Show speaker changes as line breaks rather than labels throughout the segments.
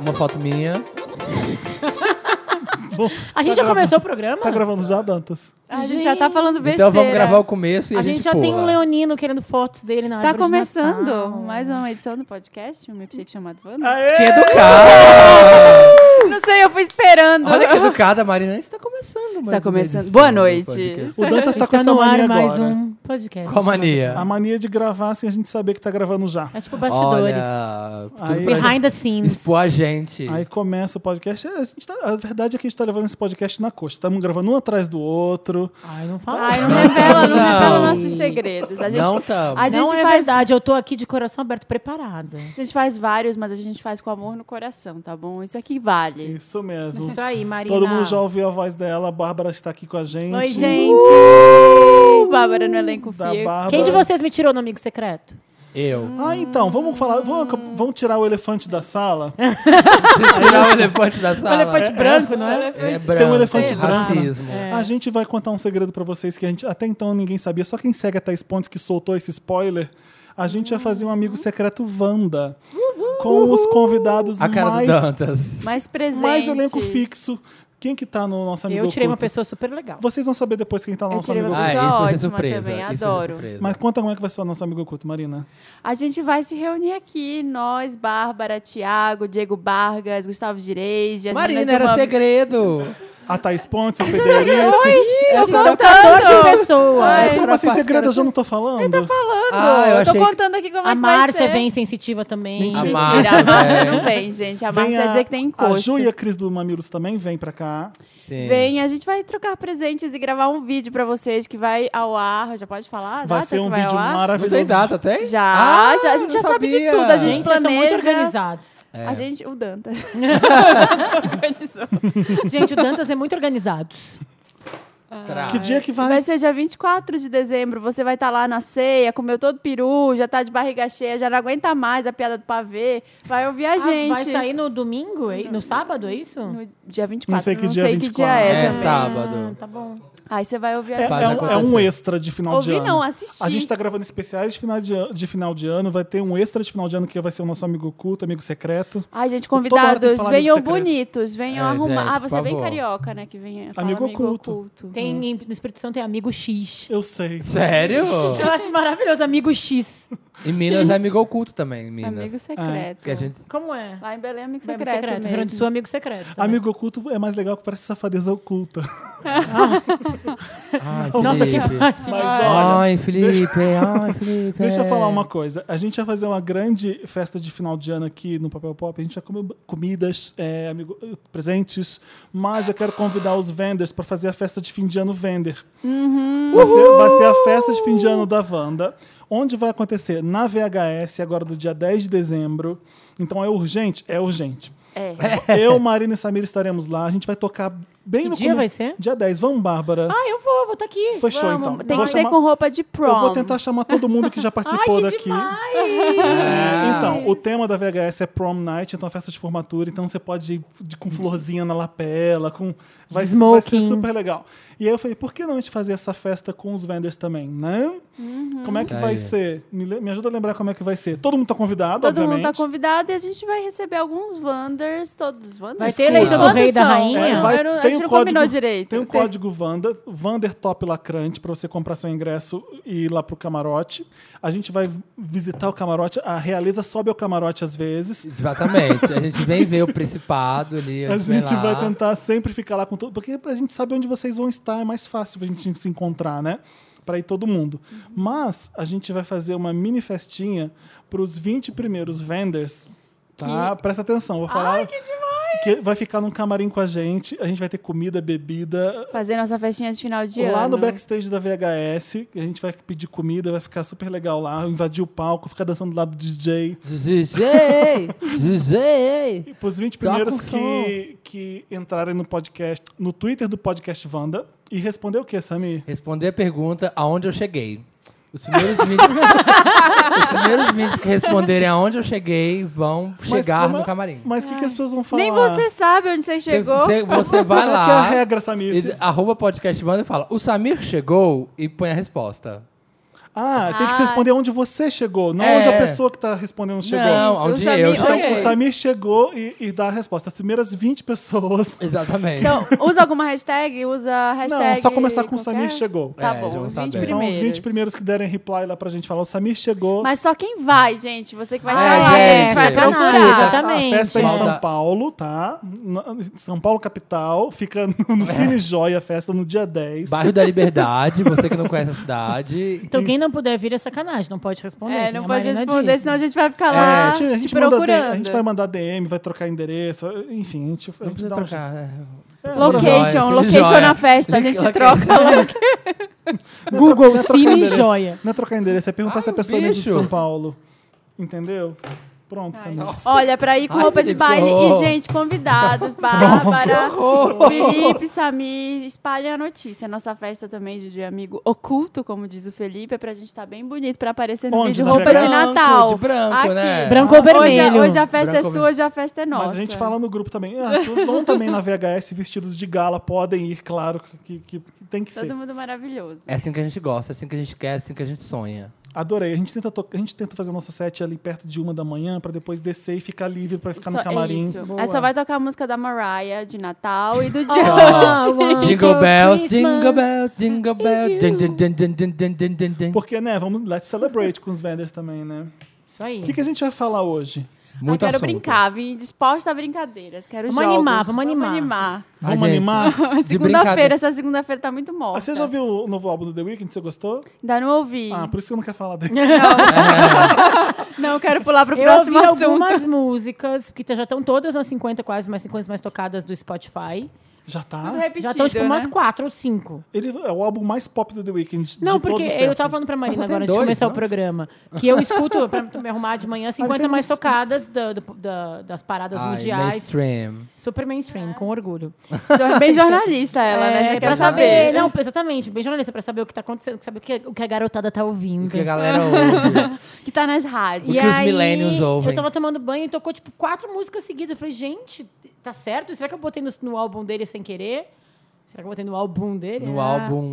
uma foto minha.
Bom,
A gente
tá
já
grava-
começou o programa?
Tá gravando já, Dantas?
A gente, já tá falando besteira.
Então vamos gravar o começo e a,
A gente já tem
pula.
um leonino querendo fotos dele na
Está
árvore de
Tá começando
Natal.
mais uma edição do podcast, um milkshake chamado Wanda.
Que
Aê!
educada!
Não sei, eu fui esperando.
Ah. Olha que educada, Marina. Está começando,
Está
mais
tá começando.
uma
Boa
edição do
noite.
podcast.
O Dantas tá
Está
com essa
no ar
mania
mais
agora.
um podcast.
Qual mania?
A mania de gravar sem a gente saber que tá gravando já.
É tipo bastidores.
Olha, tudo
Aí-
pra
Behind the scenes.
expor a gente.
Aí começa o podcast. É, A, gente tá- a verdade é que a gente tá levando esse podcast na coxa. Estamos gravando um atrás do outro.
Ai, não fala.
Ai, não revela, não,
Não.
revela nossos segredos. A gente,
Não tamo.
a gente
não é
faz,
verdade, eu tô aqui de coração aberto, preparada.
A gente faz vários, mas a gente faz com amor no coração, tá bom? Isso aqui vale.
Isso mesmo.
Isso aí, Marina.
Todo mundo já ouviu a voz dela. A Bárbara está aqui com a gente.
Oi, gente.
Gente! Bárbara no elenco
Da
fixo.
Bárbara.
Quem de vocês me tirou no amigo secreto?
Eu.
Ah, então, vamos falar. Vamos, vamos tirar o elefante da sala.
Deixa eu tirar o elefante da sala.
elefante branco, não é?
Ele é
Elefante.
branco.
Tem um elefante branco.
Racismo.
É.
A gente vai contar um segredo pra vocês que a gente, até então ninguém sabia. Só quem segue a Thaís Pontes que soltou esse spoiler. A gente ia fazer um amigo secreto Wanda. Com os convidados
A cara do
mais,
Dantas.
Mais presente.
mais elenco fixo. Quem que tá no nosso amigo
Eu tirei uma
oculto?
pessoa super legal.
Vocês vão saber depois quem tá no
Eu
nosso
tirei
amigo
uma
oculto.
pessoa
isso vai ser
ótima
surpresa.
também,
isso vai ser
adoro.
surpresa.
Mas conta como é que vai ser o nosso amigo oculto, Marina.
A gente vai se reunir aqui, nós, Bárbara, Tiago, Diego Vargas, Gustavo Direige, as
Marina,
meninas do
era assim,
Bambu-
segredo.
A Thaís Pontes, o Federico.
Eu
assim,
contando.
14 pessoas.
Ai,
Como
era
assim,
a parte
segredo
que
eu já não tô falando?
falando.
Ah, eu
eu tô
achei que-
contando aqui como
A
é que vai
Márcia
ser.
vem sensitiva também.
Mentira.
A
Mentira,
Márcia
a Márcia
vem.
não vem, gente. A
É. Vem
Márcia vai dizer que tem encosto.
a Ju e a Cris do Mamilos também vem pra cá.
Sim.
Vem, a gente vai trocar presentes e gravar um vídeo pra vocês que vai ao ar. Já pode falar? a
Vai
data
ser um
Ah, que vai
vídeo
ao ar?
Não tem Ah,
maravilhoso.
data, até?
Já, já, a gente já sabe de tudo, a
Gente,
gente
vocês são muito
planeja.
organizados.
É.
A gente, o Danta.
Gente, o Dantas é muito organizado.
Que dia que vai?
Vai ser dia 24 de dezembro. Você vai estar lá na ceia, comeu todo peru, já tá de barriga cheia, já não aguenta mais a piada do pavê. Ah, Vai ouvir a gente.
Ah, vai sair no domingo? é- No sábado, é isso?
no dia 24.
Não sei que dia 24.
é,
É,
também.
sábado.
Tá bom.
Aí você vai ouvir a
É,
gente.
Faz
é um- é um
acontecer.
extra de final de
Ouvir
ano.
não, assistir.
A gente tá gravando especiais de final de, an- de final de ano. Vai ter um extra de final de ano que vai ser o nosso amigo oculto, amigo secreto.
Ai, gente,
Toda hora tem que
convidados,
falar
venham
amigo secreto.
bonitos, venham
É,
arrumar.
gente,
ah,
por
você é bem
favor.
carioca, né? Que vem fala
Amigo oculto.
Tem, em- no Espírito Santo tem amigo X.
Eu sei.
Sério?
Eu acho maravilhoso, amigo X.
Em Minas é amigo oculto também, em Minas.
Amigo secreto.
Ah, Que a gente...
Como é?
Lá em Belém é amigo
Amigo
secreto.
Rio Grande do
mesmo.
Sul, amigo secreto. também.
Amigo oculto é mais legal que parece safadeza oculta.
Ai,
Nossa, que
Felipe.
Mas
Ah,
olha,
Ai, Felipe. Ai, Felipe. é.
deixa eu falar
É.
uma coisa. A gente vai fazer uma grande festa de final de ano aqui no Papel Pop. A gente vai comer comidas, é, amigo, presentes. Mas eu quero convidar os venders para fazer a festa de fim de ano vender.
Uhum.
Vai, ser, vai ser a festa de fim de ano da Wanda. Onde vai acontecer? Na VHS, agora do dia 10 de dezembro. Então é urgente? É urgente.
É.
Eu, Marina e Samira estaremos lá. A gente vai tocar bem
Que
no
dia
come-
vai ser?
Dia 10. Vamos, Bárbara.
Ah, eu vou, vou estar aqui.
Fechou,
Vamos.
então.
Tem
Vou
que ser
chamar-
com roupa de prom.
Eu vou tentar chamar todo mundo que já participou
Ai, que
daqui.
demais!
Ah.
É, então, o tema da VHS é prom night, então é festa de formatura, então você pode ir de- com florzinha na lapela, com vai, vai ser
Smoking.
super legal. E aí eu falei, por que não a gente fazer essa festa com os vendors também, né?
Uhum.
Como é que
Tá
vai
aí.
ser? Me, le- me ajuda a lembrar como é que vai ser. Todo mundo tá convidado,
Todo
obviamente.
mundo tá convidado e a gente vai receber alguns Wanders, todos os Wanders.
Vai ter eleição
do
Quantos
rei e da
são?
rainha?
É, vai-
Eu não- a
tem
gente
o
não
código-
combinou direito.
Tem um código Wanda, Wander Top Lacrante, pra você comprar seu ingresso e ir lá pro camarote. A gente vai visitar o camarote, a realeza sobe ao camarote às vezes.
Exatamente. A gente vem ver o Principado ali.
A
vem
gente
lá.
vai tentar sempre ficar lá com todo Porque a gente sabe onde vocês vão estar, é mais fácil pra gente se encontrar, né? Pra ir todo mundo. Mas a gente vai fazer uma mini festinha pros 20 primeiros vendors. Tá? Presta atenção, vou falar. Ai, que demais! vai ficar num camarim com a gente, a gente vai ter comida, bebida.
Fazer nossa festinha de final de ano.
Lá no backstage da VHS, a gente vai pedir comida, vai ficar super legal lá, invadir o palco, ficar dançando do lado do DJ.
Zizei! Zizei!
E pros 20
Toca
primeiros
o Tá som.
que, que entrarem no podcast, no Twitter do podcast Wanda, e responder o que, Samir?
Responder a pergunta aonde eu cheguei. Os primeiros vídeos, os primeiros vídeos que responderem aonde eu cheguei vão chegar
como- é-
no camarim.
Mas o que, que as pessoas vão falar?
Nem você sabe onde você chegou.
Você, você vai
Qual que é a
lá,
regra, Samir?
e, arroba podcast banda e fala, o Samir chegou e põe a resposta.
Ah, tem que
Ah.
responder onde você chegou, não
É.
onde a pessoa que tá respondendo chegou.
Não,
Isso,
onde
o
eu
Samir-
Então,
cheguei.
o Samir chegou e, e dá a resposta. As primeiras 20 pessoas.
Exatamente.
Então, usa alguma hashtag? Usa a hashtag.
não, só começar com o Samir
qualquer?
chegou.
Tá
É, já
bom, os
sabe.
20
Então,
Então,
primeiros.
os 20 primeiros que derem reply lá pra gente falar, o Samir chegou.
Mas só quem vai, gente. Você que vai
É,
Ah,
estar lá.
gente,
a gente vai
é o
procurar.
escuro,
a
exatamente.
festa é em
Maldade.
São Paulo, tá? Na- São Paulo capital, fica no,
É.
no Cine Joia, a festa no dia 10.
Bairro da Liberdade, você que não conhece a cidade.
Então quem não puder vir é sacanagem, não pode responder.
É,
que nem
não
a
pode
Marina
responder,
disse.
senão a gente vai ficar
É, a
é.
lá
gente, a
Tá
gente
te
manda DM,
procurando.
a gente vai mandar DM, vai trocar endereço, enfim, a gente, a
Não
gente
precisa
dá um jeito.
trocar. né?
Location,
Joia,
location
joia.
na festa, a gente
Location.
troca lá. tá
Google,
Não é trocar
Cine
endereço.
Joia.
Não é trocar endereço, é perguntar
Ah,
se a pessoa é de
bicho.
São Paulo. Entendeu? Pronto, Samir.
Olha, pra ir com
Ai,
roupa de
que
baile e
horror.
gente, convidados, Bárbara, Felipe, Samir, espalhem a notícia. Nossa festa também de, de amigo oculto, como diz o Felipe, é pra gente estar bem bonito pra aparecer no
Onde?
vídeo
De
roupa de
branco,
Natal.
de branco,
Aqui.
né?
Branco ou
Hoje, a-
vermelho.
hoje a festa
Branco
é
ou
sua, hoje a festa é nossa.
Mas a gente fala no grupo também. Ah, As pessoas vão também na VHS vestidos de gala, podem ir, claro, que, que- que tem
Tá
que ser.
Todo mundo maravilhoso.
É assim que a gente gosta, é assim que a gente quer, é assim que a gente sonha.
Adorei. A gente, tenta to- a gente tenta fazer nosso set ali perto de uma da manhã pra depois descer e ficar livre pra ficar
Só-
no
é
camarim.
isso.
Boa.
Aí só vai tocar a música da Mariah de Natal e do
Ah,
Justin.
uau.
Jingle
For
bells,
Christmas
jingle bells, jingle bells.
you.
din, din, din, din, din, din, din, din, din.
Porque, né, vamos let's celebrate com os vendors também, né?
Isso aí.
O que, que a gente vai falar hoje?
Muito
eu quero
assunto.
brincar, vim disposta a brincadeiras. Quero
Vamos
jogos.
animar, vamos animar.
animar.
Ai,
Vamos
gente,
animar?
de
Segunda-feira,
brincadeira.
essa segunda-feira tá muito morta.
Ah, Você já ouviu o novo álbum do The Weeknd? Você gostou?
Ainda não ouvi.
Ah, por isso que eu não quero falar dele.
Não, quero pular pro
Eu
próximo
ouvi
assunto.
algumas músicas, que já estão todas nas 50 quase, mais 50 mais tocadas do Spotify.
Já tá?
Tudo repetido,
já estão, tipo,
né?
umas quatro ou cinco.
Ele é o álbum mais pop do The Weeknd. de
Não, porque
todos os
eu
tempos.
tava falando pra Marina
Mas só tem
agora, antes de
dois,
começar
não?
o programa, que eu escuto, pra me arrumar de manhã,
Ah, ele
50
fez
mais
um-
tocadas da- do- da- das paradas
Ai,
mundiais.
mainstream.
Super mainstream, com orgulho.
Jo- Bem jornalista ela, né?
É,
Já quer
pra
saber.
Não, exatamente, bem jornalista, pra saber o que tá acontecendo, saber o que, o que a garotada tá ouvindo.
O que a galera ouve.
Que tá nas rádios.
O que os millennials ouvem.
Eu tava tomando banho e tocou, tipo, quatro músicas seguidas. Eu falei, gente, tá certo? Será que eu botei no, no álbum dele sem querer? Será que eu botei no álbum dele?
No
Ah.
álbum.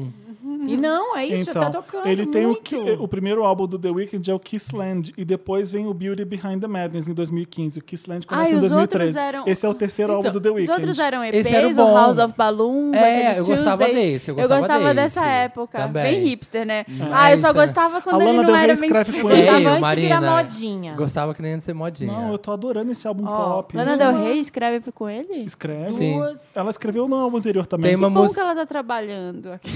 E não, é isso, já tá tocando.
Então, ele tem o,
muito.
que- o primeiro álbum do The Weeknd é o Kissland e depois vem o Beauty Behind the Madness em 2015. O Kissland começa
Ah, e
em
os
2013.
outros eram- Então,
Esse é o terceiro álbum do The
Os
Weeknd.
outros eram EPs,
Esse era o
o
bom.
House of Balloons,
É,
aquele
eu gostava
Tuesday.
desse, eu
eu
gostava
gostava
desse.
dessa época.
Também.
Bem hipster, né? Ah,
Ah,
eu só
isso, né?
gostava
É, A
quando ele
Lana
não
Del
era
Rey escreve
mainstream.
com
Eu
ele.
gostava
Ei,
antes de
Marina.
virar moda.
modinha.
Gostava que nem de ser modinha.
Não, eu tô adorando esse álbum
Ó,
pop. é.
Lana Del Rey escreve com ele?
Escreve.
Sim.
Duas.
Ela escreveu no álbum anterior também.
Tem uma
Como que
música.
ela tá trabalhando aqui?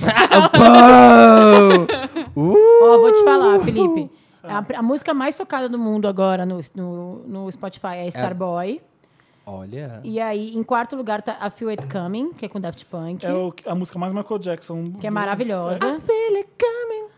Uh!
Ó, vou te falar, Felipe. É
Ah.
A, a música mais tocada do mundo agora no, no, no Spotify é Starboy.
Olha.
E aí, em quarto lugar, tá A Few It Coming, que é com Daft Punk.
É o- a música mais Michael Jackson.
Que é maravilhosa.
é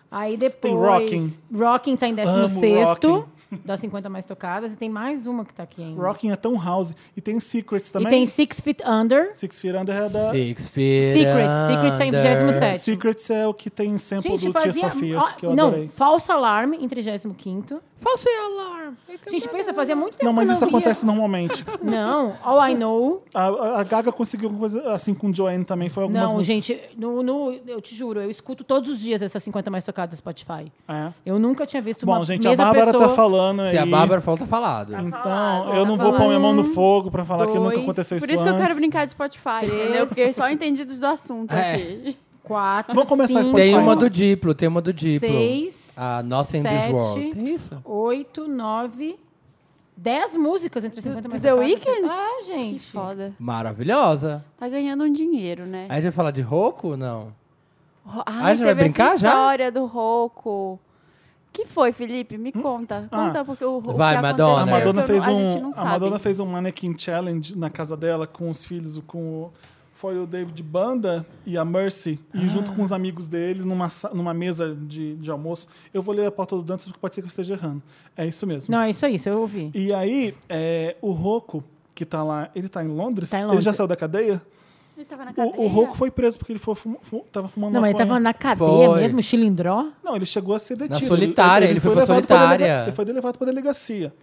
Aí depois.
Tem Rocking.
Rocking tá em décimo
Amo
sexto das 50 mais tocadas. E tem mais uma que tá aqui ainda.
Rocking é tão house. E tem Secrets
e
também.
tem Six Feet Under.
Six Feet Under é da...
Six Feet
Secrets. Secrets tá em
Under.
27.
Secrets é o que tem sample
Gente,
do Tears
fazia.
for Fears, que eu
ó, não,
adorei.
False Alarm em 35.
False alarm. é
Gente, pensa, fazia muito tempo
Não, mas
que eu
isso
não via.
acontece normalmente.
Não, All I Know.
A, a- a Gaga conseguiu alguma coisa assim com Joanne também. Foi algumas
Não,
músicas.
gente, no, no- eu te juro, eu escuto todos os dias essas 50 mais tocadas do Spotify.
É.
Eu nunca tinha visto
Bom,
uma
gente, a
mesma
Bárbara
pessoa...
tá falando aí.
Se a Bárbara falta falado.
Ah,
Então,
falando,
eu
tá
não vou pôr
falando.
minha mão
um,
no fogo pra falar que nunca
Dois.
aconteceu isso
Por isso que eu quero
antes.
brincar de Spotify, entendeu? Porque só entendidos do assunto
É.
aqui.
Quatro,
Vamos começar
cinco,
Spotify.
Tem uma do Diplo, tem uma do Diplo.
Seis,
A Nothing This
sete,
World. Tem isso.
oito, nove, dez músicas entre 50 mais
do The
tocadas.
Weeknd?
Ah,
Que
gente.
foda.
Maravilhosa.
Tá ganhando um dinheiro, né?
A gente vai falar de Roku? Não.
Ai,
Ah, já vai
teve
brincar
essa
já?
história do Roco. O que foi, Felipe? Me conta.
Ah.
Conta, porque o Roco.
Vai, Madonna.
A
Né?
Madonna, fez
A gente
um,
não
a
sabe.
Madonna fez um mannequin challenge na casa dela com os filhos, com o, foi o David Banda e a Mercy,
Ah.
e junto com os amigos dele, numa, sa- numa mesa de, de almoço. Eu vou ler a pauta do Dantas porque pode ser que eu esteja errando. É isso mesmo.
Não, é isso aí, isso eu ouvi.
E aí, é, o Rocco, que tá lá, ele tá em Londres?
Tá em
Ele
Londres.
já saiu da cadeia?
Ele tava na cadeia.
O, o Rocco foi preso porque ele foi fum, fum- tava fumando
Não, mas ele
maconha.
tava na cadeia
Foi.
mesmo, chilindró?
Não, ele chegou a ser detido.
solitária, ele foi pra
levado pra
solitária.
delega- Ele foi levado pra delegacia.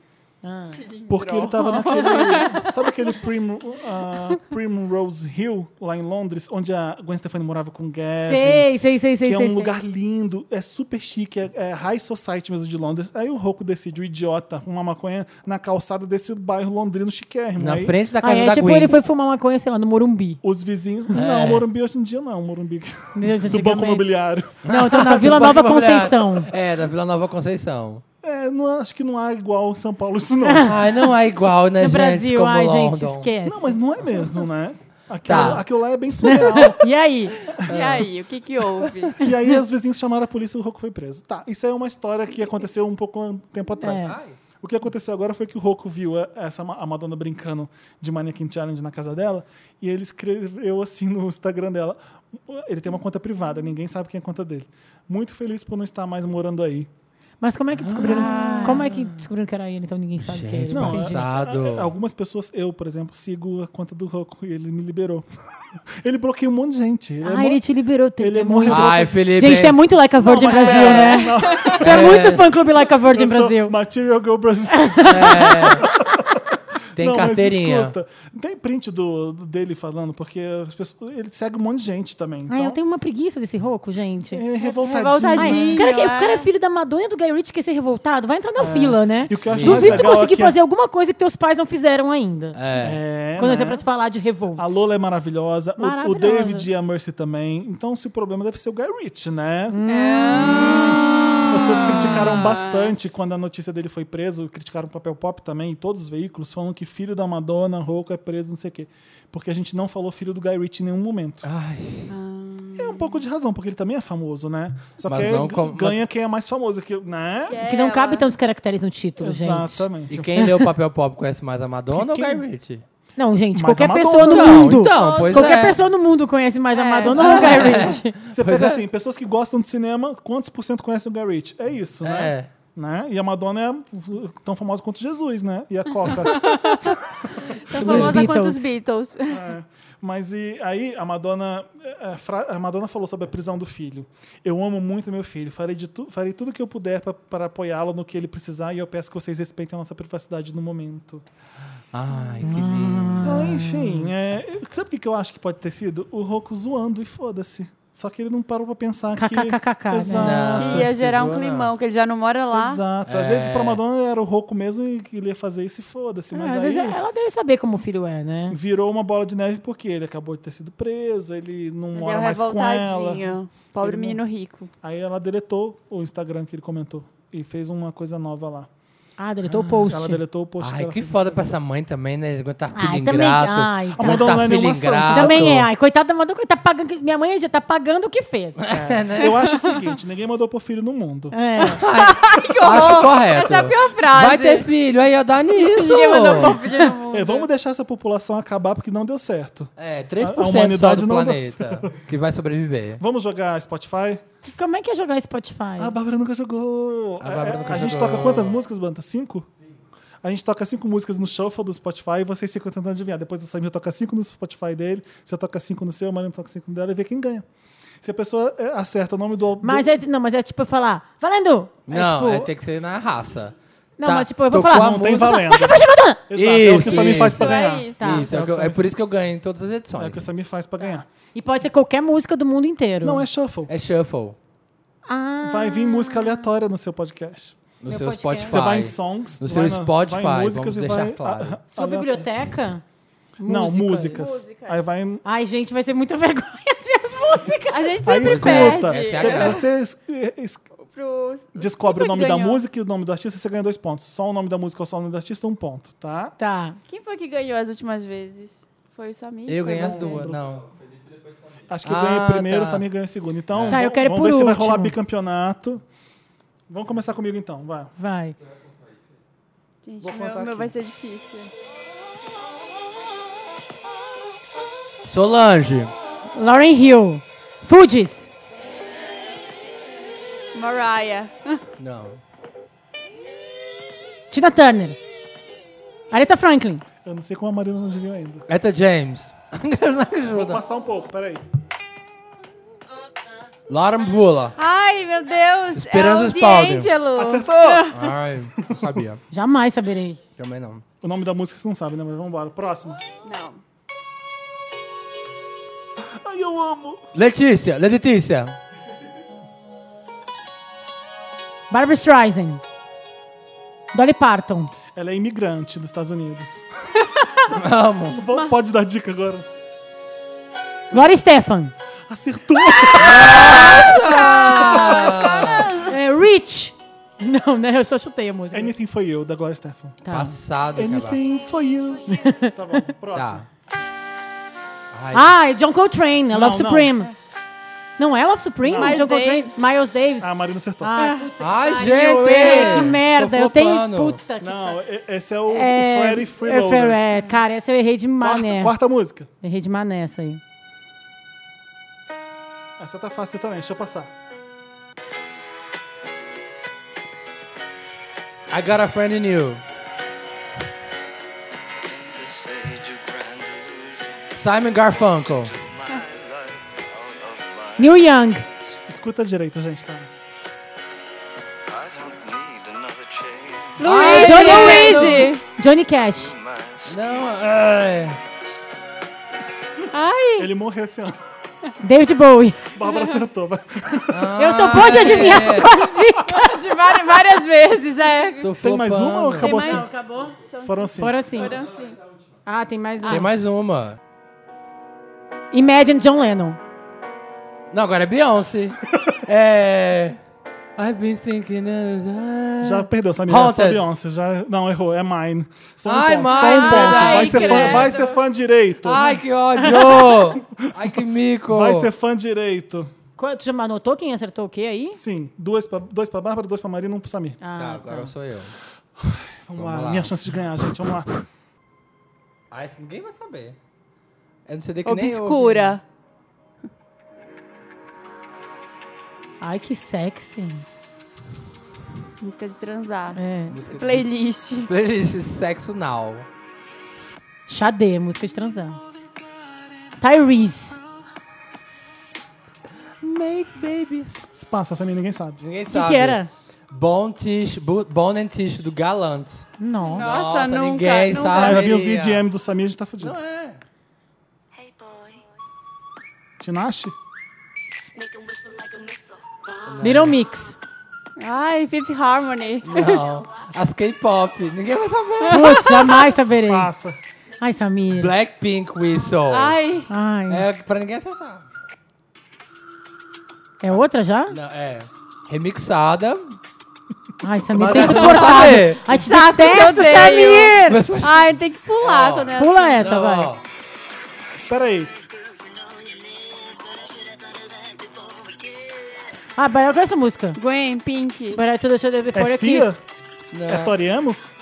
Ah.
Porque ele tava naquele. Sabe aquele Prim, ah, Primrose Hill, lá em Londres, onde a Gwen Stefani morava com o Gavin?
Sei, sei, sei, sei.
É, que é
sei,
um
sei.
lugar lindo, é super chique, é, é high society mesmo de Londres. Aí o Roku decide, o idiota, fumar maconha na calçada desse bairro londrino chiquérrimo.
Na
Aí
frente da
Ah,
casa
é,
da
tipo,
Gwen.
ele foi fumar maconha, sei lá, no Morumbi.
Os
É.
vizinhos. Não, Morumbi hoje em dia não, Morumbi do
Antigamente.
Banco Imobiliário.
Não, então na Vila
Do Banco
Nova
Imobiliário.
Conceição.
Tipo, É, da Vila Nova Conceição.
É, não, acho que não há igual em São Paulo isso não.
Ai, não é igual, né,
No
gente?
Brasil,
como
ai,
London.
gente, esquece.
Não, mas não é mesmo, né? Aquilo,
Tá.
aquilo lá é bem surreal.
E aí?
E aí, o que que houve?
e aí os vizinhos chamaram a polícia e o Roku foi preso. Tá, isso é uma história que aconteceu um pouco an- tempo atrás.
É.
Ai.
O que aconteceu agora foi que o Roku viu a- essa ma- a Madonna brincando de Mannequin Challenge na casa dela e ele escreveu assim no Instagram dela. Ele tem uma conta privada, ninguém sabe quem é a conta dele. Muito feliz por não estar mais morando aí.
Mas como é que descobriram? Como é que descobriram que era ele? Então ninguém sabe quem é
Gente,
ele.
Não,
entendi.
passado.
a- a- algumas pessoas, eu, por exemplo, sigo a conta do Roku e ele me liberou. ele bloqueou um monte de gente. Ele é
Ah,
mó-
ele te liberou. Tem,
ele
tem
é
um-
morre-
Ai, Felipe.
Gente, tu é muito Like a Virgin
mas
Brasil,
é,
né? Tu é,
É.
muito fã-clube Like a Virgin
Eu sou
Brasil.
Material Girl Brasil.
É. Tem
Não, mas
carteirinha.
escuta, tem print do, do- dele falando, porque as pessoas- ele segue um monte de gente também. Então,
Ai, Ah, eu tenho uma preguiça desse rouco, gente.
É revoltadinho.
Revoltadinho.
O cara, que, o
é.
cara é filho da Madonna e do Guy Ritchie quer ser revoltado, vai entrar na fila, né?
É. E o que eu acho mais
Duvido tu
legal
conseguir
é que a-
fazer alguma coisa que teus pais não fizeram ainda.
É.
É,
Quando você é
né?
pra se falar de revolta.
A Lola é maravilhosa, o- O,
Maravilhosa.
David e a Mercy também. Então, se o problema deve ser o Guy Ritchie, né?
É.
As pessoas criticaram bastante quando a notícia dele foi preso, criticaram o papel pop também, e todos os veículos falando que filho da Madonna, Rouco é preso, não sei o quê. Porque a gente não falou filho do Guy Ritchie em nenhum momento.
Ai,
Ah.
É um pouco de razão, porque ele também é famoso, né? Só
Mas
que
não
g-
como-
ganha quem é mais famoso, que, né?
É, Que
É,
não cabe tantos caracteres no título, gente.
Exatamente.
e quem leu o papel pop conhece mais a Madonna
Quem-
ou o Guy Ritchie?
Não, gente,
Mas
qualquer
a Madonna-
pessoa no
Então,
mundo.
então, pois
qualquer
é.
pessoa no mundo conhece mais a
É,
Madonna ou o Guy Ritchie.
Você
Pois
pega
é.
assim, pessoas que gostam de cinema, quantos por cento conhecem o Guy Ritchie? É isso, né?
É.
né? E a Madonna é uh, tão famosa quanto Jesus, né? E a Coca.
Tão tá famosa quanto os Beatles.
Mas e aí a Madonna, é, é, fra- a Madonna falou sobre a prisão do filho. Eu amo muito meu filho. Farei de tu, farei tudo que eu puder pra- para apoiá-lo no que ele precisar e eu peço que vocês respeitem a nossa privacidade no momento.
Ai, que lindo.
Ah, enfim, é, sabe o que que eu acho que pode ter sido? O Roku zoando e foda-se. Só que ele não parou pra pensar que...
KKKKK, né?
Exato.
Não,
Que ia
não
gerar um
precisou, não.
climão, que ele já não mora lá.
Exato. Às
É.
vezes pra Madonna era o Roku mesmo e que ele ia fazer isso e foda-se.
Ah,
Mas
às
aí
vezes ela deve saber como o filho é, né?
virou uma bola de neve porque ele acabou de ter sido preso, ele não
Ele é
mora
um
mais com ela.
revoltadinho. Pobre
Ele não-
menino rico.
Aí ela deletou o Instagram que ele comentou e fez uma coisa nova lá.
Ah, deletou o post.
Ela deletou o post
Ai,
dela.
que foda pra essa mãe também, né? Eles aguentam filho
Ai, também-
ingrato.
ai, A
aguentar
Madonna não é
filho
nenhuma santa.
ingrato.
Também é. Ai, coitada da Madonna, coitada, tá pagando, minha mãe já tá pagando o que fez.
É.
né?
Eu acho o seguinte, ninguém mandou pro filho no mundo.
É.
Acho correto.
Essa é a pior frase.
Vai ter filho, aí ó, dá nisso.
Ninguém mandou palpite no mundo.
É, vamos deixar essa população acabar porque não deu certo.
É, 3%
A- a
só
humanidade
do
não dá
planeta que vai
É,
sobreviver.
Vamos jogar Spotify?
Como é que é jogar Spotify?
Ah, a Bárbara nunca jogou.
A Bárbara
É,
nunca
a gente
jogou.
toca quantas músicas, Banta? Cinco? A gente toca cinco músicas no shuffle do Spotify e vocês ficam tentando adivinhar. Depois o Samir toca cinco no Spotify dele, você toca cinco no seu, a Mariana toca cinco no dela e vê quem ganha. Se a pessoa é, acerta o nome do álbum.
Mas é, não, mas é tipo eu falar, valendo!
Não,
é,
é,
tipo,
tem que ser na raça.
Não,
Tá,
mas tipo, eu vou
tocou
falar.
a
Não tem
música-
valendo. Exato, é o que o
Isso,
Samir faz
isso.
pra
Isso é
ganhar.
isso.
Tá.
Isso, é, o que eu- é por isso que eu ganho em todas as edições.
É o que o Samir faz pra ganhar.
E pode ser qualquer música do mundo inteiro.
Não é shuffle.
É shuffle
Ah,
Vai vir música aleatória no seu podcast.
no
Meu
seu
podcast.
Spotify.
Você vai em songs,
No
vai
seu
na-
Spotify,
vai em
vamos
músicas e
deixar
vai
claro.
a- a-
sua biblioteca?
Não,
Música.
músicas. Aí vai em-
Ai, gente, vai ser muita vergonha assim, as músicas.
A gente
Aí
sempre
escuta.
perde.
Essa é a
Você es- es-
Pros-
descobre
Quem foi
o nome
que
da
ganhou?
música e o nome do artista, você ganha dois pontos. Só o nome da música ou só o nome do artista, um ponto, tá?
Tá.
Quem foi que ganhou as últimas vezes? Foi o Samir?
Eu
Foi
ganhei as
você?
duas. Não.
Acho que eu
Ah,
ganhei primeiro, o
tá.
Samir ganhou em segundo. Então,
Tá,
vamos-
eu quero ir
vamos
por
ver se vai
último.
rolar bicampeonato. Vamos começar comigo então, vai.
Vai.
Gente,
Vou
meu,
contar
meu
aqui.
vai ser difícil.
Solange.
Lauren Hill. Fugees.
Mariah.
Não.
Tina Turner. Aretha Franklin.
Eu não sei como a Marina não adivinhou ainda.
Eta James.
Vou passar um pouco, peraí.
Lauren Bula.
Ai, meu Deus!
Esperanza
é o
né?
Spalding.
D'Angelo.
Ah.
Acertou!
Ai, não sabia.
Jamais saberei.
Também não.
O nome da música você não sabe, né? Mas vamos embora. Próximo.
Não.
Ai, eu amo.
Letícia, Letícia.
Barbara Streisand. Dolly Parton.
Ela é imigrante dos Estados Unidos.
Amo.
Vou- Pode dar dica agora.
Gloria Stefan.
Acertou.
Ah! É, Rich. Não, né? Eu só chutei a música.
Anything for You, da Gloria Stefan.
Tá.
Passado, cara.
Anything for You. Tá bom, próximo.
Tá. Ai,
Ah, é John Coltrane. é
Não,
Love
não.
Supreme. Não. é Love Supreme?
Não.
John
Miles
Coltrane.
Davis.
Miles Davis.
Ah, a Marina acertou.
Ah,
Ai,
é,
gente!
que merda.
Tô
Eu tenho...
flopando.
Puta que...
Não, e- esse é o
É,
Freddy
é,
Freeloader.
Fer- é, cara, essa eu errei de mané.
né? Quarta, quarta música.
Errei de mané essa aí.
Essa tá fácil também, deixa eu passar.
I got a friend in you. Simon Garfunkel.
Neil Young.
Escuta direito, gente. Pera.
É
Luigi!
Ai, Luigi!
Johnny Cash.
Não, é.
Ai.
Ele morreu esse ano.
David Bowie.
Bárbara acertou. vai.
Eu só pude adivinhar
Ah, é.
as tuas dicas.
De várias, várias vezes, é.
Tô
Tem mais
flopando.
uma ou acabou
mais-
assim?
Não,
acabou?
Foram assim.
Foram assim.
Foram assim.
Ah, tem mais um.
Tem mais uma.
Imagine John Lennon.
Não, agora é Beyoncé. é. I've been thinking. of-
Já tá perdeu, Samir. Já
Haunted.
sou Beyoncé. Já... Não, errou. É mine. Só um
Ai,
ponto. Só um
mine,
ponto.
verdade.
vai, ser fã,
Ai,
vai
credo.
ser fã direito.
Ai, que ódio! Ai, que mico!
Vai ser fã direito.
Qual- Tu já anotou quem acertou o quê aí?
Sim. Duas pra, dois pra Bárbara, dois pra Marina e um pro Samir.
Tá,
Ah,
agora sou eu.
Vamos,
vamos
lá.
lá.
Minha chance de ganhar, gente. Vamos lá.
Ai, ninguém vai saber. É um CD que nem eu
Obscura.
Ai, que sexy.
Música de transar.
É.
Playlist.
ouvi. Playlist Sexo Now.
Xadê, música de transar. Tyrese.
Make babies.
Se passa, Samir, ninguém sabe.
Ninguém
O que,
sabe.
que era?
Bon Tish, Bu- Bon and Tish do Galant.
Nossa.
Nossa, nunca,
ninguém
nunca.
Ah,
sabe.
já vi os EDM do Samir, a gente tá fudido.
Não é.
Tinashe?
Little Mix.
Ai, Fifth Harmony.
Não. As K-pop. Ninguém vai saber.
Putz, jamais saberei.
Passa.
Ai, Samir.
Blackpink Whistle.
Ai,
Ai.
É pra ninguém acertar.
É outra já?
Não, é. Remixada.
Ai, Samir,
Mas
tem
eu não vou
insuportável.
saber.
Ai, te
Saco, te
detesto,
odeio.
Samir!
Mas, mas,
ai, tem que pular,
Ó.
tô assim. nessa.
Pula essa, vai.
ó.
Pera aí.
Ah, vai, eu conheço essa música.
Gwen, Pink.
Peraí, tu deixou de ver
É
fora aqui.
Cia?
Não.
É Tori Amos?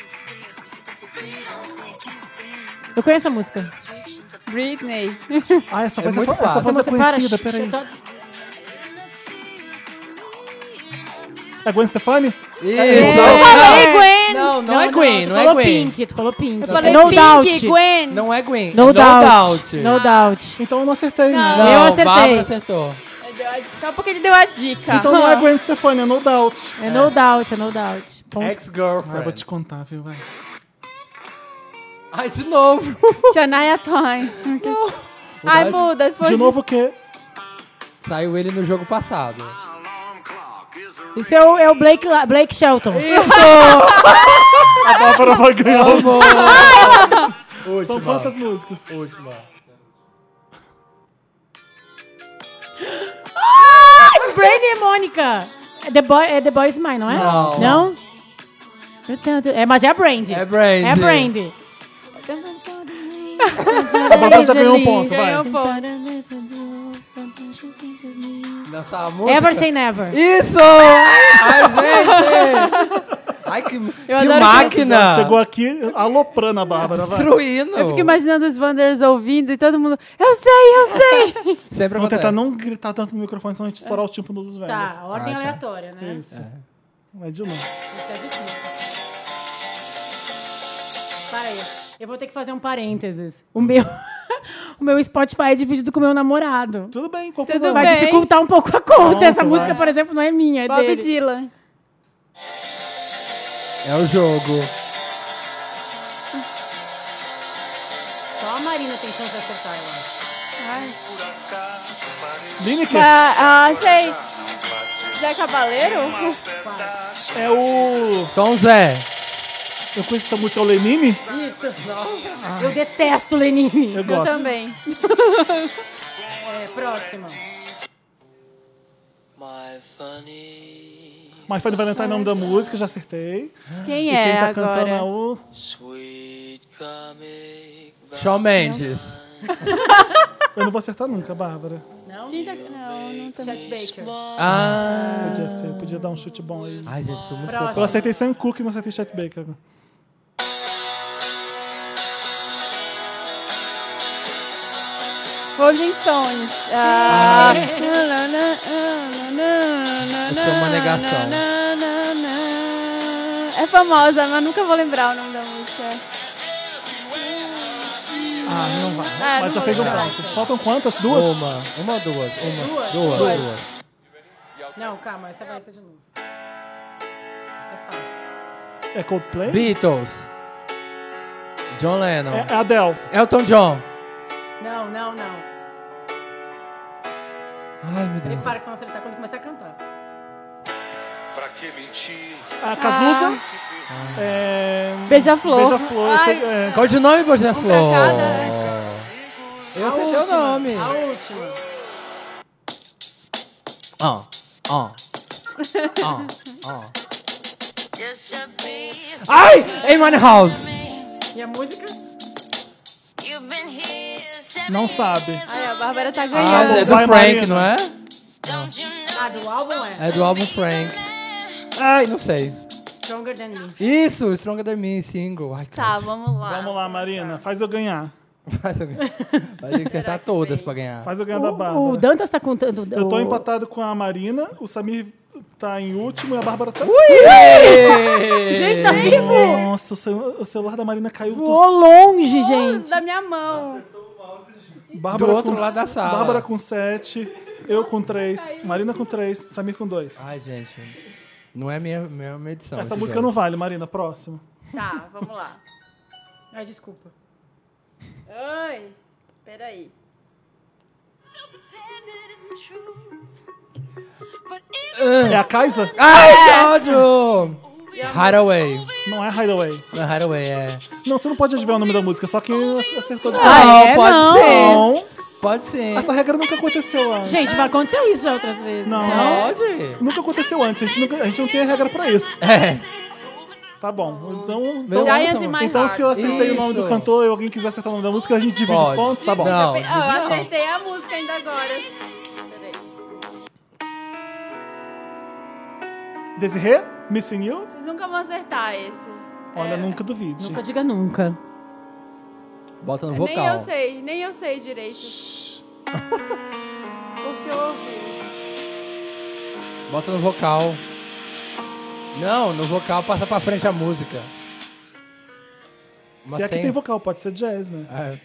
Eu conheço a música.
Britney.
Ah, essa
É
voz é,
muito
co- essa
fácil.
voz é
Você para.
conhecida,
shh,
peraí.
eu tô-
É Gwen Stefani?
Isso.
Eu falei Gwen.
Não, não, é Queen, não,
tu
é
falou
Queen.
Pink, tu falou Pink. É
Eu falei
no
Pink,
doubt.
Gwen.
Não é Queen.
No, doubt. No doubt.
Então eu não acertei, né?
Não,
Eu acertei.
Bárbara acertou.
Deu a- Só porque ele deu a dica.
Então não é Gwen Stefani, é No Doubt.
É no doubt, é no doubt. Ponto.
Ah, eu vou te
Ex-girlfriend.
contar, viu, vai.
Ai, de novo.
Shania Twain. Ai, muda. Se for
De novo o quê?
Saiu ele no jogo passado.
Isso é o, é o Blake, La- Blake Shelton.
A Bárbara vai ganhar.
Amor.
São
Última.
quantas músicas?
Última.
Brady Ah, e Mônica. É The Boy, é The Boy Is Mine, não é?
Não.
Não? Eu tento- É, mas é a Brandy.
É Brandy.
É a Brandy.
A Bárbara já ganhou um ponto, vai.
Ganhou ponto.
Nossa, a música.
Ever Say Never.
Isso! Ai, gente! Ai, que, que
adoro
máquina!
Ah. Chegou aqui aloprando a Bárbara, vai.
destruindo.
Eu fico imaginando os Wanders ouvindo e todo mundo. Eu sei, eu sei.
Sempre
Vou
acontece.
tentar não gritar tanto no microfone, senão a gente estourar o tempo dos velhos.
Tá, ordem
Ah, tá.
aleatória, né? Isso.
Isso. Vai de novo.
é difícil. Para aí. Eu vou ter que fazer um parênteses. O meu, o meu Spotify é dividido com o meu namorado.
Tudo bem, qual o
Tudo
problema?
Vai
bem.
dificultar um pouco a conta.
Pronto,
Essa
vai.
música, por exemplo, não é minha, é
Bob
dele.
Dylan.
É o jogo.
ainda tem chance de acertar, eu acho.
Por acaso parece
Lineker
Ah, ah, sei.
não bate
Zé Cabaleiro?
um pedaço.
é o.
Tom Zé.
Eu conheço essa música, é o Lenine?
Isso. Eu detesto Lenine.
Eu
Eu
gosto.
também.
É, próxima.
My funny,
My Funny Valentine é o nome da música, já acertei.
Quem
e
é
quem tá cantando é
agora?
o.
sweet comic
Shawn Mendes.
Eu não vou acertar nunca, Bárbara.
Não?
Quem tá- Não, não também.
Chet Baker.
Ah.
Podia ser, podia dar um chute bom aí.
Ai, gente, sou muito
Próximo.
Eu acertei Sam Cooke e não acertei Chet Baker.
Rolling Stones. Ah. Eu
sou uma negação.
É famosa, mas nunca vou lembrar o nome da música.
Ah, não vai.
Ah,
Mas já
não
fez um
vai.
ponto. Faltam quantas? Duas?
Uma, uma ou duas? Uma, duas, duas.
Duas.
Não, calma, essa vai ser de novo. Essa é fácil.
É Coldplay?
Beatles. John Lennon.
É Adele.
Elton John.
Não, não, não.
Ai, meu Deus.
Prepara que vocês vão acertar quando começar a cantar.
Pra que mentir?
A Cazuza? É...
Beija-flor.
Beija-flor. eu sei- é.
Qual de nome, Bojé Flor?
cada,
Eu sei teu nome.
A última.
Ó, ó. Ó, ó. Ah. Ai! Amy House.
E a música?
Não sabe.
Ai, a Bárbara tá
Ah,
ganhando.
é do
Vai,
Frank,
Marina.
não é?
Ah, do álbum é
É do álbum Frank. Ai, não sei.
Stronger Than Me.
Isso, Stronger Than Me, single. Ai,
Tá,
cara.
vamos lá.
Vamos lá, Marina. Faz eu ganhar.
Vai ter que acertar todas pra ganhar.
Faz eu ganhar da
O, o
Bárbara.
Dantas tá contando.
Eu tô
o-
empatado com a Marina. O Samir tá em último e a Bárbara tá...
Gente, tá vivo!
Nossa, o celu- o celular da Marina caiu. tudo.
Voou longe, gente.
Da minha mão.
Bárbara
Do outro
com-
lado da sala.
Bárbara com 7, eu com 3, Marina com 3, Samir com 2.
Ai, gente. Não é minha, minha minha edição.
Essa
esse
música
jogo.
não vale, Marina. Próximo.
Tá, vamos lá.
Ai, desculpa.
Oi. Peraí.
É a Kaisa?
É.
Ai, que ódio!
Um
Hideaway.
Não é Hideaway.
Não, Hideaway é.
Não, você não pode adivinhar o nome da música, só quem acertou de
Ah,
Não,
é?
pode
Não.
ser.
Não,
Pode ser.
essa regra nunca aconteceu antes.
Gente, mas aconteceu isso já outras vezes.
Não.
É.
Pode.
Nunca aconteceu antes, a gente, nunca- a gente não tem regra pra isso.
É.
Tá bom. Então,
Meu
então,
Deus,
Giant
essa
in
música.
my-
então se eu acertei o nome do
Isso.
cantor e alguém quiser acertar o nome da música, a gente divide os
Pode.
pontos, tá bom.
Não,
Pe- Ah, eu
não.
acertei a música ainda agora. Peraí.
Desirê, Missing You?
Vocês nunca vão acertar esse.
Olha, nunca duvide.
Nunca diga nunca.
Bota no
Ah, Nem eu
vocal.
sei, nem eu sei direito. Porque eu ouvi.
Bota no vocal. Não, no vocal passa pra frente a música. Mas
Se é que
sem-
tem vocal, pode ser jazz, né?
É.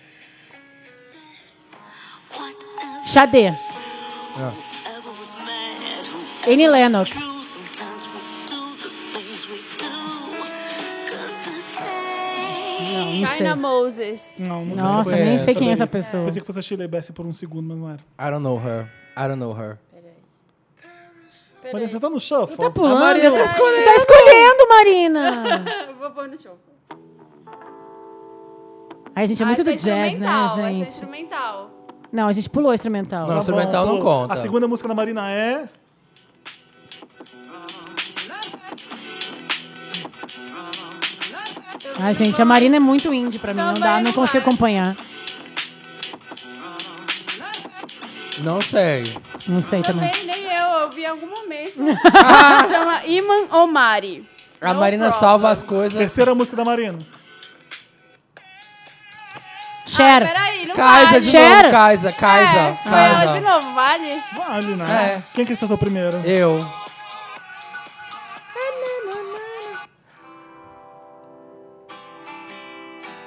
Xadê.
É.
Annie Lennox. Não, não
China
sei.
Moses.
Hum.
Não, nunca
Nossa,
Essa
nem sei
daí.
quem é essa pessoa.
Pensei que fosse a Shirley Bassey por um segundo, mas não era.
I don't know her. I don't know her.
Mas
Peraí.
você tá no shuffle?
Tá pulando.
A Maria tá escolhendo.
Tá escolhendo, Marina.
Eu vou pôr no show.
Ai, gente, é muito
Ah,
do
essa
jazz, né,
instrumental, essa é
gente?
instrumental.
Não, a gente pulou o instrumental.
Não,
Bom,
instrumental não
pô,
conta.
A segunda música da Marina é...
Ai, gente, a Marina é muito indie pra mim. Não
Também
dá, não
não
consigo
vai.
acompanhar.
Não sei.
Não sei também.
Também, nem eu, eu vi em algum momento.
Ah.
Chama Iman Omari.
A
No
Marina
problem.
salva as coisas.
Terceira música da Marina.
Cher.
Ah, Peraí, não
Kaisa
vale.
de
Cher.
novo, Kaisa, Kaisa,
É, sou eu de
Kaisa.
novo, vale?
Vale, né?
É.
Quem que acertou primeiro?
Eu.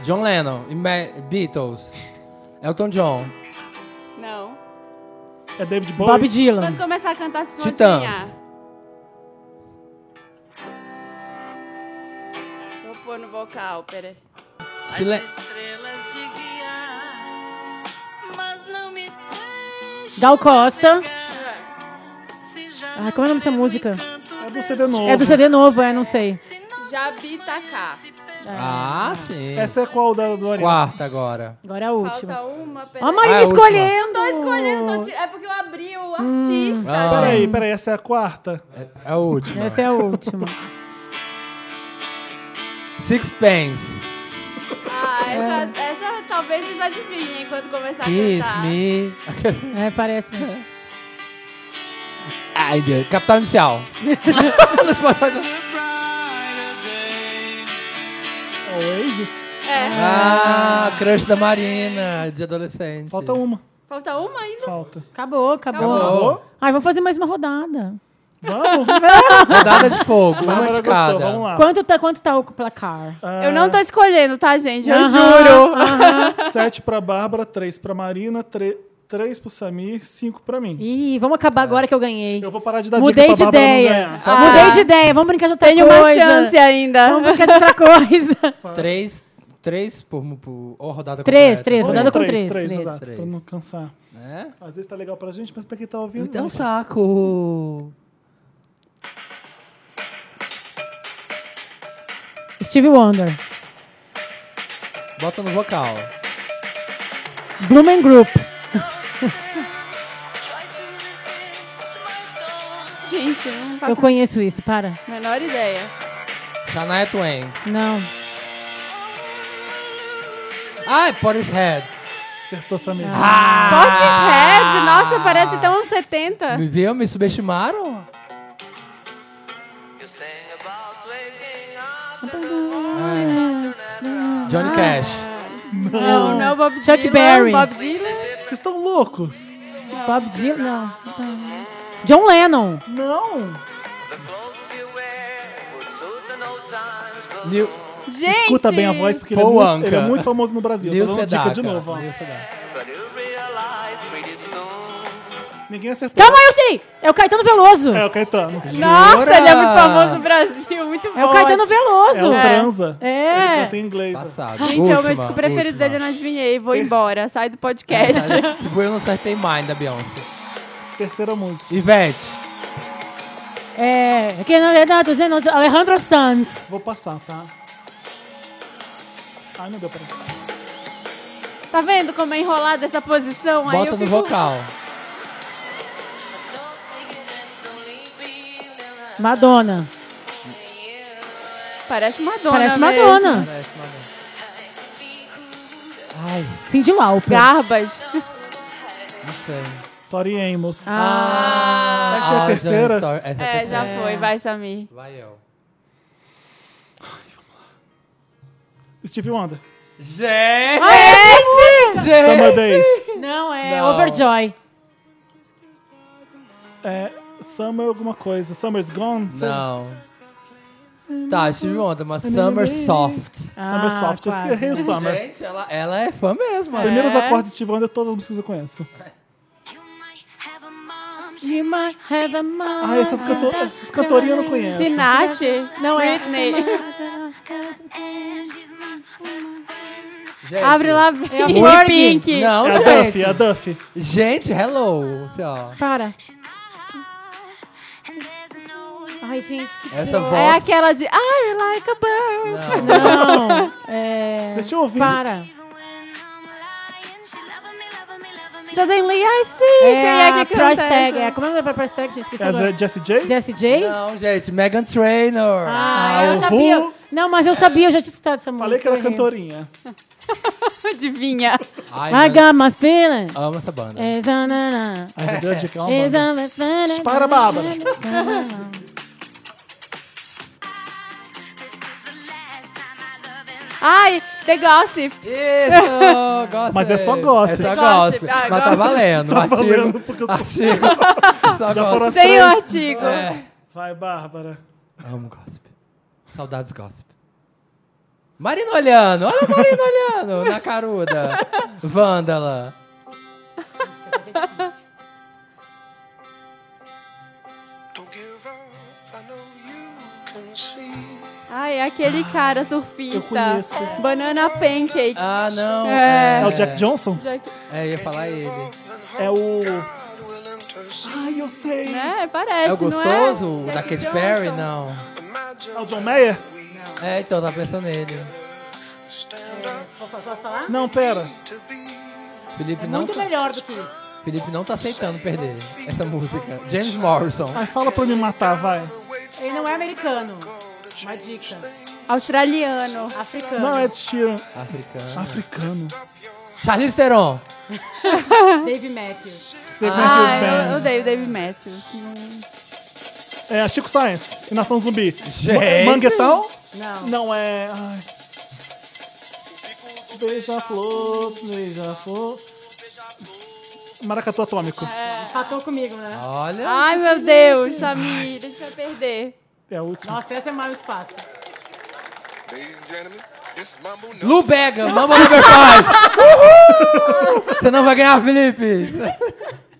John Lennon, Ima- Beatles, Elton John,
Não.
É David Bowie?
Bob Dylan.
Quando começar a cantar, vocês vão
Titãs.
adivinhar. Vou pôr no vocal, peraí.
Silen-
Estrelas de guiar
Gal Costa. Ai, como é o nome dessa música?
É do CD novo.
É do CD novo, é, não sei.
Jabitacá.
Ah, sim.
Essa é qual da do Ariel?
Quarta agora.
Agora é a última.
Falta uma. Peraí.
Ó, a Marina
Ah, é a última.
escolhendo!
Tô escolhendo. tô tir- É porque eu abri
Hum.
o artista.
Ah.
Peraí, peraí, essa é a quarta?
É a última.
Essa é a última.
Sixpence.
Ah, essa, essa talvez vocês adivinhem quando começar a
Kiss
cantar.
me.
é, parece mesmo.
Ai, Deus. Capital Inicial. Não se pode fazer-
Oasis?
É.
ah, crush da Marina, de adolescente.
Falta uma.
Falta uma ainda.
Falta.
Acabou, acabou.
Acabou.
Ai, vamos fazer mais uma rodada.
Vamos?
Rodada de fogo, uma
Bárbara
de
gostou,
cada.
vamos lá.
Quanto tá, quanto tá o placar?
Eu não tô escolhendo, tá, gente? Ah, Eu
Aham,
juro.
Sete pra Bárbara, três pra Marina, tre- três pro Samir, cinco pra mim.
Ih, vamos acabar agora que eu ganhei.
Eu vou parar de dar
Mudei
dica
de
pra Bárbara não
ideia.
ganhar. Só-
Ah. Mudei de ideia. Vamos brincar de outra
Tenho
coisa.
uma chance
Vamos
ainda.
brincar de outra coisa.
Três, três por, por ou rodada
Três,
completa.
três, rodada com três.
Três,
Três.
exato,
Três.
pra não cansar.
É?
Às vezes tá legal pra gente, mas pra quem tá ouvindo...
Então
não.
saco.
Steve Wonder.
Bota no vocal.
Blumen Group.
Gente, eu não
Eu
faço
conheço isso, para.
a menor ideia.
Shania Twain.
Não.
Ai, Portishead.
Acertou, Samir.
Portishead, Ah. nossa, parece tão anos 70.
Me viu? Me subestimaram? Ai. Ah. Johnny Cash.
Não, não, Bob Dylan.
Chuck Berry.
Bob Dylan.
Vocês estão loucos?
Bob Dylan. Não. John Lennon.
Não!
New,
Gente.
Escuta bem a voz, porque ele é,
Paul
muito,
Anka.
ele é muito famoso no Brasil. Eu
New
tô dando dica de
Sedaka.
novo. ó.
New Sedaka.
Ninguém acertou.
Calma, eu sei. É o Caetano Veloso.
É o Caetano.
Nossa,
Jura?
ele é muito famoso no Brasil, muito bom.
É o Caetano Veloso.
É o Transa.
É.
Ele canta em inglês.
Passado.
Gente, é o meu disco preferido dele, eu não adivinhei. Vou embora, sai do podcast.
Cara, Tipo, eu não acertei mais da Beyoncé.
Terceira música.
Ivete.
É. Que na verdade, os Zenos- Alejandro Sanz.
Vou passar, tá? Ai, não deu pra...
Tá vendo como é enrolada essa posição? Aí
Bota
eu
no
fico...
vocal.
Madonna.
Parece Madonna
Parece
mesmo.
Madonna.
Parece uma música. Ai,
Cindy Lauper.
Garbas.
não sei.
Tori Amos.
Ah,
Essa é a
Origin
terceira?
Story- Essa é a
É,
terceira.
já foi, vai, Samir.
Vai eu.
Steve Wonder.
Gente!
Summer Days.
Ah, é, Não, é
Não.
Overjoy.
É, Summer alguma coisa. Summer's Gone?
Não. Tá, Steve Wonder, mas Summer Soft.
Summer
Ah,
Soft. Eu
quase.
errei o Summer.
Gente, ela, ela é fã mesmo. ela.
Primeiros acordes de Steve Wonder, todas as músicas eu conheço.
You might have a mind.
Ah, essas, canto... essas cantorias eu não conheço.
Tinashe? Não, é. Britney.
Gente,
Abre lá, é
Whipping.
Pink.
Não,
É a Duffy, é a
gente.
Duffy.
Gente, hello. Assim, ó.
Para. Ai, gente, que
Essa voz.
É aquela de I like a bird.
Não.
não. É...
Deixa eu ouvir.
Para.
Suddenly I see.
É,
Quem
a
é que canta
price tag. É,
essa?
como é que é a price tag? Gente, esqueci
É a
agora.
Jessie J?
Jessie J?
Não, gente, Megan Trainor.
Ah,
Ah,
eu
o
sabia.
Who?
Não, mas eu sabia, eu já tinha citado essa música.
Falei que era
eu errei.
cantorinha.
Adivinha.
Ai,
I
mas-
got my feeling.
Ah.
Amo essa banda.
Is a na na.
Ai, já deu a dica, é uma
Is
banda.
a na na na.
Para, Bárbara.
Ai, The Gossip.
Isso! gosto.
Mas é só
gosto.
gossip.
É só
Gossip,
gossip.
ah,
Mas tá
gossip.
valendo.
Tá
artigo-
valendo, porque eu sou-
Artigo. Só
Já foram
gossip.
as
Sem o
três.
um artigo.
Vai, Bárbara.
Amo gossip. Saudades gossip. Marina olhando. Olha a Marina olhando. Na caruda. Vândala.
Don't give up, I know you can see.
Ai, é aquele cara surfista.
conheço.
Banana Pancakes.
Ah, não.
É.
É o Jack Johnson?
Já que-
É, eu ia falar ele.
É o eu sei.
Né?
É
Parece,
o gostoso?
não
O
é?
da
Jack
Katy Perry?
Johnson.
Não.
É o John Mayer?
É, então, tá pensando nele.
Stand up
Posso falar?
Não, pera.
to be
Felipe não,
é Muito
tá,
melhor do que isso.
Felipe não tá aceitando perder essa música. James Morrison.
Ai, fala pra me matar, vai.
Ele não é americano. Uma dica.
Australiano.
Africano.
Não, é de Sheeran.
Africano.
Africano. Ah.
Charlize Theron.
Dave Matthews.
The
Ah, eu- eu
Matthews Band.
odeio o David Matthews. Hum.
É, Chico Science. E Nação Zumbi.
Gente.
Ma- Manguetão?
Não.
Não é. Ai. Beija-flor, beija-flor. Maracatu atômico.
É. Empatou comigo, né?
Olha.
Ai, meu Deus, Samir, a gente vai perder.
É a última.
Nossa, essa é muito fácil.
Ladies and gentlemen, this is Mambo No.
Lu Bega, Mama Number 5. Você não vai ganhar, Felipe.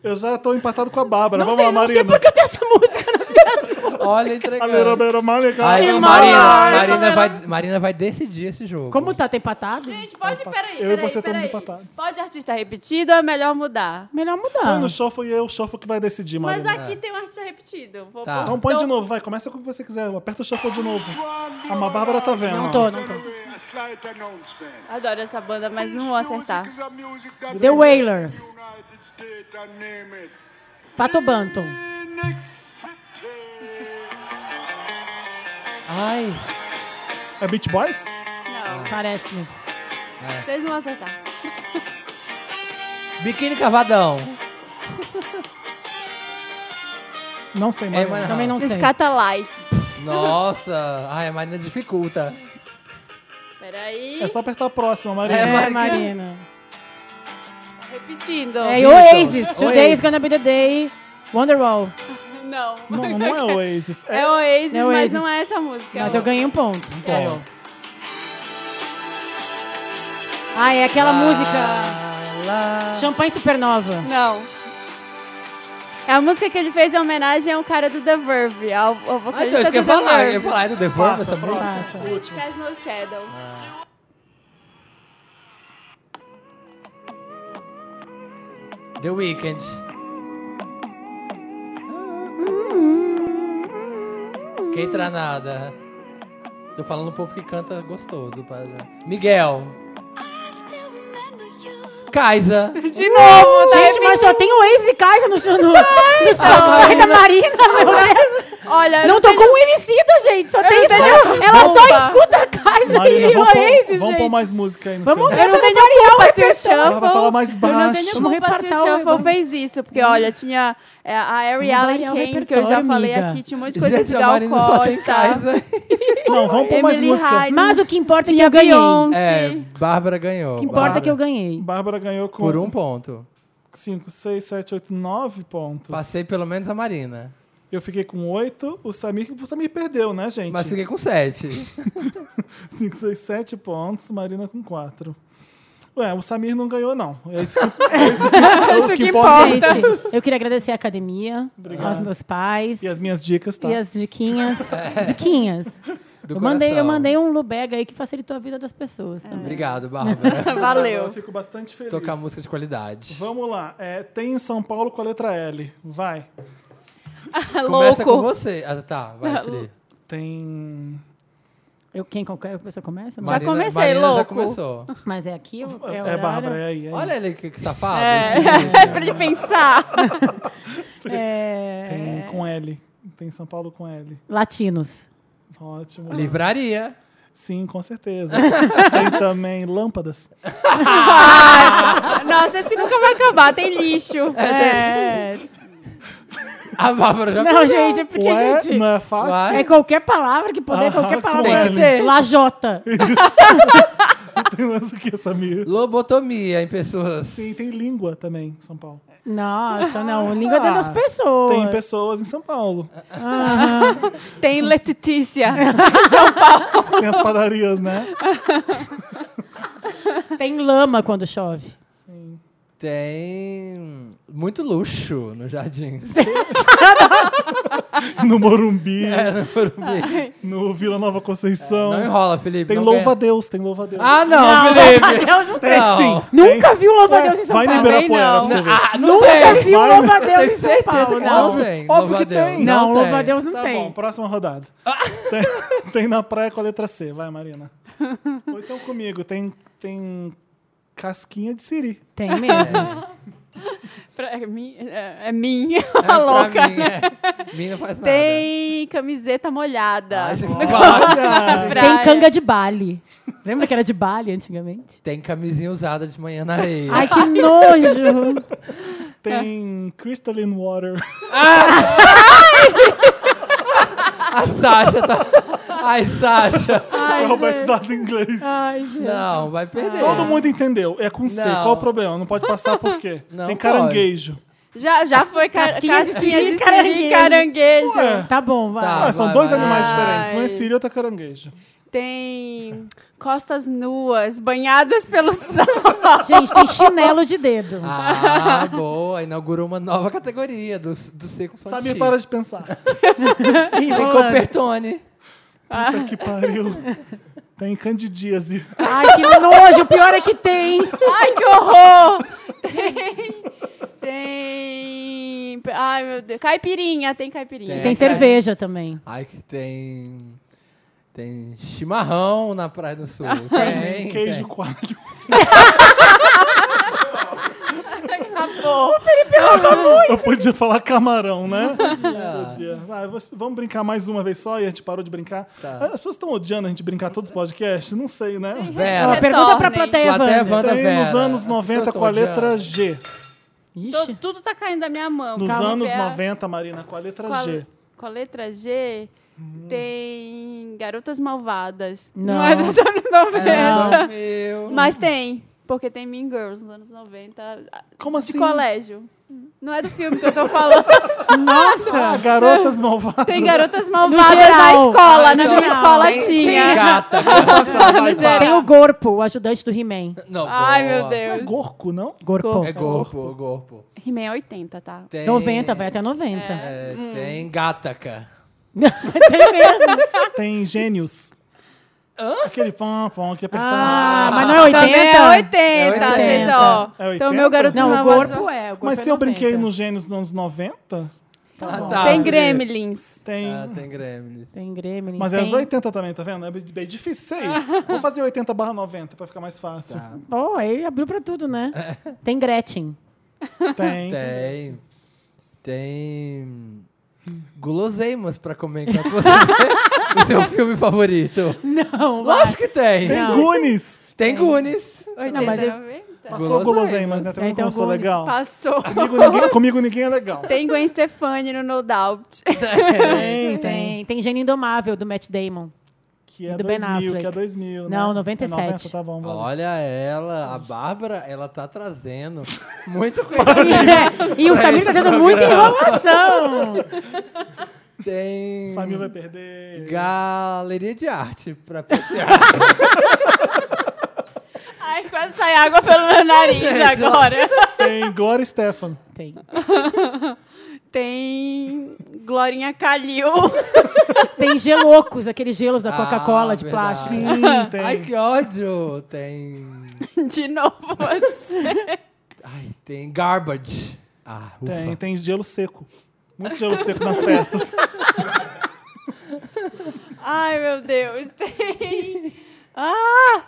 Eu já tô empatado com a Bárbara.
Não
Vamos
sei,
lá,
não sei
Marina.
porque eu tenho essa música nas minhas mãos.
Olha,
A Little
entregando.
Bit of Monica.
Aí,
Ai,
Marina,
mano.
Marina, vai, Marina vai decidir esse jogo.
Como tá, tá empatado?
Gente, pode, peraí,
Eu e
peraí,
você estamos
peraí.
empatados.
Pode artista repetido ou é melhor mudar?
Melhor
Põe
mudar.
no shuffle e eu, o shuffle que vai decidir,
Mas
Marina.
aqui tem um artista repetido. Vou
Tá.
Então põe de novo, vai. Começa com o que você quiser. Aperta o shuffle de novo.
Ah,
A Ma Bárbara tá vendo.
Não tô,
né,
não tô.
A slight announcement.
Adoro essa banda, mas não vou acertar.
Music is a music that
The Wailers.
United States and name it.
Pato Banton.
Phoenix City.
Ai,
É Beach Boys?
Não,
Parece mesmo.
é.
vocês não vão acertar.
biquíni cavadão.
Não sei,
É,
Marina.
mas-
Também não sei.
Descata Lights.
Nossa. Ai, a Marina dificulta.
Peraí,
É só apertar a próxima,
É,
Marina.
mas-
É, Marina.
repetindo.
É Oasis.
Oasis.
Today's gonna be the day. Wonderwall.
Não.
Não, não é Oasis. É,
É Oasis,
É
mas
Oasis.
não é essa música.
Mas eu ganhei um ponto.
Bom.
Ah, é aquela música.
Lá,
Champagne Supernova.
Não. É a música que ele fez em homenagem ao cara do The Verve, ao, ao
Ah, então, isso
vocalista
que eu
do
ia falar.
The
Eu ia
Verve.
falar, é do The Verve
Passa,
essa música?
próxima. Última.
Cast No Shadow.
The Weeknd. Quem nada. Tô falando o povo que canta gostoso. pra- Miguel. Kaisa.
De novo, tá
Gente, mas só tem o Waze e Caixa no, no, no Spotify da Marina,
Tá
meu Deus.
repetindo. Olha,
Não
tem
tocou o MC da gente, só tem isso.
tenho
Ela só
culpa.
escuta a Caixa
Marina,
e o
vamos,
Waze,
pôr, um- vamos pôr
gente.
mais música aí no
Vamos
seu.
Eu não tenho culpa se o Shuffle.
Ela vai falar mais
Eu não
baixo.
tenho
Vamos
culpa se o
repartar o
Shuffle
repertório.
fez isso, porque olha, tinha é, a Ari
Vamos
Allen
variar o
Kane, que eu já
repertório,
falei
amiga.
aqui, tinha um monte de coisa de
a
Gal
Marina só tem
Costa,
Kaisa.
Não, vamos pôr mais
Emily
música.
Hyde,
Mas o que importa é que
tinha
eu ganhei. O
Beyoncé.
É, Bárbara ganhou.
que importa é
Bárbara.
que eu ganhei.
Bárbara ganhou com
Por um ponto.
5, 6, 7, 8, 9 pontos.
Passei pelo menos a Marina.
Eu fiquei com 8. O Samir, o Samir perdeu, né, gente?
Mas fiquei com sete.
5, 6, 7 pontos. Marina com 4. Ué, o Samir não ganhou, não. É isso que, é isso que, é o que importa.
Gente, eu queria agradecer a academia, aos meus pais
E as minhas dicas, tá? É.
e as diquinhas. Diquinhas.
Do
eu, mandei, eu
coração.
mandei um Lubega aí que facilitou a vida das pessoas também.
Obrigado, Bárbara.
Eu
valeu.
fico bastante feliz.
Tocar música de qualidade.
Vamos lá. É, tem em São Paulo com a letra L. Vai.
Começa com
Louco.
você. Ah, tá, vai, Felipe.
Tem.
Eu, quem qualquer pessoa começa? Não?
Marina-
comecei,
Marina Já
louco.
começou.
Mas é aqui, é, o
É,
horário.
Bárbara, é aí. É aí.
Olha ele que, que safado.
É, pra ele pensar.
É,
Tem com L. Tem São Paulo com L.
Latinos.
Ótimo.
Livraria.
Sim, com certeza. tem também lâmpadas.
Nossa, esse nunca vai acabar, tem lixo.
É.
A Bárbara já
Não, gente, é porque,
Ué,
gente.
não é fácil?
Ué.
É qualquer palavra que puder, qualquer
com
palavra.
Tem que ter.
Lajota.
Tem mais o que, Samir?
Lobotomia em pessoas.
Sim, tem língua também, em São Paulo.
Nossa, não. Língua é das pessoas.
Ah, Tem pessoas em São Paulo.
Tem Letícia.
Tem as padarias, né?
Tem lama quando chove.
tem muito luxo no jardim.
No Morumbi,
É, no Morumbi.
no Vila Nova Conceição.
É,
Não enrola, Felipe.
tem
não quer.
louva-a-Deus, tem louva-a-Deus.
Ah, não,
Não, É
Felipe.
louva-a-Deus não tem.
Não.
Sim.
Nunca vi um louva-a-Deus em São
Vai no
Paulo.
Ibirapuera pra
Também
você
não.
ver.
Ah, não
Nunca
tem.
vi um louva-a-Deus em
Tem
São
certeza
Paulo.
que
Não,
não tem.
Óbvio que
Louva-a-Deus.
tem.
não
tem.
louva-a-Deus não
Tá bom,
tem. Ah.
próxima rodada. Tem, tem na praia com a letra C. Vai, Marina. Ou então comigo, tem, tem casquinha de siri.
Tem
É,
mesmo.
Pra- é, mi- é- é minha,
É, pra
louca.
Mim, é. Mim não faz nada.
Tem camiseta molhada.
Ai, gente,
Olha!
Praia.
Tem canga de Bali. Lembra que era de Bali antigamente?
Tem camisinha usada de manhã na areia.
Ai, que nojo. É.
Tem crystalline water.
A Sasha tá. Ai, Sasha.
é o batizado em inglês.
Ai, gente.
Não, vai perder.
Todo mundo entendeu. É com C.
Não.
Qual o problema? Não pode passar por quê?
Não
tem
pode.
caranguejo.
Já, já foi ca-
Casquinha
casquinha,
de
de
siri,
siri, caranguejo.
Ué,
Tá bom, vai.
Tá.
É. ah, são
vai,
dois
vai.
animais
Ai.
diferentes. Um é siri e outro é caranguejo.
Tem costas nuas, banhadas pelo sol.
Gente, tem chinelo de dedo.
Ah, boa. Inaugurou uma nova categoria do, do seco só
Sabe,
de
para
Chico.
de pensar.
Tem
Enrolando.
Copertone.
Puta que pariu. Tem candidíase.
Ai, que nojo. O pior é que tem.
Ai, que horror! Tem. Tem. Ai, meu Deus. Caipirinha, tem caipirinha.
Tem.
Tem cerveja também.
Ai, que tem. Tem chimarrão na Praia do Sul. Tem.
Queijo
tem.
coalho.
Acabou.
Eu podia falar camarão, né? Podia. Ah, eu vou- vamos brincar mais uma vez só e a gente parou de brincar.
Tá.
As pessoas estão odiando a gente brincar todos os podcasts? Não sei, né?
Vera.
Ó, pergunta pra
Retornem.
plateia,
é Plateia
Wander.
Wanda
Tem nos
Vera.
anos
As
90
pessoas
com a
estão
letra
odiando.
G.
Ixi.
Tudo tá caindo da minha mão.
Nos
Calma,
anos
Pé.
90, Marina, com a letra
Com a,
G.
com a letra G, tem Garotas Malvadas.
Não.
é dos anos 90.
É,
Não.
2000.
Mas tem, porque tem Mean Girls nos anos 90.
Como assim?
De colégio. Não é do filme que eu tô falando.
Ah, garotas malvadas.
Tem garotas
No
malvadas
geral.
na escola.
Ah,
na
então,
minha escola
tem- Tem
tinha.
gata. Nossa, vai,
No
vai.
geral.
Tem o Gorpo, o ajudante do He-Man.
Não,
Ai,
boa.
meu
É
Deus.
Gorco, não?
Gorpo.
É corpo, corpo.
He-Man é 80, tá?
Tem...
90, vai até 90.
É,
Hum.
Tem gataca.
Tem mesmo.
Tem gênios. Aquele pão, pão que é apertava.
Ah, mas não é 80?
Também é 80,
É
vocês
80.
ó.
É
Então,
80?
meu garoto
Não, o
malvado-
Gorpo é. O corpo
mas
é
se eu
90.
brinquei no gênios nos anos 90,
Ah,
bom.
tá.
Tem Gremlins.
tem.
Ah, tem gremlins.
Tem Gremlins.
Mas é
tem...
os 80 também, tá vendo? É bem difícil isso aí. Vou fazer 80 barra 90 pra ficar mais fácil.
Tá.
Pô, Oh, aí abriu pra tudo, né? Tem Gretchen.
Tem.
Tem. Tem. Guloseimas pra comer enquanto você vê o seu filme favorito.
Não,
Lógico que tem.
Tem Goonies.
Tem Gunis.
Não, mas eu-
90?
Passou
Guloseimas.
guloseimas, né? Também
É, então
não sou
Goonies.
legal.
Passou.
Comigo ninguém, comigo ninguém é legal.
Tem Gwen Stefani no No Doubt.
Tem, tem. Tem Gênio Indomável, do Matt Damon.
Que é
Do Ben
2000, que é
Affleck.
2000,
Não,
né?
97.
É 90, tá bom. vai lá.
Olha ela, a Bárbara, ela tá trazendo muito
E,
cuidado.
é, e o Samir tá tendo muita enrolação.
Tem
Samir
é
vai perder.
galeria de arte pra passear.
Ai, quase sai água pelo meu nariz agora.
Tem Gloria Stefan.
Tem.
Tem Glorinha Calil.
Tem gelocos, aqueles gelos da
Ah,
Coca-Cola de
verdade.
plástico.
Sim, tem.
Ai, que ódio. Tem...
De novo assim. você.
Ai, tem garbage. Ah, ufa.
Tem, tem gelo seco. Muito gelo seco nas festas.
Ai, meu Deus. Tem... Ah!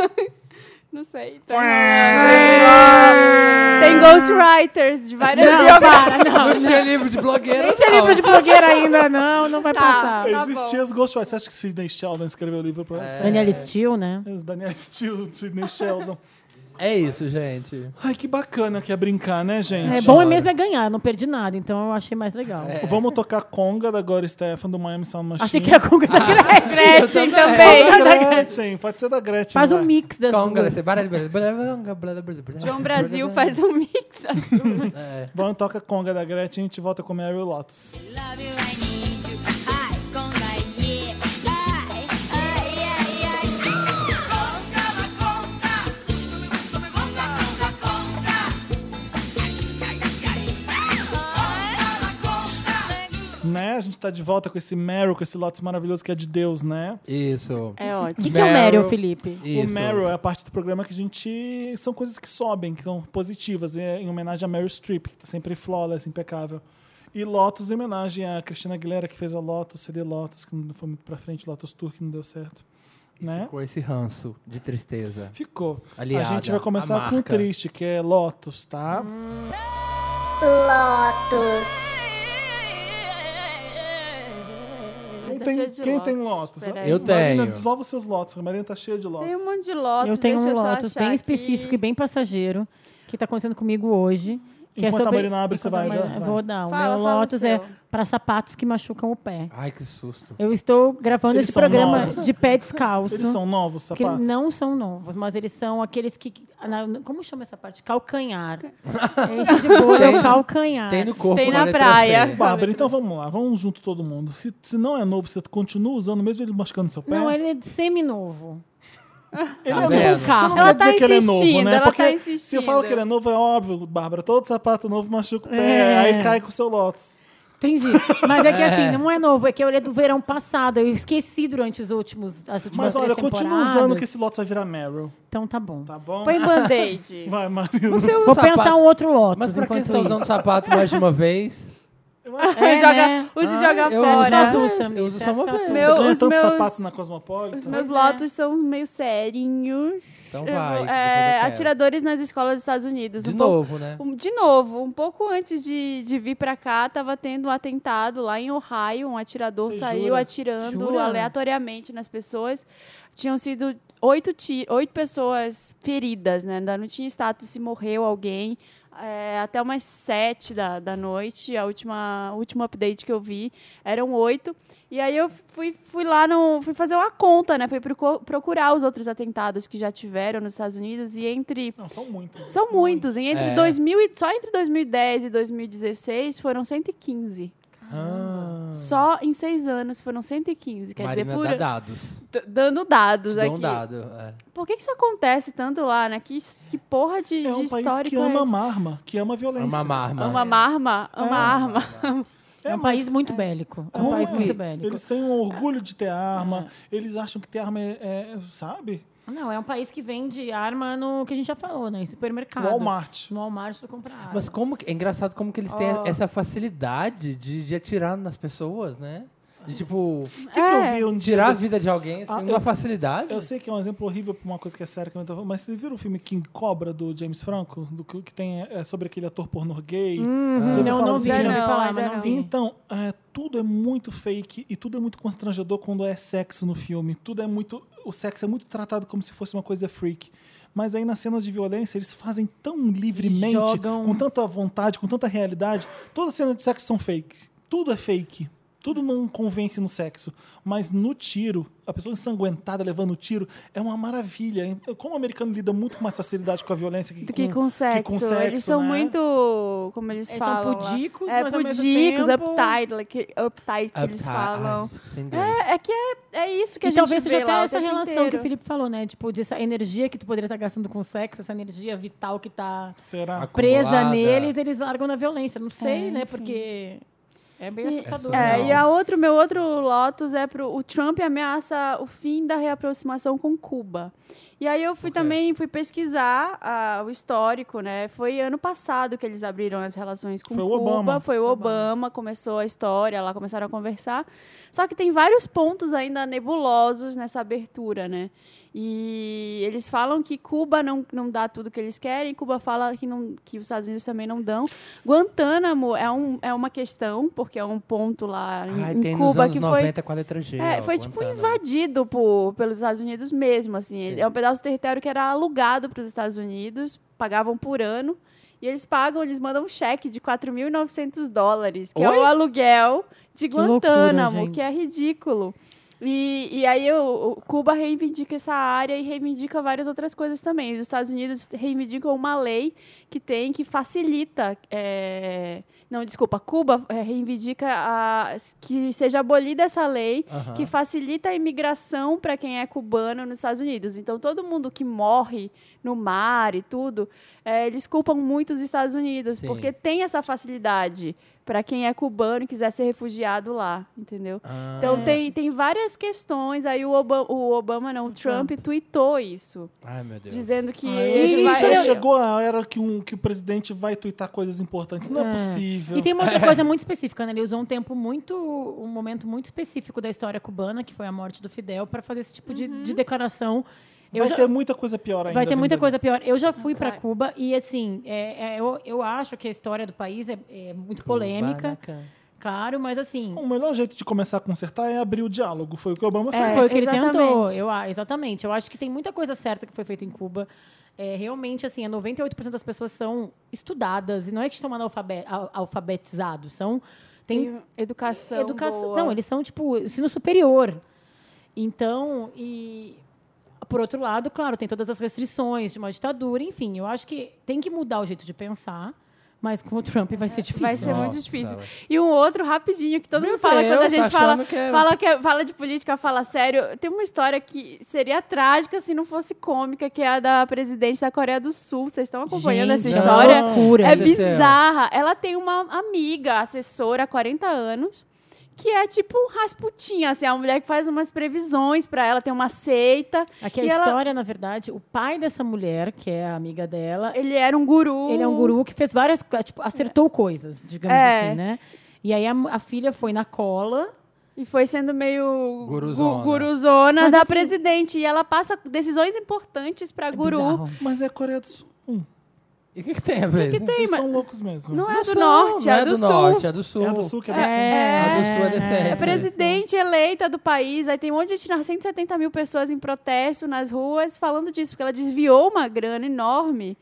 Não sei. Tô enrolando. tem Ghostwriters de várias
Não,
biografias.
para, não.
Não tinha livro de blogueira,
Não tinha livro de blogueira ainda, não. Não vai
Tá.
passar.
Tá
Existia os Ghostwriters. Você acha que Sidney Sheldon escreveu o livro pra você?
Daniel Steele, né?
Os Daniel Steele, Sidney Sheldon.
É isso, gente.
Ai, que bacana que é brincar, né, É. gente?
É bom é mesmo é ganhar, eu não perdi nada, então eu achei mais legal.
Vamos tocar Conga da Gloria Stefan, do Miami Sound Machine.
Achei que tá era com da Gretchen.
Gretchen
também.
também.
Pode ser da Gretchen, pode ser da Gretchen.
Faz um
vai.
mix das
Conga,
duas.
você baralho, baralho, baralho, baralho, baralho,
então, João Brasil faz um mix.
É.
Vamos tocar Conga da Gretchen e a gente volta com Mary Lotus.
Love you, I need you. I come like yeah. I, I, I, I. Conga, la conga. Gusto, me gusta, me gusta. Conga, conga.
gente tá de volta com esse Meryl, com esse Lotus maravilhoso que é de Deus, né?
Isso.
É
O
ótimo.
que, que é o
Meryl.
Meryl, Felipe?
Isso.
O Meryl é a parte do programa que a gente. São coisas que sobem, que são positivas, é em homenagem a Meryl Streep, que tá sempre flawless, impecável. E Lotus, em homenagem a Cristina Aguilera, que fez a Lotus, CD Lotus, que não foi muito pra frente, Lotus Tour, que não deu certo. Né?
Com esse ranço de tristeza.
Ficou.
Aliada,
a gente vai
a
começar
marca.
com o triste, que é Lotus, tá?
Hum,
Quem,
Tá
tem,
cheio de
quem tem
Lotus?
Lotus?
Peraí.
Eu
Marina,
tenho.
desolva os seus Lotus. A Marina tá cheia de Lotus.
Tem um monte de Lotus.
eu tenho
deixa
um
só
Lotus
achar
bem específico
aqui.
e bem passageiro que tá acontecendo comigo hoje. Que
Enquanto
é
a
sobre...
Marina abre, você
Enquanto
vai
a Marina-
dançar.
Vou dar. O
Fala,
meu
fala o
Lotus
seu.
é para sapatos que machucam o pé.
Ai, que susto.
Eu estou gravando
Eles
esse
são
programa
novos?
de pé descalço.
Eles são novos
que
sapatos?
não são novos, mas eles são aqueles que. na- Como chama essa parte? Calcanhar. Enche de bolha,
Tem-
o calcanhar.
Tem no corpo.
Ah, Tem
uma
na
letra
praia.
C.
Bárbara, então vamos lá, vamos junto todo mundo. Se, se não é novo, você continua usando, mesmo ele machucando seu pé?
Não, ele é semi-novo. Tipo um
Ele
Tá vendo?
é novo. Você não
Ela
quer
tá
dizer que ele é novo,
insistindo,
né?
ela
Porque
tá
se eu
insistindo.
falo que ele é novo, é óbvio, Bárbara. Todo sapato novo machuca o pé,
É.
aí cai com o seu Lotus.
Entendi. Mas é que
É.
assim, não é novo, é que ele é do verão passado. Eu esqueci durante os últimos, as últimas
Mas olha,
Tipo, três
continua usando que
temporadas.
esse Lotus vai virar Meryl,
Então tá bom.
tá bom?
Põe band-aid.
Vai, Marina.
Você usa
Vou
sapato-
pensar um outro Lotus
Mas pra quem
enquanto
está usando
isso.
sapato mais de uma vez?
É,
joga,
né?
Use e
Ah,
joga
eu-
fora. tá
Tatu,
Eu uso só uma
Tatu.
vez.
Meu-
Você ganha
os
tanto
meus-
sapato na Cosmopolitan.
Os meus
é.
Lotus são meio serinhos.
Então
Eu
vai.
vou-
depois
é,
eu quero.
atiradores nas escolas dos Estados Unidos.
De
um pouco-
novo, né?
um- de novo, um pouco antes de, de vir pra cá, tava tendo um atentado lá em Ohio. Um atirador
Você
saiu
jura?
atirando
Jura?
aleatoriamente nas pessoas. Tinham sido oito, ti- oito pessoas feridas, né? Ainda não tinha status se morreu alguém. É, até umas sete da, da noite, a última, o último update que eu vi, eram oito. E aí eu fui, fui lá, no, fui fazer uma conta, né? Fui procu- procurar os outros atentados que já tiveram nos Estados Unidos. E entre
Não, são muitos.
são muitos. E entre
É.
2000 e- só entre 2010 e 2016 foram 115.
Ah,
Só em seis anos foram 115. Quer
Marina
dizer, por,
dá dados.
d- dando dados
Te dou
aqui.
um dado. é.
Por que, que isso acontece tanto lá, né? Que, is- que porra de,
É
de
um país
histórico
que
é
ama
esse?
marma, que ama
É
violência.
uma marma.
Ama marma, ama arma.
É um
mas-
país muito bélico. É um país muito bélico.
Eles têm um orgulho de ter arma. Eles acham que ter arma é, é, sabe?
Não, é um país que vende arma no que a gente já falou, né? Em supermercado.
Walmart.
No Walmart tu compra arma.
Mas como que, é engraçado como que eles têm essa facilidade de, de atirar nas pessoas, né? De, tipo,
O que, que eu
É.
vi
Ah.
um dia
tirar a
desse-
vida de alguém, assim,
Ah,
numa
eu-
facilidade.
Eu sei que é um exemplo horrível pra uma coisa que é séria que eu não tô falando, mas vocês viram o filme King Cobra do James Franco? Do que, que tem é sobre aquele ator pornô gay? Já ouviu
Uhum. não,
falar
não
desse
vi, já
filme?
ouvi
Não,
falar,
ainda
mas não
não.
vi.
Então, é, tudo é muito fake e tudo é muito constrangedor quando é sexo no filme. Tudo é muito. O sexo é muito tratado como se fosse uma coisa freak. Mas aí nas cenas de violência eles fazem tão livremente,
jogam-
com tanta vontade, com tanta realidade. Todas as cenas de sexo são fakes. Tudo é fake. Tudo não convence no sexo. Mas no tiro, a pessoa ensanguentada levando o tiro é uma maravilha. Como o americano lida muito com mais facilidade com a violência que,
Do que com sexo.
que com
Eles
sexo,
são
né?
muito. Como eles,
Eles são
falam. lá.
pudicos,
É
mas ao mesmo
pudicos,
tempo-
uptight, like, uptight que eles
Upti-
falam.
Ah, sem dúvida.
É, é que é, é isso que a
E
gente
talvez
vê
seja até
lá o
essa
tempo
relação que
inteiro.
o Felipe falou, né? Tipo, dessa energia que tu poderia estar gastando com sexo, essa energia vital que tá
Será?
presa
Acumulada.
neles, eles largam na violência. Não sei,
É,
né?
enfim.
Porque é bem assustador.
É,
Não.
e a outro, meu outro Lotus é pro. O Trump ameaça o fim da reaproximação com Cuba. E aí eu fui também fui pesquisar ah, o histórico, né? Foi ano passado que eles abriram as relações com
Foi o
Cuba.
Obama.
Foi o Obama, começou a história, lá começaram a conversar. Só que tem vários pontos ainda nebulosos nessa abertura, né? E eles falam que Cuba não, não dá tudo que eles querem, Cuba fala que, não, que os Estados Unidos também não dão. Guantánamo é, um, é uma questão, porque é um ponto lá em,
Ai,
em
tem nos
Cuba
anos
que foi.
90 com a letra G.
É,
ó,
foi tipo
Guantánamo.
invadido por, pelos Estados Unidos mesmo, assim. Ele- É um pedaço do território que era alugado para os Estados Unidos, pagavam por ano. E eles pagam, eles mandam um cheque de 4.900 dólares, que é o aluguel de
loucura,
Guantánamo,
gente.
que é ridículo. E, e aí o, o Cuba reivindica essa área e reivindica várias outras coisas também. Os Estados Unidos reivindicam uma lei que tem que facilita. é, Não, desculpa, Cuba é, reivindica a- que seja abolida essa lei
Aham.
que facilita a imigração para quem é cubano nos Estados Unidos. Então, todo mundo que morre no mar e tudo, é, eles culpam muito os Estados Unidos,
Sim.
porque tem essa facilidade para quem é cubano e quiser ser refugiado lá, entendeu?
Ah, é.
Então tem, tem várias questões. Aí o Obama, o Obama não, o Trump, tweetou isso,
Ai, meu Deus.
dizendo que
Ah, eu
ele
acho
vai.
que já chegou a era que, um, que o presidente vai tuitar coisas importantes. Não é,
É.
possível.
E tem uma outra coisa muito específica, né? Ele usou um tempo muito. um momento muito específico da história cubana, que foi a morte do Fidel, para fazer esse tipo de,
Uhum.
de declaração. Eu
Vai
já-
ter muita coisa pior ainda.
Vai ter muita
vindo
coisa pior. Eu já fui para
Vai.
Cuba e, assim, é- é- eu, eu acho que a história do país é, é muito
né,
né?
polêmica, claro, mas, assim,
ali. O melhor jeito de começar a consertar é abrir o diálogo. Foi o que o Obama
É,
fez.
foi o que ele
exatamente.
tentou. Eu, a- exatamente. Eu acho que tem muita coisa certa que foi feita em Cuba. É, realmente, assim, é 98% das pessoas são estudadas. E não é que são analfabe- al- alfabetizados. São... Tem,
Tem educação.
educação.
boa.
Não, eles são, tipo, ensino superior. Então, e. Por outro lado, claro, tem todas as restrições de uma ditadura, enfim, eu acho que tem que mudar o jeito de pensar, mas com o Trump vai ser difícil.
Vai ser
Nossa,
muito difícil.
tá.
E um outro rapidinho que todo
Meu
mundo fala
Deus,
quando a gente
tá
fala,
achando que é-
fala, que é- fala de política, fala sério. Tem uma história que seria trágica se não fosse cômica, que é a da presidente da Coreia do Sul. Vocês estão acompanhando
Gente,
essa
que
história?
loucura.
É
Aconteceu.
bizarra. Ela tem uma amiga, assessora, há 40 anos, que é tipo um rasputinha, assim, é uma mulher que faz umas previsões pra ela, tem uma seita.
Aqui a
E ela-
história, na verdade, o pai dessa mulher, que é a amiga dela,
Ele era um guru.
Ele é um guru que fez várias co- tipo, acertou coisas, digamos
É.
assim, né? E aí a, mu- a filha foi na cola.
E foi sendo meio
Guruzona.
gu- guruzona
Mas
da
assim- é
presidente. E ela passa decisões importantes pra guru.
bizarro.
Mas é Coreia do Sul.
E o que, que tem a ver?
tem,
Eles
mas-
são loucos mesmo.
Não é
Não
a do
são,
norte,
não
é a do, sul.
norte, é do sul.
É a do Sul que é
Assim,
do Sul.
A do
É,
sul é decente.
é presidente eleita do país. Aí tem um monte de gente, nas 170 mil pessoas em protesto nas ruas falando disso, porque ela desviou uma grana enorme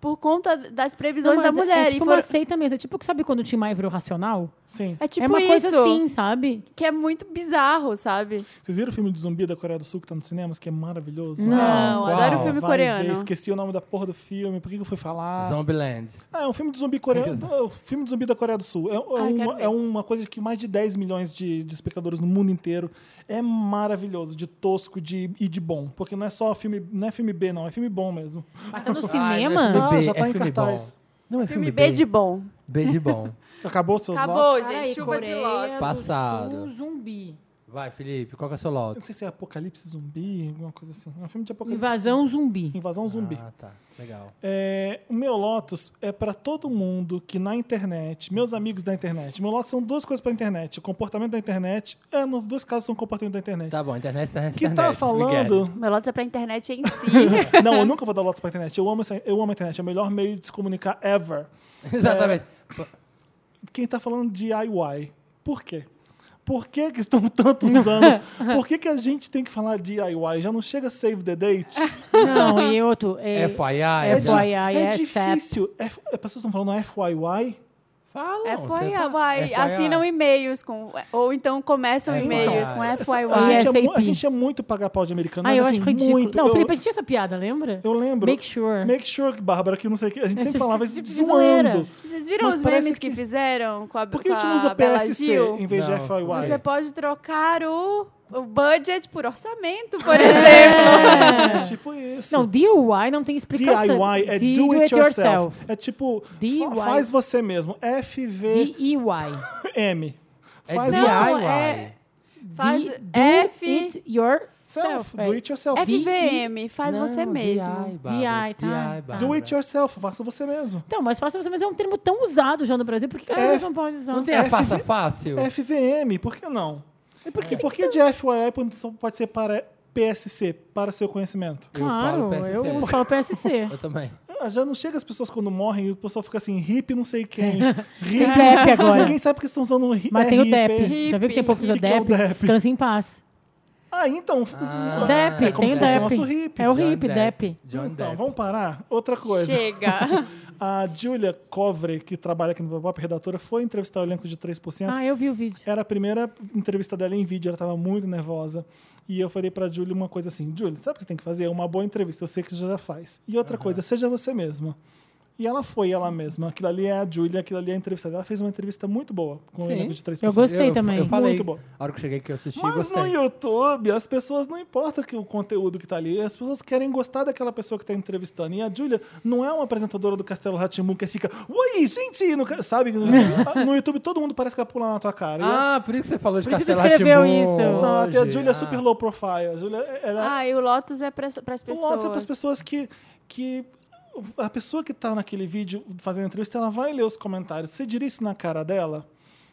por conta das previsões
Não,
da
mas é-
mulher.
É,
e
tipo
foram-
uma seita mesmo. É tipo, que sabe quando o Tim Maia virou racional?
Sim.
É tipo
é uma
isso,
coisa assim, sabe?
que é muito bizarro, sabe?
Vocês viram o filme de zumbi da Coreia do Sul que tá nos cinemas, que é maravilhoso?
Não,
qual?
adoro o filme
Vai ver,
coreano.
esqueci o nome da porra do filme. Por que, que eu fui falar?
Zombieland.
Ah, é um filme de zumbi coreano. é um filme de zumbi da Coreia do Sul. É, é
Ai, quero
uma,
ver.
é uma coisa que mais de 10 milhões de, de espectadores no mundo inteiro. É maravilhoso, de tosco de, e de bom. Porque não é só filme. Não é filme B, não, é filme bom mesmo.
Mas tá no
Ai, não
cinema.
é filme B,
já tá
é
em
filme
cartaz.
Bom. Não é filme,
Filme B de bom.
B de bom.
Acabou seus
Acabou,
votos?
gente. Chuva de lótus.
Passado.
Um zumbi.
Vai, Felipe, qual que é o seu
Eu
lote?
não sei se é Apocalipse Zumbi, alguma coisa assim. É um filme de Apocalipse.
Invasão zumbi.
Invasão zumbi.
Ah, tá. Legal.
É, o meu Lotus é pra todo mundo que na internet, meus amigos da internet, meu Lotus são duas coisas pra internet: o comportamento da internet, é, nos dois casos são comportamento da internet.
Tá bom, internet, internet,
que
internet.
tá falando.
Meu lotus é pra internet em si.
Não, eu nunca vou dar Lotus pra internet. Eu amo, essa- eu amo a internet, é o melhor meio de se comunicar ever.
Exatamente.
Quem tá falando DIY? Por quê? Por que, que estão tanto usando? Por que, que a gente tem que falar DIY? Já não chega save the date?
Não, e outro. É,
FYI.
É
já-
FYI.
é
SAP.
difícil. É, as pessoas estão falando FYY?
Fala,
É
você
FYI.
fala. É
Assinam e-mails com. Ou então começam
É,
e-mails
então.
com
A
FYY.
gente, é,
SAP.
mu- a gente é muito pagar pau de americano.
Ah,
mas,
eu
assim,
acho ridículo.
Muito.
Não,
eu,
Felipe, a gente tinha essa piada, lembra?
eu lembro.
Make sure.
Make sure, Bárbara, que não sei o que. A gente sempre falava isso
tipo de
zoando.
zoeira.
Vocês viram
Mas
os
parece
memes que...
que-
fizeram com a
Por que
com
a gente não usa
Bela
PSC
Gil?
em vez de
Não,
FYY?
é
Você pode trocar o, o budget por orçamento, por exemplo.
É tipo isso.
Não, DIY não tem explicação.
DIY é do it yourself. É tipo, fa-
DIY.
faz você mesmo. FVM.
DIY.
É
Faz
DIY.
você
é-
Faz
D- do
F-
it yourself. É.
self. Do it yourself.
F-
FVM, faz
Não,
você
DI,
mesmo.
Bárbara,
DI, tá,
DI,
tá.
Do
Bárbara.
it yourself. Faça você mesmo.
Então, mas faça você, mas é um termo tão usado já no Brasil, por que, que as
É.
pessoas não podem usar?
Não tem a
FV?
faça fácil?
FVM, por que não?
E por que
E por que de FYI pode ser para PSC, para seu conhecimento?
Eu falo
Claro,
PSC.
eu uso só o PSC.
Eu também.
Ah, Já não chega as pessoas quando morrem e o pessoal fica assim, hip não sei quem. Hip,
Tem DEP agora.
Ninguém sabe porque estão usando um hip.
Mas tem o
RIP.
DEP. Já viu que tem povo que usa
Que que é o
DEP?
DEP?
Descansa em paz.
Ah, então.
Ah.
DEP,
é como se
tem o
fosse
DEP.
o nosso hip.
É o
John
hip, DEP.
John
Então,
Depp.
vamos parar. Outra coisa.
Chega.
A Julia Covre, que trabalha aqui no Pop redatora, foi entrevistar o elenco de 3%.
Ah, eu vi o vídeo.
Era a primeira entrevista dela em vídeo, ela estava muito nervosa. E eu falei pra Julia uma É coisa assim: Julia, sabe o que você tem que fazer? Uma boa entrevista, eu sei que você já faz. E outra coisa, seja você mesma. E ela foi ela mesma. Aquilo ali é a Julia, aquilo ali é a entrevistada. Ela fez uma entrevista muito boa com o
Sim.
elenco de três
Eu
pessoas.
Gostei
eu,
também.
Eu falei,
Muito bom.
a hora que eu cheguei que eu assisti,
Mas
gostei.
no YouTube, as pessoas não importa que o conteúdo que tá ali, as pessoas querem gostar daquela pessoa que tá entrevistando. E a Julia não é uma apresentadora do Castelo Ratimbu que fica, oi, gente, no ca-", sabe? No YouTube, no YouTube todo mundo parece que vai pular na tua cara. E a-
Ah, por isso que você falou de
Por isso tu
Castelo
escreveu
Rá-Tim-Bum
isso.
Exato, e a
hoje.
Julia é
Ah.
super low profile. A Julia, ela,
Ah, e o Lotus é para as
o
pessoas.
Lotus é para as pessoas que, que. A pessoa que tá naquele vídeo fazendo entrevista, ela vai ler os comentários. Você diria isso na cara dela?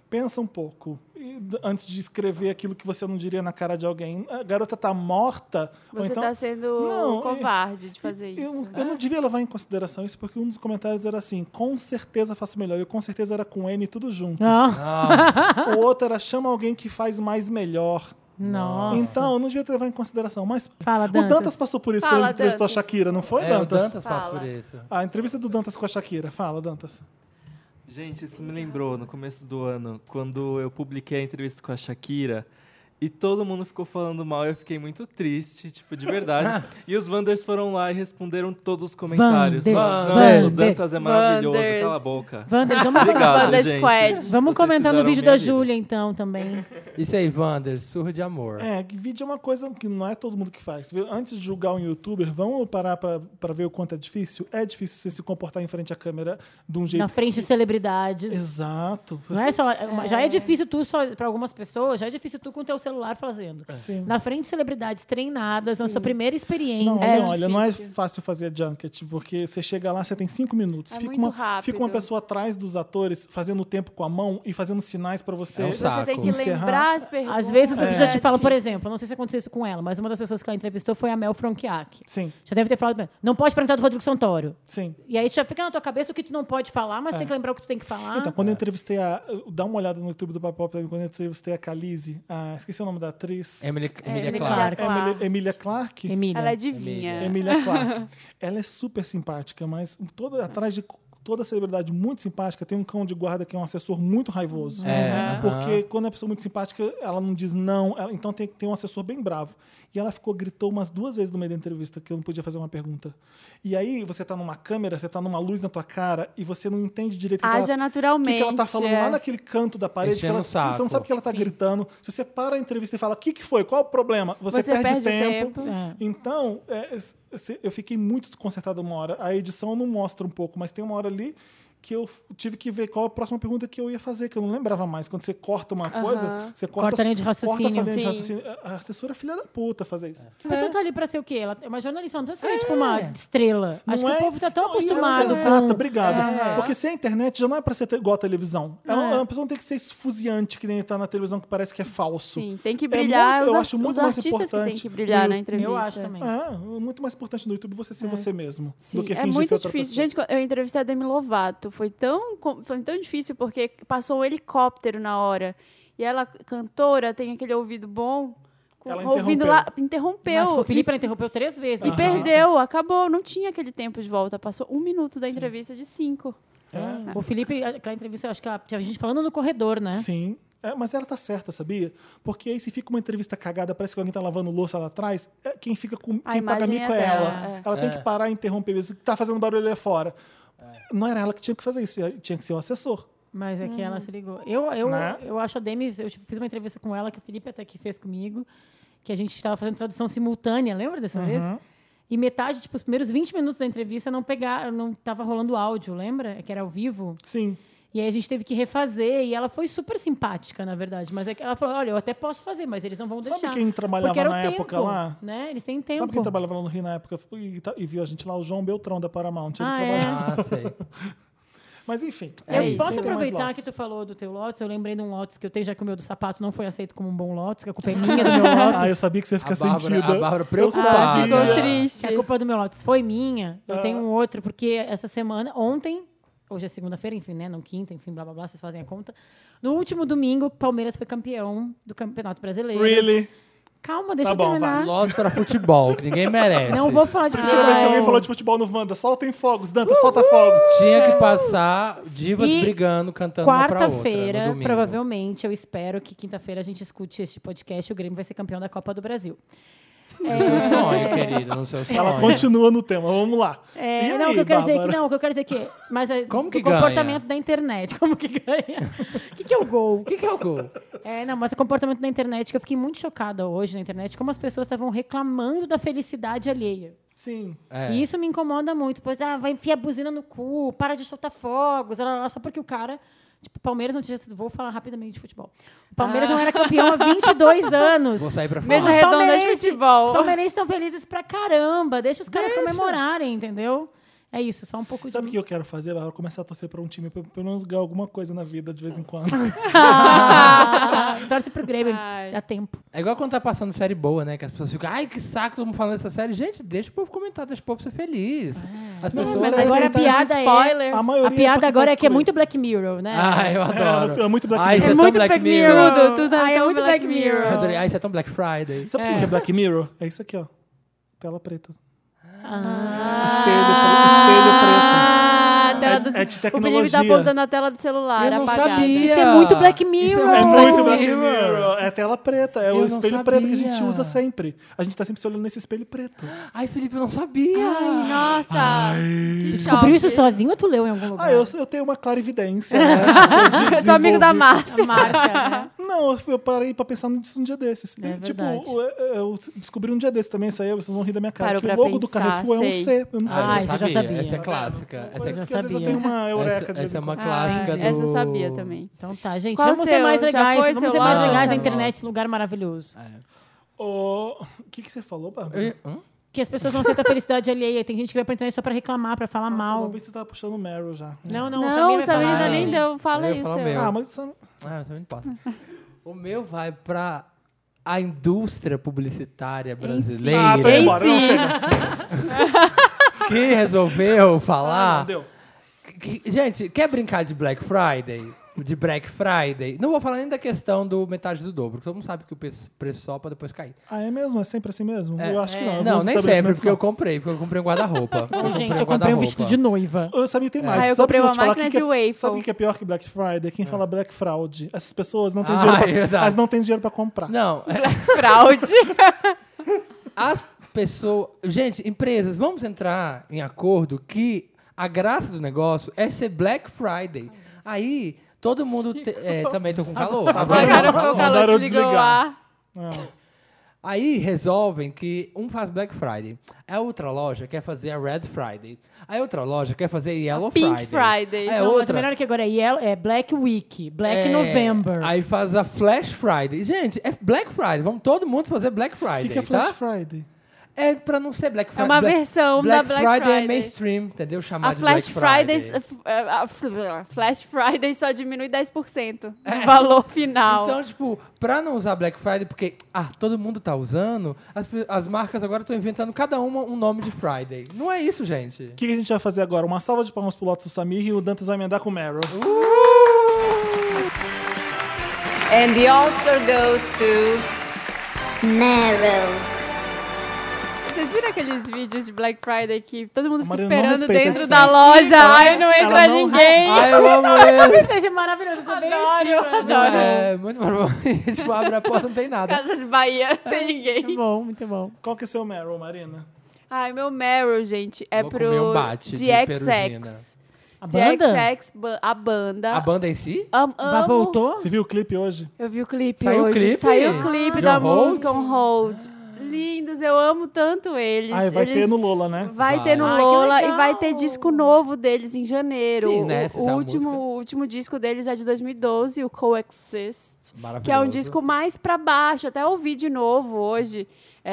Pensa um pouco. E d- antes de escrever aquilo que você não diria na cara de alguém. A garota tá morta. ou
Você
então,
tá sendo
Não, é-
covarde de fazer isso. né?
eu, eu não devia levar em consideração isso, porque um dos comentários era assim: com certeza faço melhor. E o com certeza era com N tudo junto.
Ah,
O outro era chama alguém que faz mais melhor.
nossa.
Então, eu não devia levar em consideração. Mas
Fala,
o
Dantas.
Dantas passou por isso
Fala,
quando ele entrevistou a
Dantas.
Shakira, não foi,
É, o
Dantas?
Dantas passa
Fala.
por isso.
A entrevista do Dantas com a Shakira. Fala, Dantas.
Gente, isso me lembrou no começo do ano, quando eu publiquei a entrevista com a Shakira. E todo mundo ficou falando mal, eu fiquei muito triste, tipo, de verdade. e os Wanders foram lá e responderam todos os comentários.
Wanders,
Não, o
Wanders,
Dantas é maravilhoso,
Wanders.
cala a boca.
Wander, vamos,
Obrigado,
Wanda
gente. Um
Squad.
vamos
Vocês
comentar no
fizeram
vídeo
minha
da
vida.
Júlia, então, também.
Isso aí, Wander, surra de amor.
É, que vídeo é uma coisa que não é todo mundo que faz. Viu? Antes de julgar um youtuber, vamos parar pra, pra ver o quanto é difícil? É difícil você se comportar em frente à câmera de um jeito.
Na frente de celebridades.
Exato.
Não é só, Já é difícil tu só para algumas pessoas, já é difícil tu com o teu celular fazendo.
Sim.
Na frente de celebridades treinadas, na sua primeira experiência.
Não,
É
não, olha, não é
difícil.
fácil fazer junket, porque você chega lá, você tem cinco minutos.
É
fica,
muito
uma,
rápido.
fica uma pessoa atrás dos atores fazendo tempo com a mão e fazendo sinais pra você.
É um
Você tem que
Encerrar.
lembrar as perguntas.
Às vezes as pessoas já
É
te falam, por
difícil.
exemplo, não sei se aconteceu isso com ela, mas uma das pessoas que ela entrevistou foi a Mel Franchiak.
Sim,
Já deve ter falado, pra ela, não pode perguntar do Rodrigo Santoro.
sim.
E aí já fica na tua cabeça o que tu não pode falar, mas tu tem que lembrar o que tu tem que falar.
É. Então,
Ah.
quando eu entrevistei a. Dá uma olhada no YouTube do Papo Pop, quando eu entrevistei a Kalise, a, esqueci o nome da atriz.
É,
Emily, É, Emília
Emily
Clark.
Clark. Clarke.
Emily- Emília Clark.
Emília.
Ela é divinha.
Emília Clark. Ela é super simpática, mas toda, atrás de toda celebridade muito simpática tem um cão de guarda que é um assessor muito raivoso.
Uhum.
É,
Porque quando a pessoa é muito simpática, ela não diz não, ela- então tem que ter um assessor bem bravo. E ela ficou, gritou umas duas vezes no meio da entrevista que eu não podia fazer uma pergunta. E aí você tá numa câmera, você tá numa luz na tua cara e você não entende direito o que, que ela,
Haja
o que
naturalmente.
que ela tá falando
é.
lá naquele canto da parede. Que
Enchendo
ela,
o saco.
Você não sabe o que ela tá gritando. Se você para a entrevista e fala, o que, que foi? Qual o problema? Você,
Você perde tempo.
É.
então, é, s- se- eu fiquei muito desconcertado uma hora. A edição não mostra um pouco, mas tem uma hora ali que eu f- tive que ver qual a próxima pergunta que eu ia fazer, que eu não lembrava mais. Quando você corta uma coisa, você corta,
Corta a linha de
corta sua
raciocínio.
linha de
Sim.
raciocínio. A a assessora é filha da puta fazer isso.
A pessoa tá ali pra ser o quê? Ela é uma jornalista, ela não precisa ser tipo uma estrela. Acho
Não
que
é-
o povo tá tão
não, e ela- é
acostumado
Exato,
com...
obrigado. Porque sem a internet já não é pra ser te- igual a televisão. Ela-
É.
A pessoa não tem que ser esfuziante, que nem tá na televisão, que parece que é falso.
Sim, tem que
É muito-
brilhar. os
eu
ar-
acho muito
os
mais
artistas que
importante.
tem que brilhar
Eu-
na entrevista.
Eu acho também.
É, é muito mais importante no YouTube você ser você mesmo
É. Sim,
do que
é
fingir
muito
ser outra
difícil.
pessoa.
Gente, quando eu entrevistei a Demi Lovato. Foi tão, com- foi tão difícil porque passou um helicóptero na hora. E ela, cantora, tem aquele ouvido bom. com-
Ela
ouvindo
interrompeu.
lá, interrompeu.
Mas que o
e-
Felipe ela interrompeu três vezes.
e perdeu, acabou. Não tinha aquele tempo de volta. Passou um minuto da entrevista de cinco.
É.
O Felipe, aquela entrevista, acho que ela, tinha gente falando no corredor, né?
Sim. É, mas ela tá certa, sabia? Porque aí se fica uma entrevista cagada, parece que alguém tá lavando louça lá atrás, é, quem fica com
A
quem paga
imagem
mico
é
é
dela,
ela.
é.
Ela tem
É.
que parar e interromper mesmo. Tá fazendo barulho ali fora. Não era ela que tinha que fazer isso, tinha que ser o assessor.
Mas é que ela se ligou. Eu, eu,
Né?
eu acho a Demi, eu fiz uma entrevista com ela, que o Felipe até que fez comigo, que a gente estava fazendo tradução simultânea, lembra dessa vez?
Uhum.
E metade, tipo, os primeiros 20 minutos da entrevista não pegar, não tava rolando áudio, lembra? É Que era ao vivo.
Sim.
E aí a gente teve que refazer, e ela foi super simpática, na verdade. Mas é que ela falou: olha, eu até posso fazer, mas eles não vão
Sabe
deixar.
quem trabalhava
Porque era o
na
tempo,
época lá?
Né? Eles têm tempo.
Sabe quem trabalhava lá no Rio na época e, tá- e viu a gente lá? O João Beltrão da Paramount. Ele
Ah, é?
trabalhava-
Ah, sei.
Mas enfim.
É
eu
isso.
posso
Tem mais
aproveitar
lotes.
que tu falou do teu Lotus. Eu lembrei de um Lotus que eu tenho, já que o meu do sapato não foi aceito como um bom Lotus, que a culpa é minha do meu Lotus.
Ah, eu sabia que você ia
A
ficar
Bárbara,
sentida.
a Bárbara
Eu
preocupada.
sabia.
Ficou triste.
Que a culpa é do meu Lotus foi minha.
Ah.
Eu tenho um outro, porque essa semana, ontem, hoje é segunda-feira, enfim, né? Não quinta, enfim, blá blá blá, vocês fazem a conta. No último domingo, o Palmeiras foi campeão do Campeonato Brasileiro.
Really?
Calma, deixa
Tá
eu
bom,
terminar.
Lotus para futebol, que ninguém merece.
Não vou falar de
Deixa eu ver se alguém
futebol.
falou de futebol no Wanda. Soltem fogos, Danta, solta fogos.
Tinha que passar divas
E
brigando, cantando uma pra outra. no
Quarta-feira,
domingo.
provavelmente, eu espero que quinta-feira a gente escute este podcast. O Grêmio vai ser campeão da Copa do Brasil.
Isso é um sonho, querido, no seu sonho.
Ela continua no tema, vamos lá.
É,
E
não, o
aí,
que eu quero dizer é que
Bárbara?
não, o que eu quero dizer é que. Mas é
Como que
do comportamento da internet. Como que ganha? O que, que é o gol? O
que, que é o gol?
É, não, mas o comportamento da internet, que eu fiquei muito chocada hoje na internet, como as pessoas estavam reclamando da felicidade alheia.
Sim.
É.
E isso me incomoda muito. Pois, ah, vai enfiar a buzina no cu, para de soltar fogos, lá, lá, lá, só porque o cara. Tipo, o Palmeiras não tinha sido. Vou falar rapidamente de futebol. O Palmeiras
Ah.
não era campeão há 22 anos.
Vou sair pra falar.
Mesa
Os
redonda de
palmeirenses- Os
futebol.
palmeirenses estão felizes pra caramba. Deixa os caras comemorarem, entendeu? É isso, só um pouco
Sabe o
de.
que eu quero fazer? Bárbara? começar a torcer pra um time, pra pelo menos ganhar alguma coisa na vida de vez em quando.
Ah, torce pro Grêmio.
Ai.
Dá tempo.
É igual quando tá passando série boa, né? Que as pessoas ficam, ai, que saco, todo mundo falando dessa série. Gente, deixa o povo comentar, deixa o povo ser feliz. As
Não,
pessoas.
mas
Ah. Mas é. agora a
vocês aí,
piada é.
Spoiler.
A maioria
A piada
porque
agora é
torce
que é
pro
muito Black Mirror, né?
Ah, eu adoro.
É, é muito Black
Ai,
Mirror.
isso é,
É
tão
muito
Black
Black
Mirror.
Mirror. Tudo, tudo é
Ai, é
tão
muito
Black
Black Mirror.
Eu adorei. Ai, isso é tão Black Friday.
Sabe o que que é Black Mirror? É isso aqui, ó. Tela preta.
tá.
Ah,
Espelho, pre- espelho preto.
a tela
É-
do
é de
O Felipe tá
tecnologia.
apontando a tela do celular,
eu não
apagada.
sabia.
Isso é muito Black Mirror.
Isso
É muito
Black
Black
Mirror.
Mirror. É tela preta. É
Eu
o
não
espelho preto que a gente
sabia.
usa sempre. A gente tá sempre se olhando nesse espelho preto.
Ai, Felipe, eu não sabia.
Ai, nossa. Que
Descobriu isso
choque.
sozinho ou tu leu em algum lugar?
Ah, eu, eu tenho uma clarividência. Né? Eu de-
Eu sou amigo da
desenvolvi-
Márcia.
É
Márcia, né?
Não, eu, eu parei pra pensar nisso um dia desses.
É
e, tipo,
verdade.
eu, eu descobri um dia desse também, isso aí, vocês vão rir da minha cara.
Parou
que o
pra
logo do
pensar,
Carrefour é um
sei.
C. Eu não
Ah,
sabia.
isso eu já sabia.
Essa é clássica.
Uma
Essa,
coisa
é-
que às vezes eu
sabia.
tenho uma eureka
essa,
de vez
essa é
em
uma
quando.
clássica
Ah,
do...
Essa eu sabia também.
Então tá, gente.
Qual
vamos
o
ser
seu?
mais
Já
legais.
foi
Vamos
seu Tá
ser mais
lá?
legais na
Não.
internet, esse lugar maravilhoso.
O que, que você falou, Bárbara?
Eu ia- hã?
Que as pessoas vão ser da felicidade alheia. Tem gente que vai pra internet só pra reclamar, pra
Ah,
falar
tá
mal.
Talvez você tava puxando o Meryl já.
Não, não, tá
Não,
o Samir vai
o Samir
falar.
ainda nem deu. Fala
Eu ia
aí o
falar
seu.
meu.
Ah, mas isso
Ah, isso não importa. o meu vai pra a indústria publicitária brasileira
Ah, tô indo embora. Não,
si.
chega.
que resolveu
Ah,
falar
não, deu.
Que- gente, quer brincar de Black Friday? De Black Friday? Não vou falar nem da questão do metade do dobro, porque todo mundo sabe que o pe- preço só pra depois cair.
Ah, é mesmo? É sempre assim mesmo? Eu acho que não.
Não,
Alguns
nem sempre,
estabelecimentos
porque eu comprei, porque eu comprei um guarda-roupa.
Não, gente,
um
eu comprei um
guarda-roupa.
vestido de noiva.
não. Eu sabia
É.
tem mais.
Ah, eu
Sabe o que
comprei
vou
uma
te falar?
máquina
Que que é-
de waffle.
Sabe o que é pior que Black Friday? Quem fala Black Fraud. Essas pessoas não têm
É. Ah,
dinheiro.
é
pra,
verdade.
elas não têm dinheiro pra comprar.
Não, é,
Fraude.
as pessoas. Gente, empresas, vamos entrar em acordo que a graça do negócio é ser Black Friday. Aí. Todo mundo te- é, também tô com calor.
O
Agora
cara
tá
ficou
bom.
Mandaram eu
calor, desligou o
desligar.
ar.
Aí resolvem que um faz Black Friday, a outra loja quer fazer a Red Friday, a outra loja quer fazer Yellow
Pink Friday.
Friday. É
Não, mas o
outra.
melhor é que agora é, yellow- é Black Week, Black
é,
November.
Aí faz a Flash Friday. Gente, é Black Friday. Vamos todo mundo fazer Black
O
Friday,
que, que é
tá?
Flash Friday?
É pra não ser Black
É
Friday.
uma
Black,
versão
Black
da Black
Friday.
Friday.
é mainstream, entendeu? Chamar
A
de
Flash
Black
Friday, é
Friday.
eh, a a Flash Friday só diminui 10% o valor
É.
final.
Então, tipo, pra não usar Black Friday, porque ah, todo mundo tá usando, as, pe- as marcas agora estão inventando cada uma um nome de Friday. Não é isso, gente.
O que, que a gente vai fazer agora? Uma salva de palmas pro Lotus Samir e o Dantas vai emendar com o Meryl.
Uh!
And the Oscar goes to.
Meryl.
Vocês viram aqueles vídeos de Black Friday que todo mundo
A Marina
fica
não
esperando
respeita
dentro
isso.
da loja? Ai, não
Ela
entra
não
ninguém.
Ai, eu amo isso.
Isso é maravilhoso, também.
Adoro,
Não,
adoro.
é, muito maravilhoso. tipo, abre a porta, não tem nada.
Casas Bahia, não tem
Muito
ninguém.
bom, muito bom.
Qual que é seu Meryl, Marina?
então. Ai, meu Meryl, gente, é
Vou comer
pro
um bate de
DXX.
A banda?
DXX, ba- a banda.
A banda em si?
Am-
Vai
amo.
voltou?
Você viu o clipe hoje?
Eu vi o clipe
Saiu o
hoje.
clipe?
Saiu o clipe
De
da
On Hold?
música On Hold. Lindos, eu amo tanto eles.
Ah, vai
Eles-
ter no Lola, né?
Vai
Vai.
ter no
Ai, que
Lola e
legal.
vai ter disco novo deles em janeiro.
Sim,
O-
né,
O,
essa é a
último,
música.
o último disco deles é de 2012, o Coexist,
Maravilhoso.
que é um disco mais pra baixo. Até ouvi de novo hoje.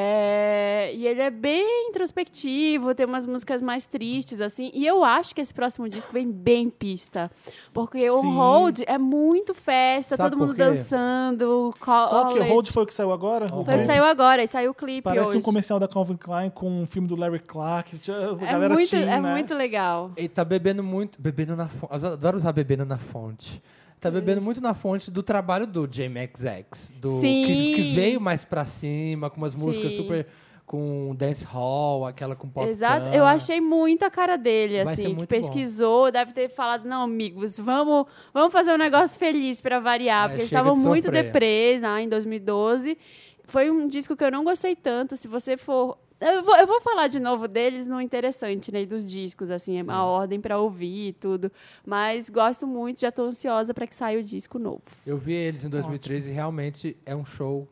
É, e ele é bem introspectivo, tem umas músicas mais tristes, assim. E eu acho que esse próximo disco vem bem pista. Porque o
Sim.
Hold é muito festa,
Sabe
todo
por
mundo
quê?
dançando.
Qual que é?
college.
o Hold foi o que saiu agora?
Foi o que
Foi o que saiu agora, e saiu o clipe
Parece
hoje.
um comercial da Calvin Klein com um filme do Larry Clark. Tinha- A
é
galera
muito,
tinha,
é
né?
muito legal.
Ele tá bebendo muito. Bebendo na fonte. Adoro usar bebendo na fonte.
Hum.
Tá bebendo muito na fonte do trabalho do JMXX. Do, Que, que
Sim.
veio mais pra cima, com umas músicas
Sim.
super. Com dance hall, aquela com pop.
Exato, eu achei muito a cara dele,
Vai ser
assim, que
muito
pesquisou, deve ter falado, não, amigos, vamos, vamos fazer um negócio feliz pra variar,
É,
porque eles
chega
estavam
de
muito ah,
sofrer.
deprês né, em 2012. Foi um disco que eu não gostei tanto, se você for Eu vou, eu vou falar de novo deles no interessante, né? e Dos discos, assim, a ordem pra ouvir e tudo. Mas gosto muito, já tô ansiosa pra que saia o disco novo.
Eu vi eles em 2013 e realmente é um show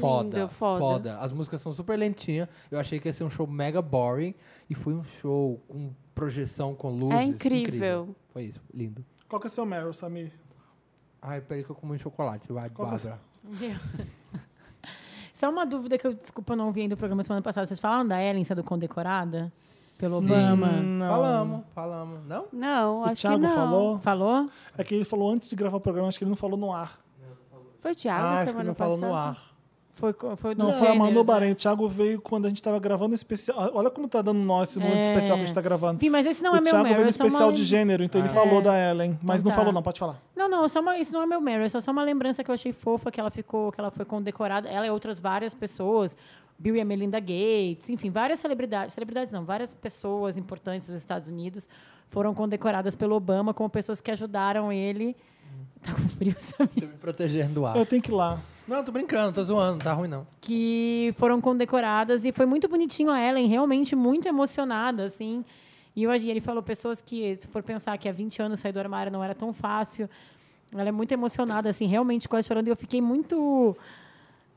foda,
Lindo,
foda.
foda.
As músicas são super lentinhas. Eu achei que ia ser um show mega boring e foi um show com projeção, com luzes.
É incrível.
Foi isso, lindo.
Qual que é o seu Meryl, Samir?
Ai, peraí que eu comi um chocolate. Vai,
Qual que é
Bárbara.
Só uma dúvida que eu, desculpa, eu não ouvi ainda o programa semana passada. Vocês falaram da Ellen sendo condecorada pelo
Sim.
Obama?
Não.
Falamos, falamos. Não?
Não,
o
acho
Thiago
que não.
falou?
Falou?
É que ele falou antes de gravar o programa, acho que ele não falou no ar.
Foi o Thiago
Ah, acho que
semana
não falou
passada.
no ar.
Foi, co- foi
Não,
do
foi a
Gêneros,
Manu
né?
Bahrein. O Thiago veio quando a gente tava gravando esse especial. Olha como tá dando nó esse momento
É.
especial que a gente tá gravando.
Enfim, mas esse não
o
é meu
Thiago
Meryl,
veio no
é só uma
especial de
lem-
gênero, então ele
Ah.
falou
É.
da Ellen, mas
Então
não
tá.
falou não, pode falar.
Não, não, só uma- isso não é meu Meryl, é só, só uma lembrança que eu achei fofa, que ela ficou, que ela foi condecorada, ela e outras várias pessoas, Bill e a Melinda Gates, enfim, várias celebridades, celebridades não, várias pessoas importantes dos Estados Unidos foram condecoradas pelo Obama como pessoas que ajudaram ele. Tá com frio, sabe?
Tô me protegendo do ar.
Eu tenho que ir lá.
Não, tô brincando, tô zoando, não tá ruim não.
que foram condecoradas e foi muito bonitinho a Ellen, realmente muito emocionada, assim. E hoje ele falou pessoas que, se for pensar que há 20 anos sair do armário não era tão fácil, ela é muito emocionada, assim, realmente quase chorando. E eu fiquei muito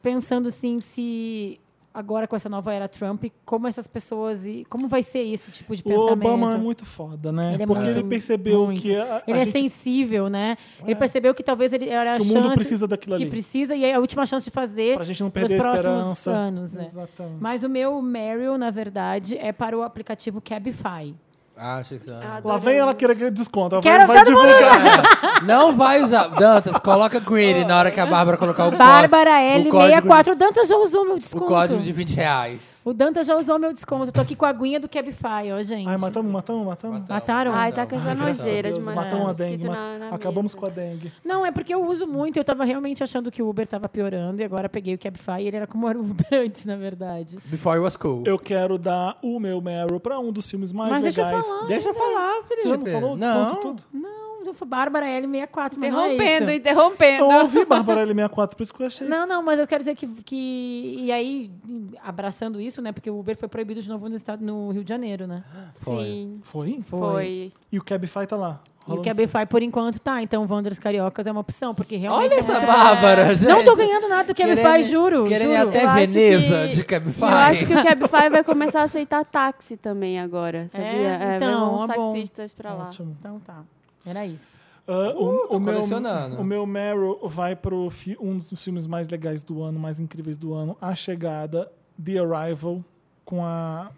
pensando, assim, se agora com essa nova era Trump, como essas pessoas e como vai ser esse tipo de
O
pensamento?
Obama é muito foda, né?
Ele é
Porque
muito-
ele percebeu
muito.
que a, a
Ele é
gente- É.
sensível, né? Ele percebeu que talvez ele era a
que o
chance
mundo precisa daquilo
que
ali.
precisa e é a última chance de fazer
Pra gente não
nos
perder a
próximos
esperança.
anos, né?
Exatamente.
Mas o meu Meryl, na verdade, é para o aplicativo Cabify.
Ah, achei que... Ah.
Lá vem ela querer desconto. Ela
Quero
vai, vai
todo mundo
divulgar.
Não vai usar. Dantas, coloca greedy na hora que a Bárbara colocar o código.
Bárbara
o código,
L64. O Dantas já usou meu
de- o
desconto.
código de 20 reais.
O Dantas já usou meu desconto. Eu tô aqui com a aguinha do Cabify, ó, gente.
Ai, matamos, matamos, matamos.
Mataram?
Ai, tá com essa
Ai, graças a
nojeira de
Deus,
mandar
Matamos a
mosquito
dengue.
na-
ma-
na
Acabamos
mesa.
com a dengue.
Não, é porque eu uso muito. Eu tava realmente achando que o Uber tava piorando e agora peguei o Cabify e ele era como era o Uber antes, na verdade.
Before it was cool.
Eu quero dar o meu Meryl pra um dos filmes mais
Mas deixa eu
legais.
falar.
Deixa eu falar, Felipe.
Você já não falou?
Não.
Desconto tudo?
Não, do Bárbara L64. mas não é
Interrompendo,
isso.
interrompendo.
Eu ouvi Bárbara L64, por isso que eu achei
Não, não, mas eu quero dizer que, que. E aí, abraçando isso, né? Porque o Uber foi proibido de novo no, estado, no Rio de Janeiro, né?
Sim,
Foi?
foi.
E o Cabify tá lá.
E o
rolando
Cabify, por enquanto, tá. Então, Wanderers Cariocas é uma opção, porque realmente.
Olha essa Bárbara, gente.
Não tô ganhando nada do Cabify,
Querendo-
juro.
Querendo ir
juro.
até
Eu acho
Veneza
que-
de Cabify.
Eu acho que o Cabify vai começar a aceitar táxi também agora, sabia?
É, então,
vão
é
uns
bom.
taxistas pra lá.
Ótimo.
Então tá. Era isso.
Ah,
Uh, tô
o, o, meu,
colecionando.
o meu Meryl vai pro fi- um dos filmes mais legais do ano, mais incríveis do ano, A Chegada, The Arrival, com a...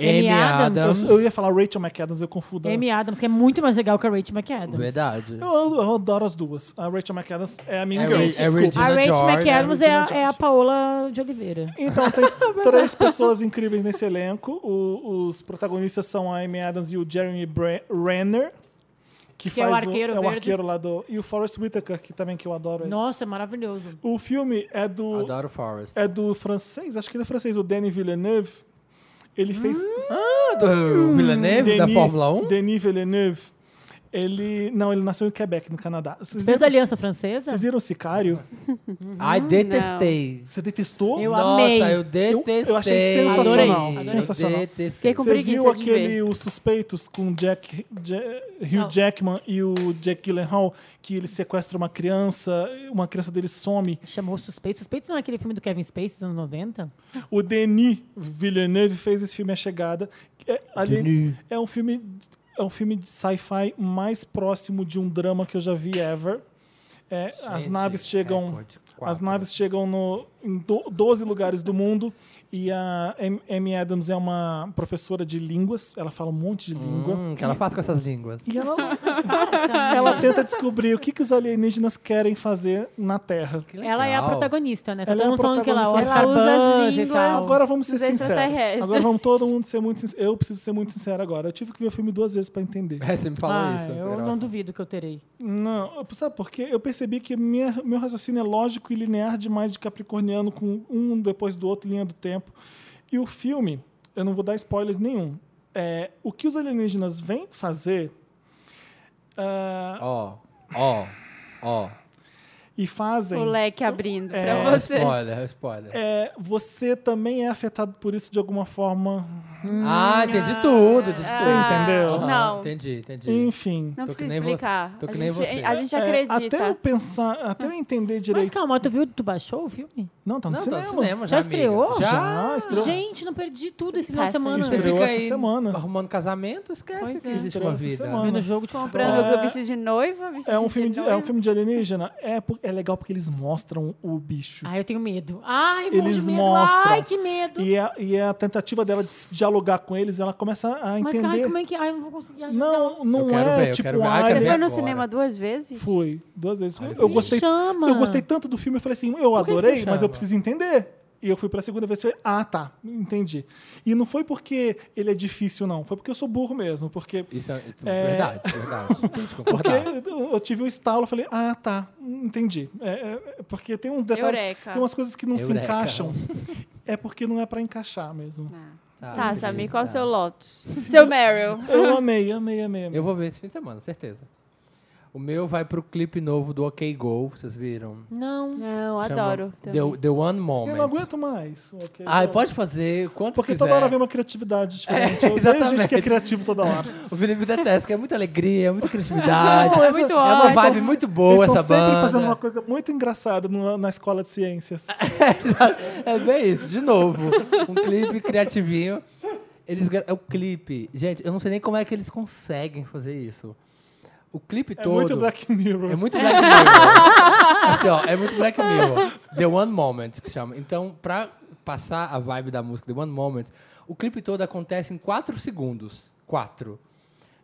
Amy
Amy Adams.
Adams.
Eu, eu ia falar Rachel McAdams, eu confundo. elas.
Amy Adams, que é muito mais legal que a Rachel McAdams.
Verdade.
Eu, eu adoro as duas. A Rachel McAdams é a minha
É
girl,
Ra- é
desculpa.
Regina
A Rachel
George.
McAdams é a,
Regina
é a Paola de Oliveira.
Então, tem três pessoas incríveis nesse elenco. O- os protagonistas são a Amy Adams e o Jeremy Bre- Renner, que,
Que é o
faz
arqueiro
é o
verde.
arqueiro lá do... E o Forrest Whitaker, que também que eu adoro. ele.
Nossa, é maravilhoso.
O filme é do...
Adoro Forrest.
é do francês, acho que ele é francês, o Denis Villeneuve. Ele fez.
Hum.
Ah, do Villeneuve, da Fórmula 1?
Hum, Denis Villeneuve. Ele. Não, ele nasceu em Quebec, no Canadá. Vocês
Fez a
viram,
Aliança Francesa?
vocês viram Sicário?
Ai, detestei.
Você detestou?
Eu
Nossa,
amei.
eu detestei.
Eu- eu achei sensacional,
Adorei.
sensacional.
Eu detestei.
Fiquei com
Você
preguiça
viu
de
aquele
ver.
Os Suspeitos com Jack, Ja- Hugh
Não.
Jackman e o Jack Gyllenhaal, que ele sequestra uma criança, uma criança dele some.
Chamou Suspeitos. Suspeitos não é aquele filme do Kevin Spacey dos anos 90?
O Denis Villeneuve fez esse filme A Chegada. É, ali-
Denis.
é um filme é um filme de sci-fi mais próximo de um drama que eu já vi ever. É, as
Gente,
naves chegam
recorde, quatro. né?
as naves chegam no, em do, 12 lugares do mundo e a Am- Amy Adams é uma professora de línguas, ela fala um monte de língua.
Hum, o que ela faz com essas línguas?
E ela, ela tenta descobrir o que, que os alienígenas querem fazer na Terra.
Ela é a
Legal.
protagonista, né? Tá
Ela é
todo
a
mundo falando que ela,
protagonista.
Oscar
Ela usa as
Buzz e
línguas.
tal.
Agora vamos ser
Dos
sinceros.
extraterrestres.
Agora vamos todo mundo ser muito sincero. Eu preciso ser muito sincero agora. Eu tive que ver o filme duas vezes pra entender.
É, você me falou
Ah,
isso.
eu não duvido que eu terei.
Não, sabe por quê? Eu percebi que minha- meu raciocínio é lógico e linear demais de capricorniano, com um depois do outro, linha do tempo. E o filme, eu não vou dar spoilers nenhum. É, o que os alienígenas vêm fazer. ah,
Ó, ó, ó.
e fazem.
O leque abrindo
É,
pra você.
Spoiler, spoiler.
É, você também é afetado por isso de alguma forma.
Ah, entendi tudo. entendi
Você
tudo.
entendeu?
Aham,
É. Ah, não.
Entendi, entendi.
Enfim.
Não
Tô que
precisa
nem vo-
explicar.
tô que
a,
nem
gente,
você.
a gente
É,
acredita.
até eu pensar, até eu entender direito.
Mas calma, tu viu, tu baixou o filme?
Não, tá no
Não, tá
cinema. Ah,
no cinema
Já
amiga.
estreou?
Já,
Já estreou.
Gente, não perdi tudo esse final de
Passa.
semana.
Você
Estreou
fica
essa
aí
semana.
arrumando casamento, esquece
Pois
que
é.
existe
Estreou
uma
essa
vida.
semana.
Vendo jogo de
Comprando
É.
vestido de noiva, vestido
É um, filme de,
noiva.
é um filme de alienígena? É, por- é legal porque eles mostram o bicho.
Ai, eu tenho medo. Ai, morro de
Eles
medo.
mostram.
Ai, que medo.
E a, e é a tentativa dela de se dialogar com eles, ela começa a
Mas, ai,
entender.
como é que... Ai, eu não vou conseguir ajudar.
Não, não
Eu quero
é
ver, eu
tipo
quero ver.
um
Ai,
Você
quero
foi
alien.
ver.
no
agora.
cinema duas vezes?
Fui duas vezes. Eu, eu gostei,
chama.
eu gostei tanto do filme, eu falei assim, eu
que que
adorei,
você
mas eu
chama?
preciso entender. E eu fui pra segunda vez e falei, ah, tá, entendi. E não foi porque ele é difícil, não. Foi porque eu sou burro mesmo. Porque
Isso é, isso
É.
é verdade, verdade. Tem que
Porque
concordar.
eu, eu tive um estalo, eu falei, ah, tá, entendi. É, é, é porque tem uns detalhes,
Eureka.
tem umas coisas que não se
Eureka.
encaixam. É porque não é pra encaixar mesmo.
Tá,
Tá,
entendi,
Samir, qual é o
tá.
seu Lotus? Seu Meryl.
Eu amei, amei, amei. amei.
Eu vou ver esse fim de semana, certeza. O meu vai pro clipe novo do OK Go, vocês viram?
Não.
Não,
Chama
adoro. também.
The, The One
Eu não
Moment.
aguento mais. ok?
Ah, pode fazer quanto
Porque
quiser.
toda hora vem uma criatividade diferente. eu odeio gente que é
exatamente.
criativo toda hora.
O Felipe detesta, que é muita alegria, é muita criatividade.
Não, é muito
é uma
ótimo.
vibe muito boa
Eles
essa
estão sempre
banda.
fazendo uma coisa muito engraçada no- na escola de ciências.
É bem isso, de novo. Um clipe criativinho. Eles gra- é o clipe. Gente, eu não sei nem como é que eles conseguem fazer isso. O clipe
É
todo.
muito Black Mirror.
É muito Black Mirror. Assim, ó, é muito Black Mirror. The One Moment, que chama. Então, pra passar a vibe da música The One Moment, o clipe todo acontece em 4 segundos. 4.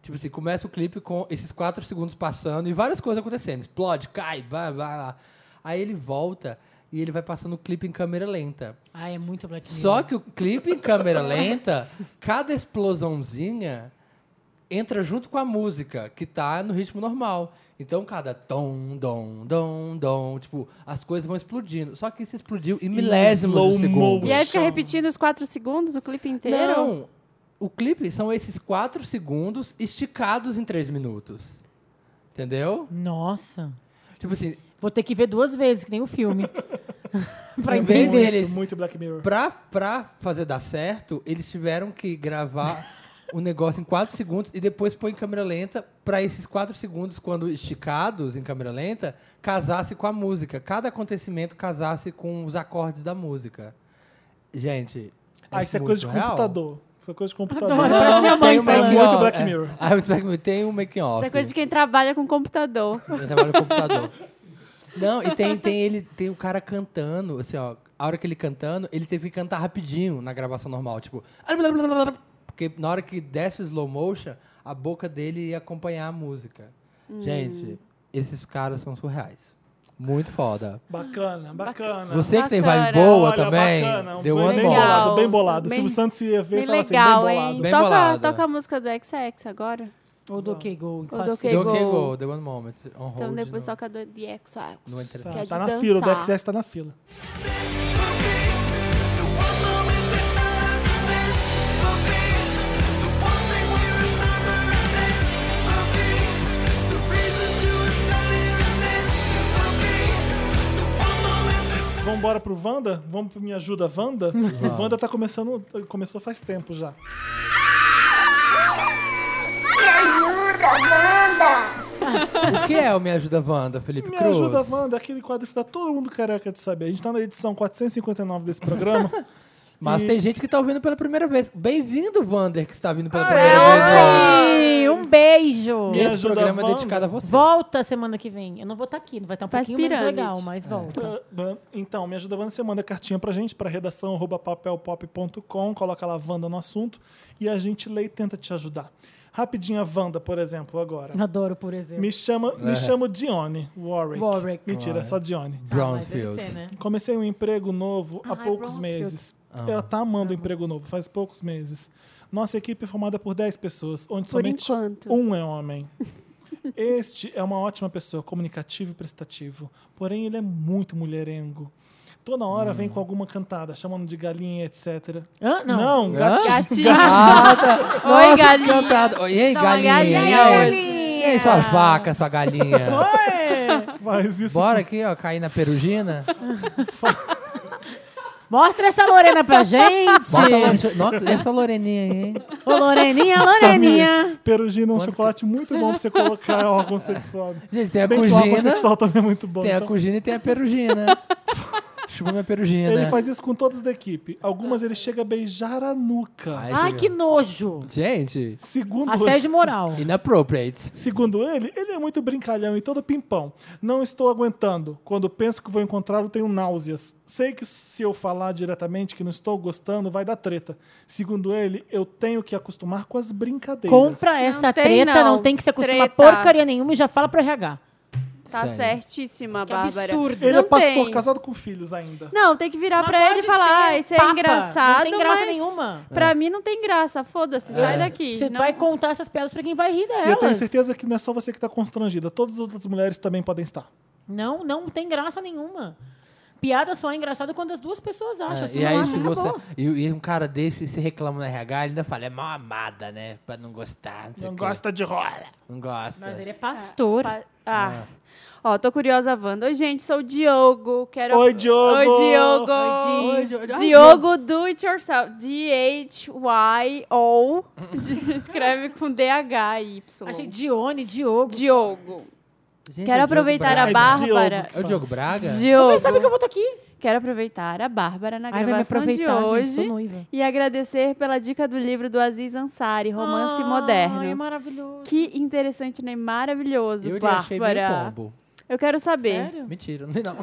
Tipo assim, começa o clipe com esses 4 segundos passando e várias coisas acontecendo. Explode, cai, blá, blá, blá. Aí ele volta e ele vai passando o clipe em câmera lenta.
Ai, é muito Black Mirror.
Só que o clipe em câmera lenta, cada explosãozinha entra junto com a música, que tá no ritmo normal. Então, cada tom, dom, dom, dom, tipo, as coisas vão explodindo. Só que isso explodiu em milésimos
slow
de segundo.
motion.
E aí fica repetindo os quatro segundos o clipe inteiro?
Não, o clipe são esses quatro segundos esticados em três minutos. Entendeu?
Nossa.
Tipo assim,
Vou ter que ver duas vezes, que nem o filme. pra
em vez
entender.
deles
muito Black Mirror.
Pra, pra fazer dar certo, eles tiveram que gravar o negócio em 4 segundos e depois pôr em câmera lenta pra esses 4 segundos, quando esticados em câmera lenta, casasse com a música. Cada acontecimento casasse com os acordes da música. Gente.
Ah, isso é
muito
coisa de
real.
computador. Isso é coisa de computador.
Adoro.
Não,
Minha mãe
tem o
fala.
making
Muito
of,
Black
é.
Mirror.
Ah, muito Black Mirror. Tem o making off.
Isso é coisa de quem trabalha com computador.
Eu trabalho no computador. Não, e tem, tem ele, tem o cara cantando, assim, ó. A hora que ele cantando, ele teve que cantar rapidinho na gravação normal, tipo. Porque na hora que desce o slow motion, a boca dele ia acompanhar a música.
Hum.
Gente, esses caras são surreais. Muito foda.
Bacana, bacana.
Você que tem
Bacana.
vibe boa
Olha,
também,
bacana. um
deu
bem,
one
bem
bom.
bola.
bolado, bem bolado.
Bem-
Silvio Santos ia ver e
Bem
falar assim, bem
legal,
bolado.
hein?
Bem
toca,
bolada.
toca a música do XX agora.
Ou do OK Go. em quatro
do OK
Deu
segundos.
Go.
okay go, deu one moment. On hold.
Então depois
no-
toca do The XX.
no intervalo.
que
Tá,
é de
tá na
dançar.
fila, o DXS tá na fila. Vamos embora pro Wanda? Vamos pro Me Ajuda Wanda? O Wanda tá começando, começou faz tempo já.
O que é o Me Ajuda Wanda, Felipe
Me
Cruz?
Ajuda Wanda, é aquele quadro que tá todo mundo careca de saber. A gente tá na edição 459 desse programa.
Mas
E-
tem gente que tá ouvindo pela primeira vez. Bem-vindo, Wander, que está vindo
Ah,
pela primeira vez.
Ai, um beijo.
é, Me
Esse
ajuda,
programa é
Wanda.
dedicado a você.
Volta semana que vem. Eu não vou estar aqui, vai estar um
Faz
pouquinho menos
pirâmide.
legal, mas volta.
Ah, Então, me ajuda, Wanda. Você manda cartinha pra gente, pra redação arroba papelpop.com, coloca lá Wanda no assunto e a gente lê e tenta te ajudar. Rapidinho a Wanda, por exemplo, agora.
Adoro, por exemplo.
Me chama, me
É.
chamo Dione Warwick.
Warwick.
Mentira, é só Dione.
Ah, mas deve
Brownfield.
ser, né?
Comecei um emprego novo há
Ai,
poucos
Bronfield.
meses.
Ah.
Ela tá amando o emprego novo, faz poucos meses. Nossa equipe é formada por 10 pessoas, onde
Por
somente
enquanto.
um é homem. Este é uma ótima pessoa, comunicativo e prestativo. Porém, ele é muito mulherengo. Toda hora
Hum.
vem com alguma cantada, chamando de galinha, etc.
Hã? Não.
Não, gatinho.
Gatinho.
Ah, tá.
Oi,
Nossa,
galinha.
cantado. Oi, ei,
Tá uma
galinha.
galinha
E aí?
hoje.
E aí, sua vaca, sua galinha.
Oi!
Mas isso.
Bora aqui, ó, cair na perugina.
Mostra essa Lorena pra gente.
Bota lá, nossa, essa Loreninha aí, hein?
Ô, Loreninha, Loreninha.
Samir, Perugina é um chocolate muito bom pra você colocar é um órgão sexual.
Gente, tem a
Se bem que o
cugina.
órgão sexual também é muito bom.
Tem a
então.
cugina e tem a perugina. Chupa minha perugina.
né?
Ele faz isso com todas da equipe. Algumas ele chega a beijar a nuca.
Ai, que nojo.
Gente.
Segundo
Assédio moral.
Inappropriate.
Segundo ele, ele é muito brincalhão e todo pimpão. Não estou aguentando. Quando penso que vou encontrá-lo, tenho náuseas. Sei que se eu falar diretamente que não estou gostando, vai dar treta. Segundo ele, eu tenho que acostumar com as brincadeiras.
Compra essa
tem,
treta, não.
não.
tem que se acostumar
Treta.
porcaria nenhuma e já fala pro RH.
Tá
Sério.
certíssima,
Que
Bárbara.
absurdo.
Ele
não
é pastor
tem.
casado com filhos ainda.
Não, tem que virar
Mas
pra ele e
pode
falar,
ser
ah, isso é
papa,
engraçado,
não tem graça
mas
nenhuma."
Pra mim não tem graça, foda-se, sai daqui. né?
Você
não...
vai contar essas piadas pra quem vai
E
rir
eu tenho
delas.
certeza que não é só você que está constrangida. Todas as outras mulheres também podem estar.
Não, não tem graça nenhuma. Piada só é engraçada quando as duas pessoas acham.
Ah,
se
e
não
aí,
acha,
se
acabou.
você. E, e um cara desse se reclama no RH, ele ainda fala, é mal amada, né? Pra não gostar. Não, sei o quê.
de rola.
Não gosta.
Mas ele é pastor.
Pa- Ah. Ó, tô curiosa, Wanda. Oi, gente, sou o Diogo. Quero...
Oi, Diogo!
Oi, Diogo!
Oi, Di- Oi, Di-
Diogo, do it yourself. D-H-Y-O. De- Escreve com D-H-Y.
Achei Dione, Diogo.
Diogo.
Gente,
Quero
é o Diogo
aproveitar a
Braga.
Braga. É
Bárbara.
É o Diogo Braga?
Como
Diogo.
ele sabe que eu vou estar aqui?
Quero aproveitar a Bárbara na
Ai, vai me
gravação de
aproveitar, gente,
hoje
sou noiva.
e agradecer pela dica do livro do Aziz Ansari, Romance
Ai, é
Moderno.
maravilhoso.
Que interessante, né? Maravilhoso,
Eu lhe achei meio
Bárbara.
pombo.
Eu quero saber.
Sério?
Mentira, não sei não.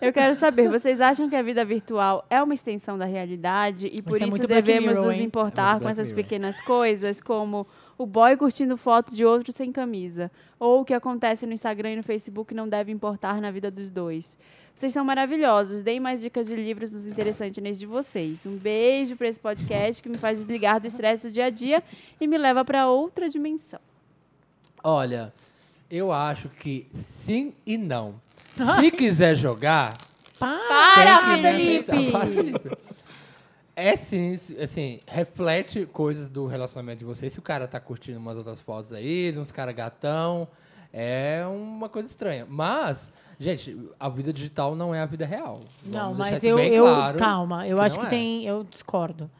Eu quero saber, vocês acham que a vida virtual é uma extensão da realidade e por
é
isso
muito Black
devemos
Mirror,
nos
hein?
É
importar
muito
com
Black
essas
Mirror.
pequenas coisas, como o boy curtindo foto de outro sem camisa, ou o que acontece no Instagram e no Facebook não deve importar na vida dos dois. Vocês são maravilhosos. Deem mais dicas de livros nos interessantes nesse de vocês. Um beijo para esse podcast que me faz desligar do estresse do dia a dia e me leva para outra dimensão.
Olha, eu acho que sim e não. Se quiser jogar,
Para,
tem que
Felipe!
respeitar. Para, Felipe. É sim, isso- assim, reflete coisas do relacionamento de vocês. Se o cara tá curtindo umas outras fotos aí, de uns caras gatão, é uma coisa estranha. Mas, gente, a vida digital não é a vida real. Vamos
Não,
deixar
mas
isso
eu,
bem
eu
claro
calma, eu
que não
acho que
é. Hum.
tem, eu discordo.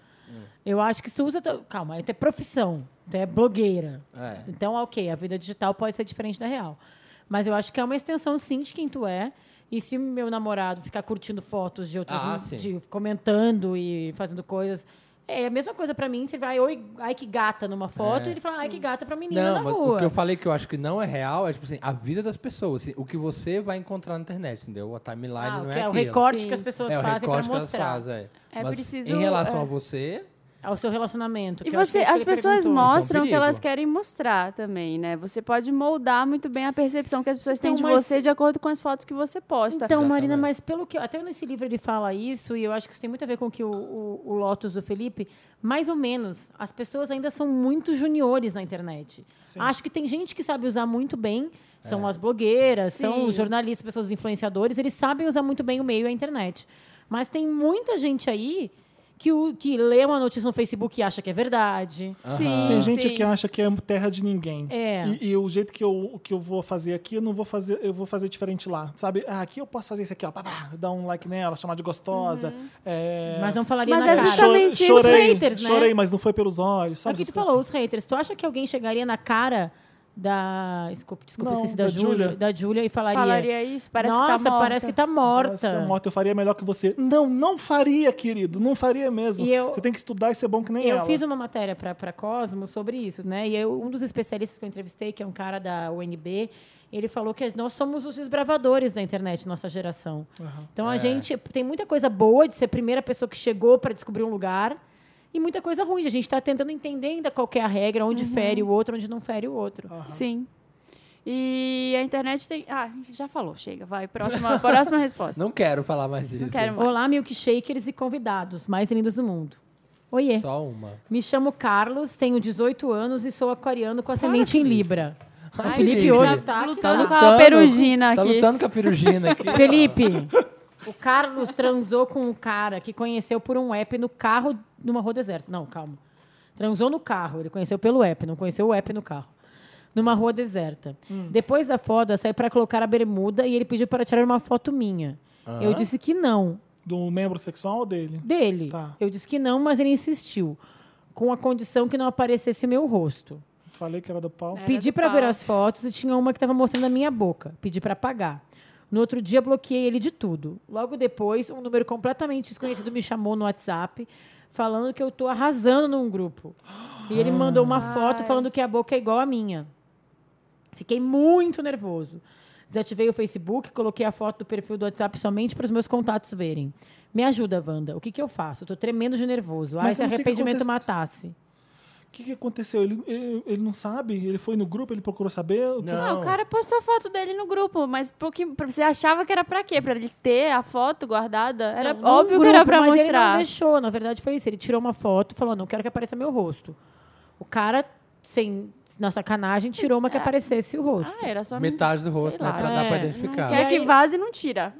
Eu acho que se usa, ta- calma, é até profissão, até blogueira.
É.
Então, ok, a vida digital pode ser diferente da real. Mas eu acho que é uma extensão sim de quem tu é. E se meu namorado ficar curtindo fotos de outras,
Ah, sim.
de- comentando e fazendo coisas, é a mesma coisa pra mim. Você vai, oi, ai que gata numa foto,
É.
e ele fala, ai que gata pra menina
Não,
na
mas
rua.
o que eu falei que eu acho que não é real é tipo assim, a vida das pessoas, assim, o que você vai encontrar na internet, entendeu? A timeline
Ah,
não
o
é
que é o
aquilo.
recorte que
Sim.
as pessoas
é, o
fazem pra
recorte que elas
mostrar
fazem, é.
É
Mas
preciso,
em relação
é.
a você,
ao É seu relacionamento.
E
que eu acho que
você,
é isso que
as
ele
pessoas
perguntou.
mostram o que
um perigo.
elas querem mostrar também, né? Você pode moldar muito bem a percepção que as pessoas têm
Então,
de
mas-
você de acordo com as fotos que você posta.
Então, Marina,
Exatamente.
mas pelo que. eu- Até nesse livro ele fala isso, e eu acho que isso tem muito a ver com o que o, o, o Lotus do Felipe. Mais ou menos, as pessoas ainda são muito juniores na internet. Acho que tem gente que sabe usar muito bem. São as blogueiras, são os
É. Sim.
jornalistas, pessoas os influenciadores, eles sabem usar muito bem o meio e a internet. Mas tem muita gente aí que, o, que lê uma notícia no Facebook e acha que é verdade.
Sim,
Tem gente
sim.
que acha que é terra de ninguém.
É.
E, e o jeito que eu, que eu vou fazer aqui, eu não vou fazer, eu vou fazer diferente lá. Sabe? Ah, aqui eu posso fazer isso aqui, ó. pá, pá, dar um like nela, chamar de gostosa. É...
Uhum. Mas não falaria
Mas
na
é
cara.
Cho-
justamente isso.
chorei,
Os haters, né?
chorei, mas não foi pelos olhos,
É
sabe?
o que
essas
tu
coisas?
falou, os haters. Tu acha que alguém chegaria na cara da. Desculpa, desculpa,
Não,
esqueci da,
da
Júlia.
Júlia.
Da Júlia e falaria.
Falaria isso? Parece
Nossa,
que tá morta.
parece que tá
Parece que
morta.
é morta, eu faria melhor que você. Não, não faria, querido. Não faria mesmo.
E eu-
Você tem que estudar e ser bom que nem
Eu
ela.
fiz uma matéria pra pra Cosmos sobre isso, né? E eu- um dos especialistas que eu entrevistei, que é um cara da UNB, ele falou que nós somos os desbravadores da internet, nossa geração. Então
É.
a gente tem muita coisa boa de ser a primeira pessoa que chegou pra descobrir um lugar e muita coisa ruim. A gente tá tentando entender ainda qual que é a regra, onde
Uhum.
fere o outro, onde não fere o outro.
Ah,
Sim. E a internet tem. Ah, já falou, chega, vai. Próxima, próxima resposta.
não quero falar mais disso.
quero mais.
Olá, milkshakers e convidados mais lindos do mundo. Oiê,
Só uma.
me chamo Carlos, tenho 18 anos e sou aquariano com ascendente em Libra.
Ai,
Felipe
Felipe.
hoje tá que
Tá
tá.
lutando com a perugina
Tá
aqui.
lutando com a perugina aqui.
Felipe, o Carlos transou com um cara que conheceu por um app no carro numa rua deserta. Não, calma. Transou no carro, ele conheceu pelo app, não conheceu o app no carro. numa rua deserta. Depois da foto, eu saí para colocar a bermuda e ele pediu para tirar uma foto minha.
Ah.
Eu disse que não.
Do membro sexual ou dele?
Dele.
Tá.
Eu disse que não, mas ele insistiu. Com a condição que não aparecesse o meu rosto.
Falei que era do pau.
Pedi para ver as fotos e tinha uma que estava mostrando a minha boca. Pedi para apagar. No outro dia, bloqueei ele de tudo. Logo depois, um número completamente desconhecido me chamou no WhatsApp, falando que eu tô arrasando num grupo. E ele
Ah.
mandou uma foto
Ai.
falando que a boca é igual à minha. Fiquei muito nervoso. Desativei o Facebook, coloquei a foto do perfil do WhatsApp somente para os meus contatos verem. Me ajuda, Wanda. O que, que eu faço? Eu tô tremendo de nervoso. Ai,
Mas
se
eu não sei o que
arrependimento
acontece-
matasse.
O que, que aconteceu? Ele, ele, ele não sabe? Ele foi no grupo, ele procurou saber?
Ah, o cara postou a foto dele no grupo, mas por que- pra- você achava que era pra quê? Pra ele ter a foto guardada? Era
Não, num
óbvio que era
Então, grupo,
pra
mas Ele não
mostrar.
deixou, na verdade foi isso. Ele tirou uma foto, falou: não quero que apareça meu rosto. O cara, sem, na sacanagem, tirou uma que aparecesse o rosto.
Ah, era só
Metade do rosto, né?
lá.
Pra dar pra
É, não
identificar.
Quer que vaze, não tira.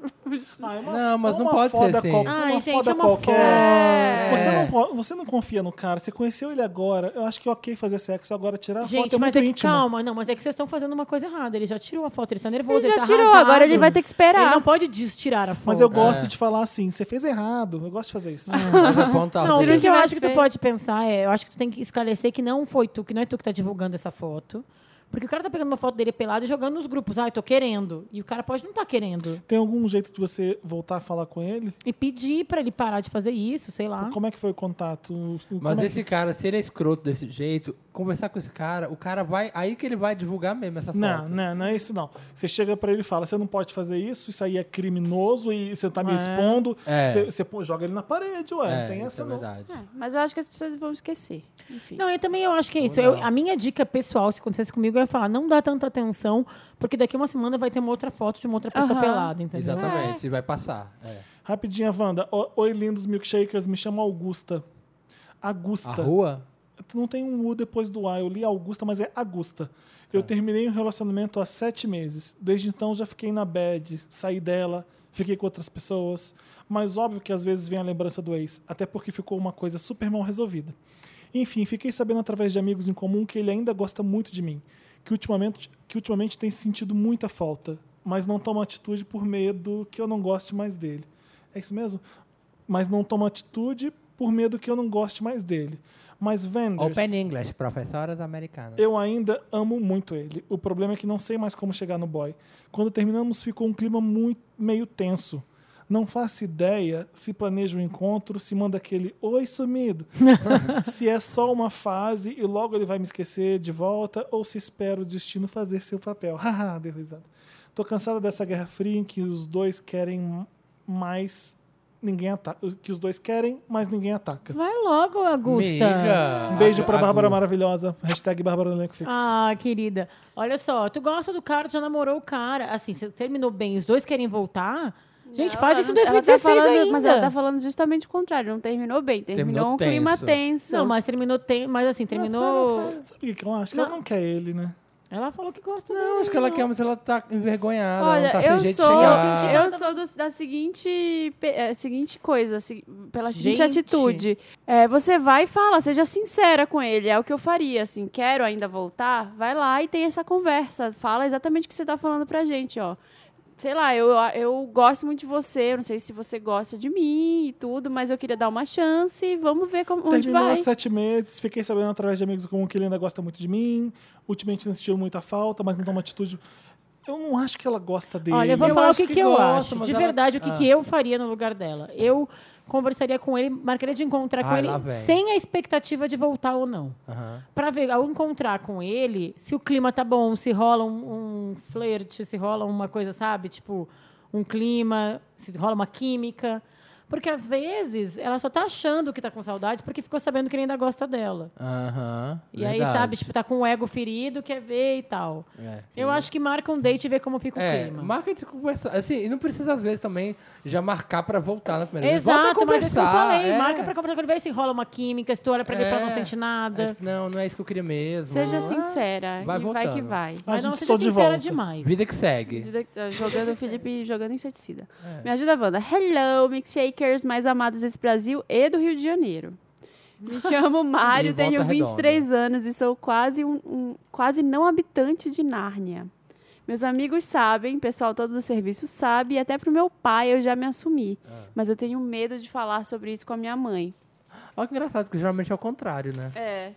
Não, mas
Ah, é Uma
não pode ser
foda
assim.
qual- uma foda
É.
qualquer. Você, não, po- você não confia no cara. Você conheceu ele agora. Eu acho que é ok fazer sexo. Agora tirar a
Gente,
foto é
mas
muito
é que,
íntimo.
calma, não, mas é que vocês estão fazendo uma coisa errada. Ele já tirou a foto, ele tá nervoso,
Ele
ele,
já
tá
tirou,
arrasado.
agora ele vai ter que esperar.
Ele não pode destirar a foto.
É.
Mas eu gosto de falar assim, você fez errado. Eu gosto de fazer isso.
Ah. Não, o que eu acho que tu pode pensar é, eu acho que tu tem que esclarecer que não foi tu, que não é tu que tá divulgando essa foto. Porque o cara tá pegando uma foto dele pelado e jogando nos grupos. Ah, eu tô querendo. E o cara pode não tá querendo.
Tem algum jeito de você voltar a falar com ele?
E pedir pra ele parar de fazer isso, sei lá.
Como é que foi o contato? O- o-
Mas
como é
esse cara, se ele é escroto desse jeito, conversar com esse cara, o cara vai. Aí que ele vai divulgar mesmo essa
que... Não,
foto.
não, não é isso não. Você chega pra ele e fala, você não pode fazer isso, isso aí é criminoso e você tá me
É.
expondo.
É.
Você, você pô- joga ele na parede, ué. não tem essa não.
É.
Mas eu acho que as pessoas vão esquecer. Enfim.
Não, eu também eu acho que é isso. Eu- a minha dica pessoal, se acontecesse comigo, eu ia falar, não dá tanta atenção, porque daqui uma semana vai ter uma outra foto de uma outra pessoa
Aham.
pelada, entendeu?
Exatamente, e vai passar. É.
Rapidinha, Wanda. O- Oi, lindos milkshakers. Me chamo Augusta. Augusta.
A rua?
Não tem um U depois do A. Eu li Augusta, mas é Augusta. Eu terminei um relacionamento há sete meses. Desde então já fiquei na bad, saí dela, fiquei com outras pessoas. Mas óbvio que às vezes vem a lembrança do ex, até porque ficou uma coisa super mal resolvida. Enfim, fiquei sabendo através de amigos em comum que ele ainda gosta muito de mim, que ultimamente, que ultimamente tem sentido muita falta, mas não toma atitude por medo que eu não goste mais dele. É isso mesmo? Mas não toma atitude por medo que eu não goste mais dele. Mas Wenders...
Open English, professoras americanas.
Eu ainda amo muito ele. O problema é que não sei mais como chegar no boy. Quando terminamos, ficou um clima muito meio tenso. Não faço ideia se planeja o encontro, se manda aquele oi sumido, se é só uma fase e logo ele vai me esquecer de volta ou se espera o destino fazer seu papel. Haha, deu risada. Tô cansada dessa guerra fria em que os dois querem mais ninguém ataca, que os dois querem, mas ninguém ataca.
É,
Vai logo, Augusta.
Um beijo pra Bárbara Maravilhosa. Hashtag Bárbara no elenco fixo.
Ah, querida. Olha só, tu gosta do cara, tu já namorou o cara. Assim, você terminou bem, os dois querem voltar. Gente,
Não,
faz
ela
isso em
não- ela tá
2016
falando-
ainda.
Mas ela tá falando justamente o contrário. Não terminou bem. Terminou, um clima tenso.
Não, mas terminou tenso. Mas assim, terminou...
Sabe o que eu acho? Que ela não quer ele, né?
Ela falou que gosta
Não, acho que ela quer, mas ela tá envergonhada.
Olha,
ela não tá
eu
sem jeito
sou,
de
eu,
chegar.
senti- eu sou do- da seguinte, pe- eh, seguinte coisa, se- pela seguinte
Gente.
atitude. É, você vai e fala, seja sincera com ele. É o que eu faria, assim, quero ainda voltar? Vai lá e tem essa conversa. Fala exatamente o que você tá falando pra gente, ó. Sei lá, eu, eu gosto muito de você, eu não sei se você gosta de mim e tudo, mas eu queria dar uma chance, vamos ver como, onde
Terminou há
vai.
sete meses, fiquei sabendo através de amigos comum que ele ainda gosta muito de mim. Ultimamente não sentiu muita falta, mas não toma atitude. Eu não acho que ela gosta dele.
Olha, eu vou falar o que, que, eu
gosta,
acho.
mas
De
ela-
verdade, o que,
Ah.
que eu faria no lugar dela. Eu conversaria com ele, marcaria de encontrar com
Ai,
ele
lá vem.
sem a expectativa de voltar ou não.
Aham.
Pra ver, ao encontrar com ele, se o clima tá bom, se rola um, um flerte, se rola uma coisa, sabe? Tipo, um clima, se rola uma química. Porque às vezes ela só tá achando que tá com saudade porque ficou sabendo que ele ainda gosta dela.
Aham.
E aí, sabe, tipo, tá com o ego ferido, quer ver e tal.
É.
Eu acho que marca um date e vê como fica o
É,
clima.
marca de conversar. Assim, e não precisa, às vezes, também já marcar pra voltar na primeira vez.
Exato,
Volta a
mas é isso que eu
conversar,
falei.
é.
Marca pra conversar com ele, vê se rola uma química, se tu olha pra ele e fala,
É.
não sente
É,
nada.
tipo, Não, não é isso que eu queria mesmo.
Seja
Ah,
assim.
sincera e vai que
voltando.
vai.
Mas não seja sincera demais.
tá Vida que segue.
Vida- Jogando o Felipe jogando inseticida.
É.
Me ajuda, Wanda. Hello, milkshakers mais amados desse Brasil e do Rio de Janeiro.
Me chamo
Em
Mário,
Volta
tenho
Redonda.
23 anos e sou quase um, um- quase não habitante de Nárnia. Meus amigos sabem, pessoal todo do serviço sabe, e até pro meu pai eu já me assumi.
Ah.
Mas eu tenho medo de falar sobre isso com a minha mãe.
Olha que engraçado, porque geralmente é o contrário, né?
É.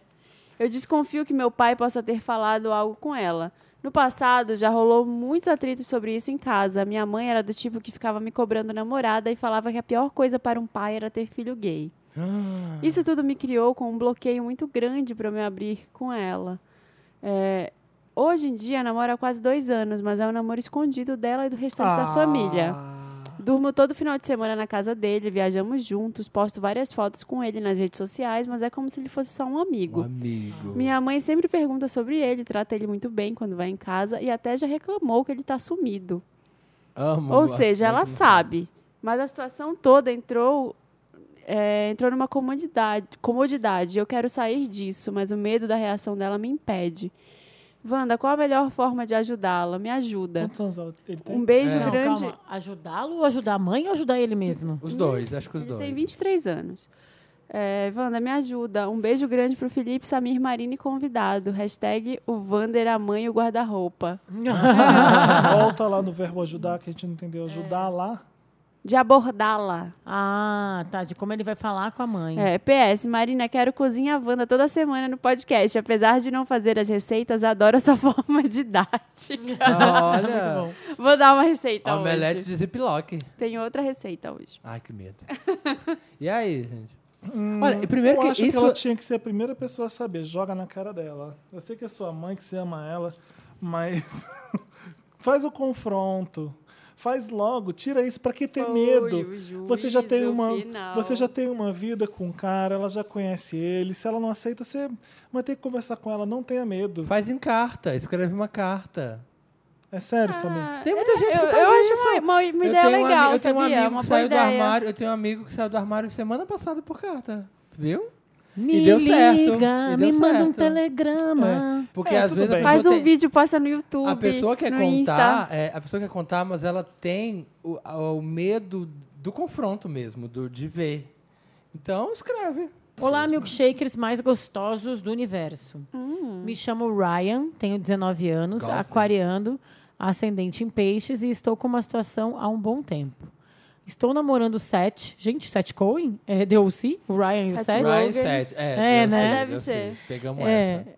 Eu desconfio que meu pai possa ter falado algo com ela. No passado, já rolou muitos atritos sobre isso em casa. Minha mãe era do tipo que ficava me cobrando namorada e falava que a pior coisa para um pai era ter filho gay.
Ah,
Isso tudo me criou com um bloqueio muito grande para eu me abrir com ela. É, hoje em dia, namoro há quase dois anos, mas é um namoro escondido dela e do restante
Ah.
da família. Durmo todo final de semana na casa dele, viajamos juntos, posto várias fotos com ele nas redes sociais, mas é como se ele fosse só um amigo.
Amigo.
Minha mãe sempre pergunta sobre ele, trata ele muito bem quando vai em casa e até já reclamou que ele tá sumido.
Amo.
Ou
a-
seja,
como é
ela
que não
sabe. Mas a situação toda entrou é, entrou numa comodidade, comodidade. Eu quero sair disso, mas o medo da reação dela me impede. Wanda, qual a melhor forma de ajudá-la? Me ajuda.
Quantos anos ela- ele tem?
Um beijo
É. Não,
grande.
Calma, ajudá-lo ou ajudar a mãe ou ajudar ele mesmo?
Os dois, acho que os
Ele
dois.
tem 23 anos. É, Wanda, me ajuda. Um beijo grande pro Felipe, Samir, Marina e convidado. Hashtag o Wander, a mãe e o guarda-roupa.
Volta lá no verbo ajudar, que a gente não
É.
entendeu. Ajudar lá.
De abordá-la.
Ah, tá. De como ele vai falar com a mãe.
É, PS, Marina, quero cozinhar a Wanda toda semana no podcast. Apesar de não fazer as receitas, adoro a sua forma didática.
Olha.
Muito
Vou dar uma receita
Omelete
hoje.
de ziplock.
Tem outra receita hoje.
Ai, que medo. E aí, gente? Olha, e primeiro
Hum,
que
eu acho
isso... é-
que ela tinha que ser a primeira pessoa a saber. Joga na cara dela. Eu sei que é sua mãe que você ama ela, mas faz o confronto. Faz logo, tira isso pra que ter
Foi
medo?
o
Você já tem
juízo
uma,
final.
você já tem uma vida com o cara, ela já conhece ele. Se ela não aceita, você vai ter que conversar com ela, não tenha medo.
Faz em carta, escreve uma carta.
É sério, Samir?
Tem muita gente
É, eu,
que faz
eu acho
isso.
uma, uma- uma ideia
eu tenho um ami-
legal,
eu tenho um amigo
sabia? uma
que
boa
saiu
ideia.
do armário. Eu tenho um amigo que saiu do armário semana passada por carta. Viu?
Me
E deu
liga,
certo, e deu
me manda um
certo.
telegrama.
Porque
É,
às
tudo
vezes
bem.
a pessoa
Faz um
tem-
vídeo, posta no YouTube,
A pessoa quer
no Insta.
contar, é, a pessoa quer contar, mas ela tem o, a- o medo do confronto mesmo, do, de ver. Então escreve.
Olá, milkshakers mais gostosos do universo. Me chamo Ryan, tenho 19 anos,
Gosta.
aquariando, ascendente em peixes e estou com uma situação há um bom tempo. Estou namorando Seth. Gente, Seth Cohen? É Deus, o Ryan e o
Seth
Seth?
Rogen.
Ryan Seth.
É,
eu sei, eu
né?
Deve
sei.
ser.
Pegamos
É,
essa.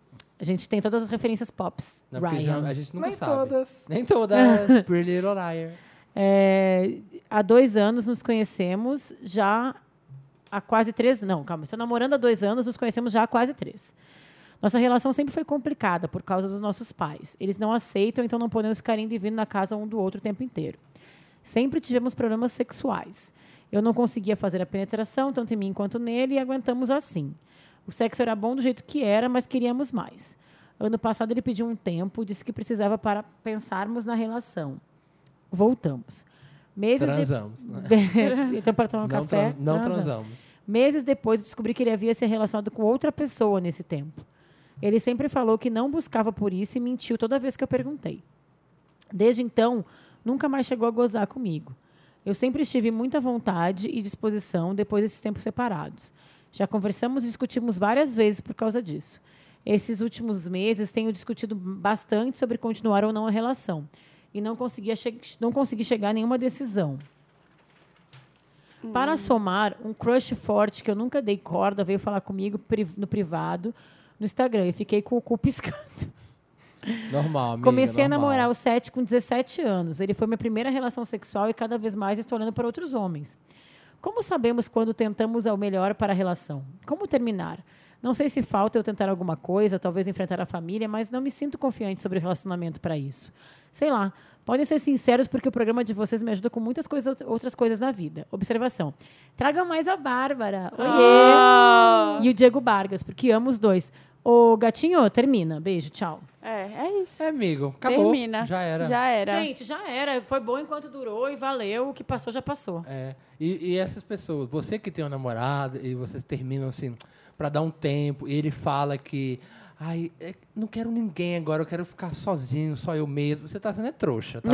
a gente tem todas as referências pops.
Não, porque já-
Ryan.
a gente nunca
Nem
sabe.
todas.
Nem todas. Pretty Little Liar.
É, há dois anos nos conhecemos, já há quase três. Não, calma, estou namorando há dois anos, nos conhecemos já há quase três. Nossa relação sempre foi complicada por causa dos nossos pais. Eles não aceitam, então não podemos ficar indo e vindo na casa um do outro o tempo inteiro. Sempre tivemos problemas sexuais. Eu não conseguia fazer a penetração, tanto em mim quanto nele, e aguentamos assim. O sexo era bom do jeito que era, mas queríamos mais. Ano passado ele pediu um tempo, disse que precisava para pensarmos na relação. Voltamos. Meses de-
Transamos. né?
então, para tomar um
Não,
café.
tran- não
transa.
transamos.
Meses depois, eu descobri que ele havia se relacionado com outra pessoa nesse tempo. Ele sempre falou que não buscava por isso e mentiu toda vez que eu perguntei. Desde então, nunca mais chegou a gozar comigo. Eu sempre estive muita vontade e disposição depois desses tempos separados. Já conversamos e discutimos várias vezes por causa disso. Esses últimos meses tenho discutido bastante sobre continuar ou não a relação e não conseguia che- não consegui chegar a nenhuma decisão. Para somar, um crush forte que eu nunca dei corda veio falar comigo pri- no privado, no Instagram, e fiquei com o cu piscando.
Normal, amiga,
Comecei a
normal.
namorar o Seth com 17 anos. Ele foi minha primeira relação sexual e cada vez mais estou olhando para outros homens. Como sabemos quando tentamos ao melhor para a relação? Como terminar? Não sei se falta eu tentar alguma coisa, talvez enfrentar a família, mas não me sinto confiante sobre o relacionamento para isso. Sei lá. Podem ser sinceros porque o programa de vocês me ajuda com muitas coisas, outras coisas na vida. Observação. Tragam mais a Bárbara. Oiê!
Ah!
E o Diego Vargas, porque amo os dois. Ô, gatinho, termina. Beijo, tchau.
É, é isso.
É, amigo. Acabou.
Termina.
Já era.
Já era.
Gente, já era. Foi bom enquanto durou e valeu. O que passou, já passou.
É, e, e essas pessoas, você que tem um namorado e vocês terminam assim, pra dar um tempo, e ele fala que, ai, é, não quero ninguém agora, eu quero ficar sozinho, só eu mesmo. Você tá sendo é trouxa, tá?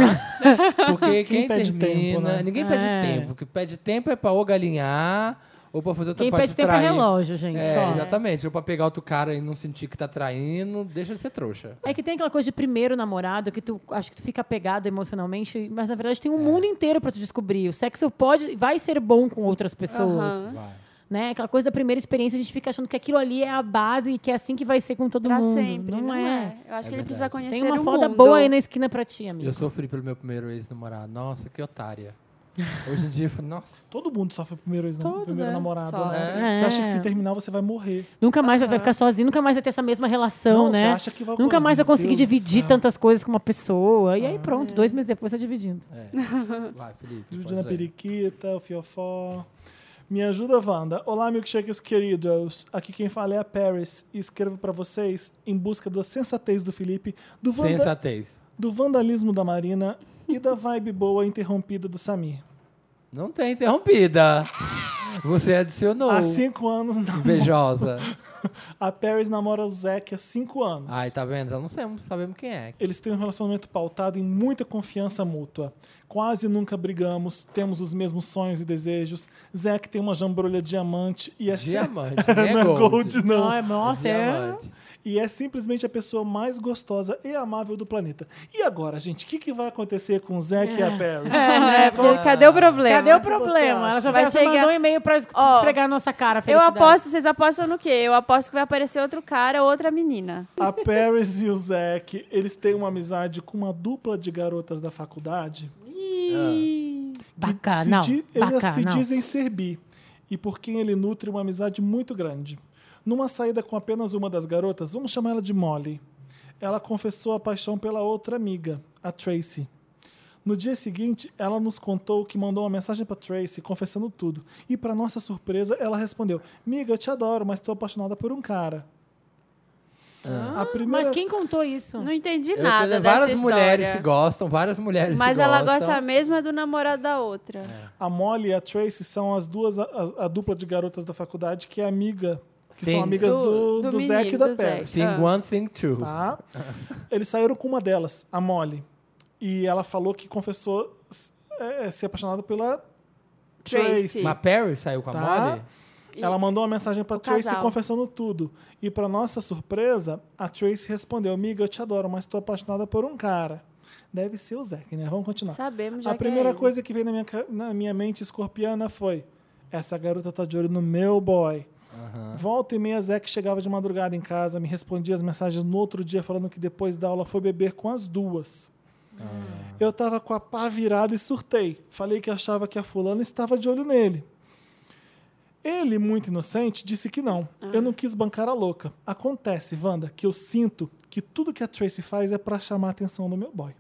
Porque quem,
pede
termina,
tempo, né?
ninguém pede
É.
tempo. O que pede tempo é pra ou galinhar ou pra fazer outra
Quem
parte
perde
de
tempo é
trair.
relógio, gente,
É,
só. né?
Exatamente. Ou pra pegar outro cara e não sentir que tá traindo, deixa de ser trouxa.
É que tem aquela coisa de primeiro namorado que tu acho que tu fica apegado emocionalmente, mas na verdade
É.
tem um mundo inteiro pra tu descobrir. O sexo pode vai ser bom com outras pessoas.
Aham. Vai.
Né? Aquela coisa da primeira experiência, a gente fica achando que aquilo ali é a base e que é assim que vai ser com todo
Pra
mundo.
sempre,
não,
não
é.
é. Eu
É
acho que ele precisa
verdade.
conhecer
Tem uma
o
foda
mundo.
boa aí na esquina pra ti, amigo.
Eu sofri pelo meu primeiro ex-namorado. Nossa, que otária. Hoje em dia, eu falo, nossa.
Todo mundo sofre o primeiro, ex-
Todo,
primeiro
né?
namorado,
Sofre.
né?
É.
Você acha que se terminar, você vai morrer.
Nunca mais vai ficar sozinho, nunca mais vai ter essa mesma relação,
Não,
né?
você acha que vai-
nunca mais vai
Meu
conseguir
Deus do
dividir
céu.
tantas coisas com uma pessoa. E aí pronto, dois meses depois tá dividindo.
É. Vai, Felipe.
Juliana
pode ir.
Periquita, o Fiofó. Me ajuda, Wanda. Olá, milkshakers queridos. Aqui quem fala é a Paris e escrevo pra vocês em busca da sensatez do Felipe, do, vanda-
Sensatez.
do vandalismo da Marina e da vibe boa interrompida do Samir.
Não tem interrompida. Você adicionou.
Há cinco anos namoro.
Invejosa.
A Paris namora o Zac há cinco anos.
Ai, tá vendo? Já não sabemos, sabemos quem é.
Eles têm um relacionamento pautado em muita confiança mútua. Quase nunca brigamos, temos os mesmos sonhos e desejos. Zack tem uma jambrolha diamante e é sim-
Diamante, não é
não
gold.
não.
Ai, nossa, é- Diamante.
E é simplesmente a pessoa mais gostosa e amável do planeta. E agora, gente, o que, que vai acontecer com o Zack e a Paris?
É, né? Porque cadê o problema?
Cadê o
O que
problema?
você
Ela
acha?
já vai
Vai
chegar...
chegar-
mandou um e-mail pra es-
Ó,
esfregar a nossa cara.
Eu
felicidade.
Ah.
aposto, vocês apostam no quê? Eu aposto que vai aparecer outro cara, outra menina.
A Paris e o Zack, eles têm uma amizade com uma dupla de garotas da faculdade.
Bacana,
se
não.
di-
Bacana,
elas se
não.
dizem ser bi, e por quem ele nutre uma amizade muito grande. Numa saída com apenas uma das garotas, vamos chamar ela de Molly, ela confessou a paixão pela outra amiga, a Tracy. No dia seguinte, ela nos contou que mandou uma mensagem para Tracy confessando tudo. E para nossa surpresa, ela respondeu: "Miga, eu te adoro, mas estou apaixonada por um cara."
Ah, Mas quem contou isso?
Não entendi
Eu-
nada dessa
várias mulheres se
história.
gostam, várias mulheres
Mas
se
ela
gostam.
gosta mesmo é do namorado da outra.
A Molly e a Tracy são as duas, a, a- a dupla de garotas da faculdade que é amiga, que
Sim.
são amigas do,
Do-
do,
do
Zack e
menino,
da
do
Paris.
Thing one, thing two.
Tá? Eles saíram com uma delas, a Molly. E ela falou que confessou é, ser apaixonada pela Tracy.
Tracy. Mas Perry saiu com a
Tá.
Molly?
Ela mandou uma mensagem pra
O
Tracy
casal.
confessando tudo. E pra nossa surpresa, a Tracy respondeu: Amiga, eu te adoro, mas tô apaixonada por um cara. Deve ser o Zack, né? Vamos continuar.
Sabemos já
A
que é
primeira
ele.
coisa que veio na minha, ca- na minha mente escorpiana foi: Essa garota tá de olho no meu boy. Volta e meia, Zack chegava de madrugada em casa, me respondia as mensagens no outro dia falando que depois da aula foi beber com as duas. Eu tava com a pá virada e surtei. Falei que achava que a fulana estava de olho nele. Ele, muito inocente, disse que não.
Ah.
Eu não quis bancar a louca. Acontece, Wanda, que eu sinto que tudo que a Tracy faz é pra chamar a atenção do meu boy.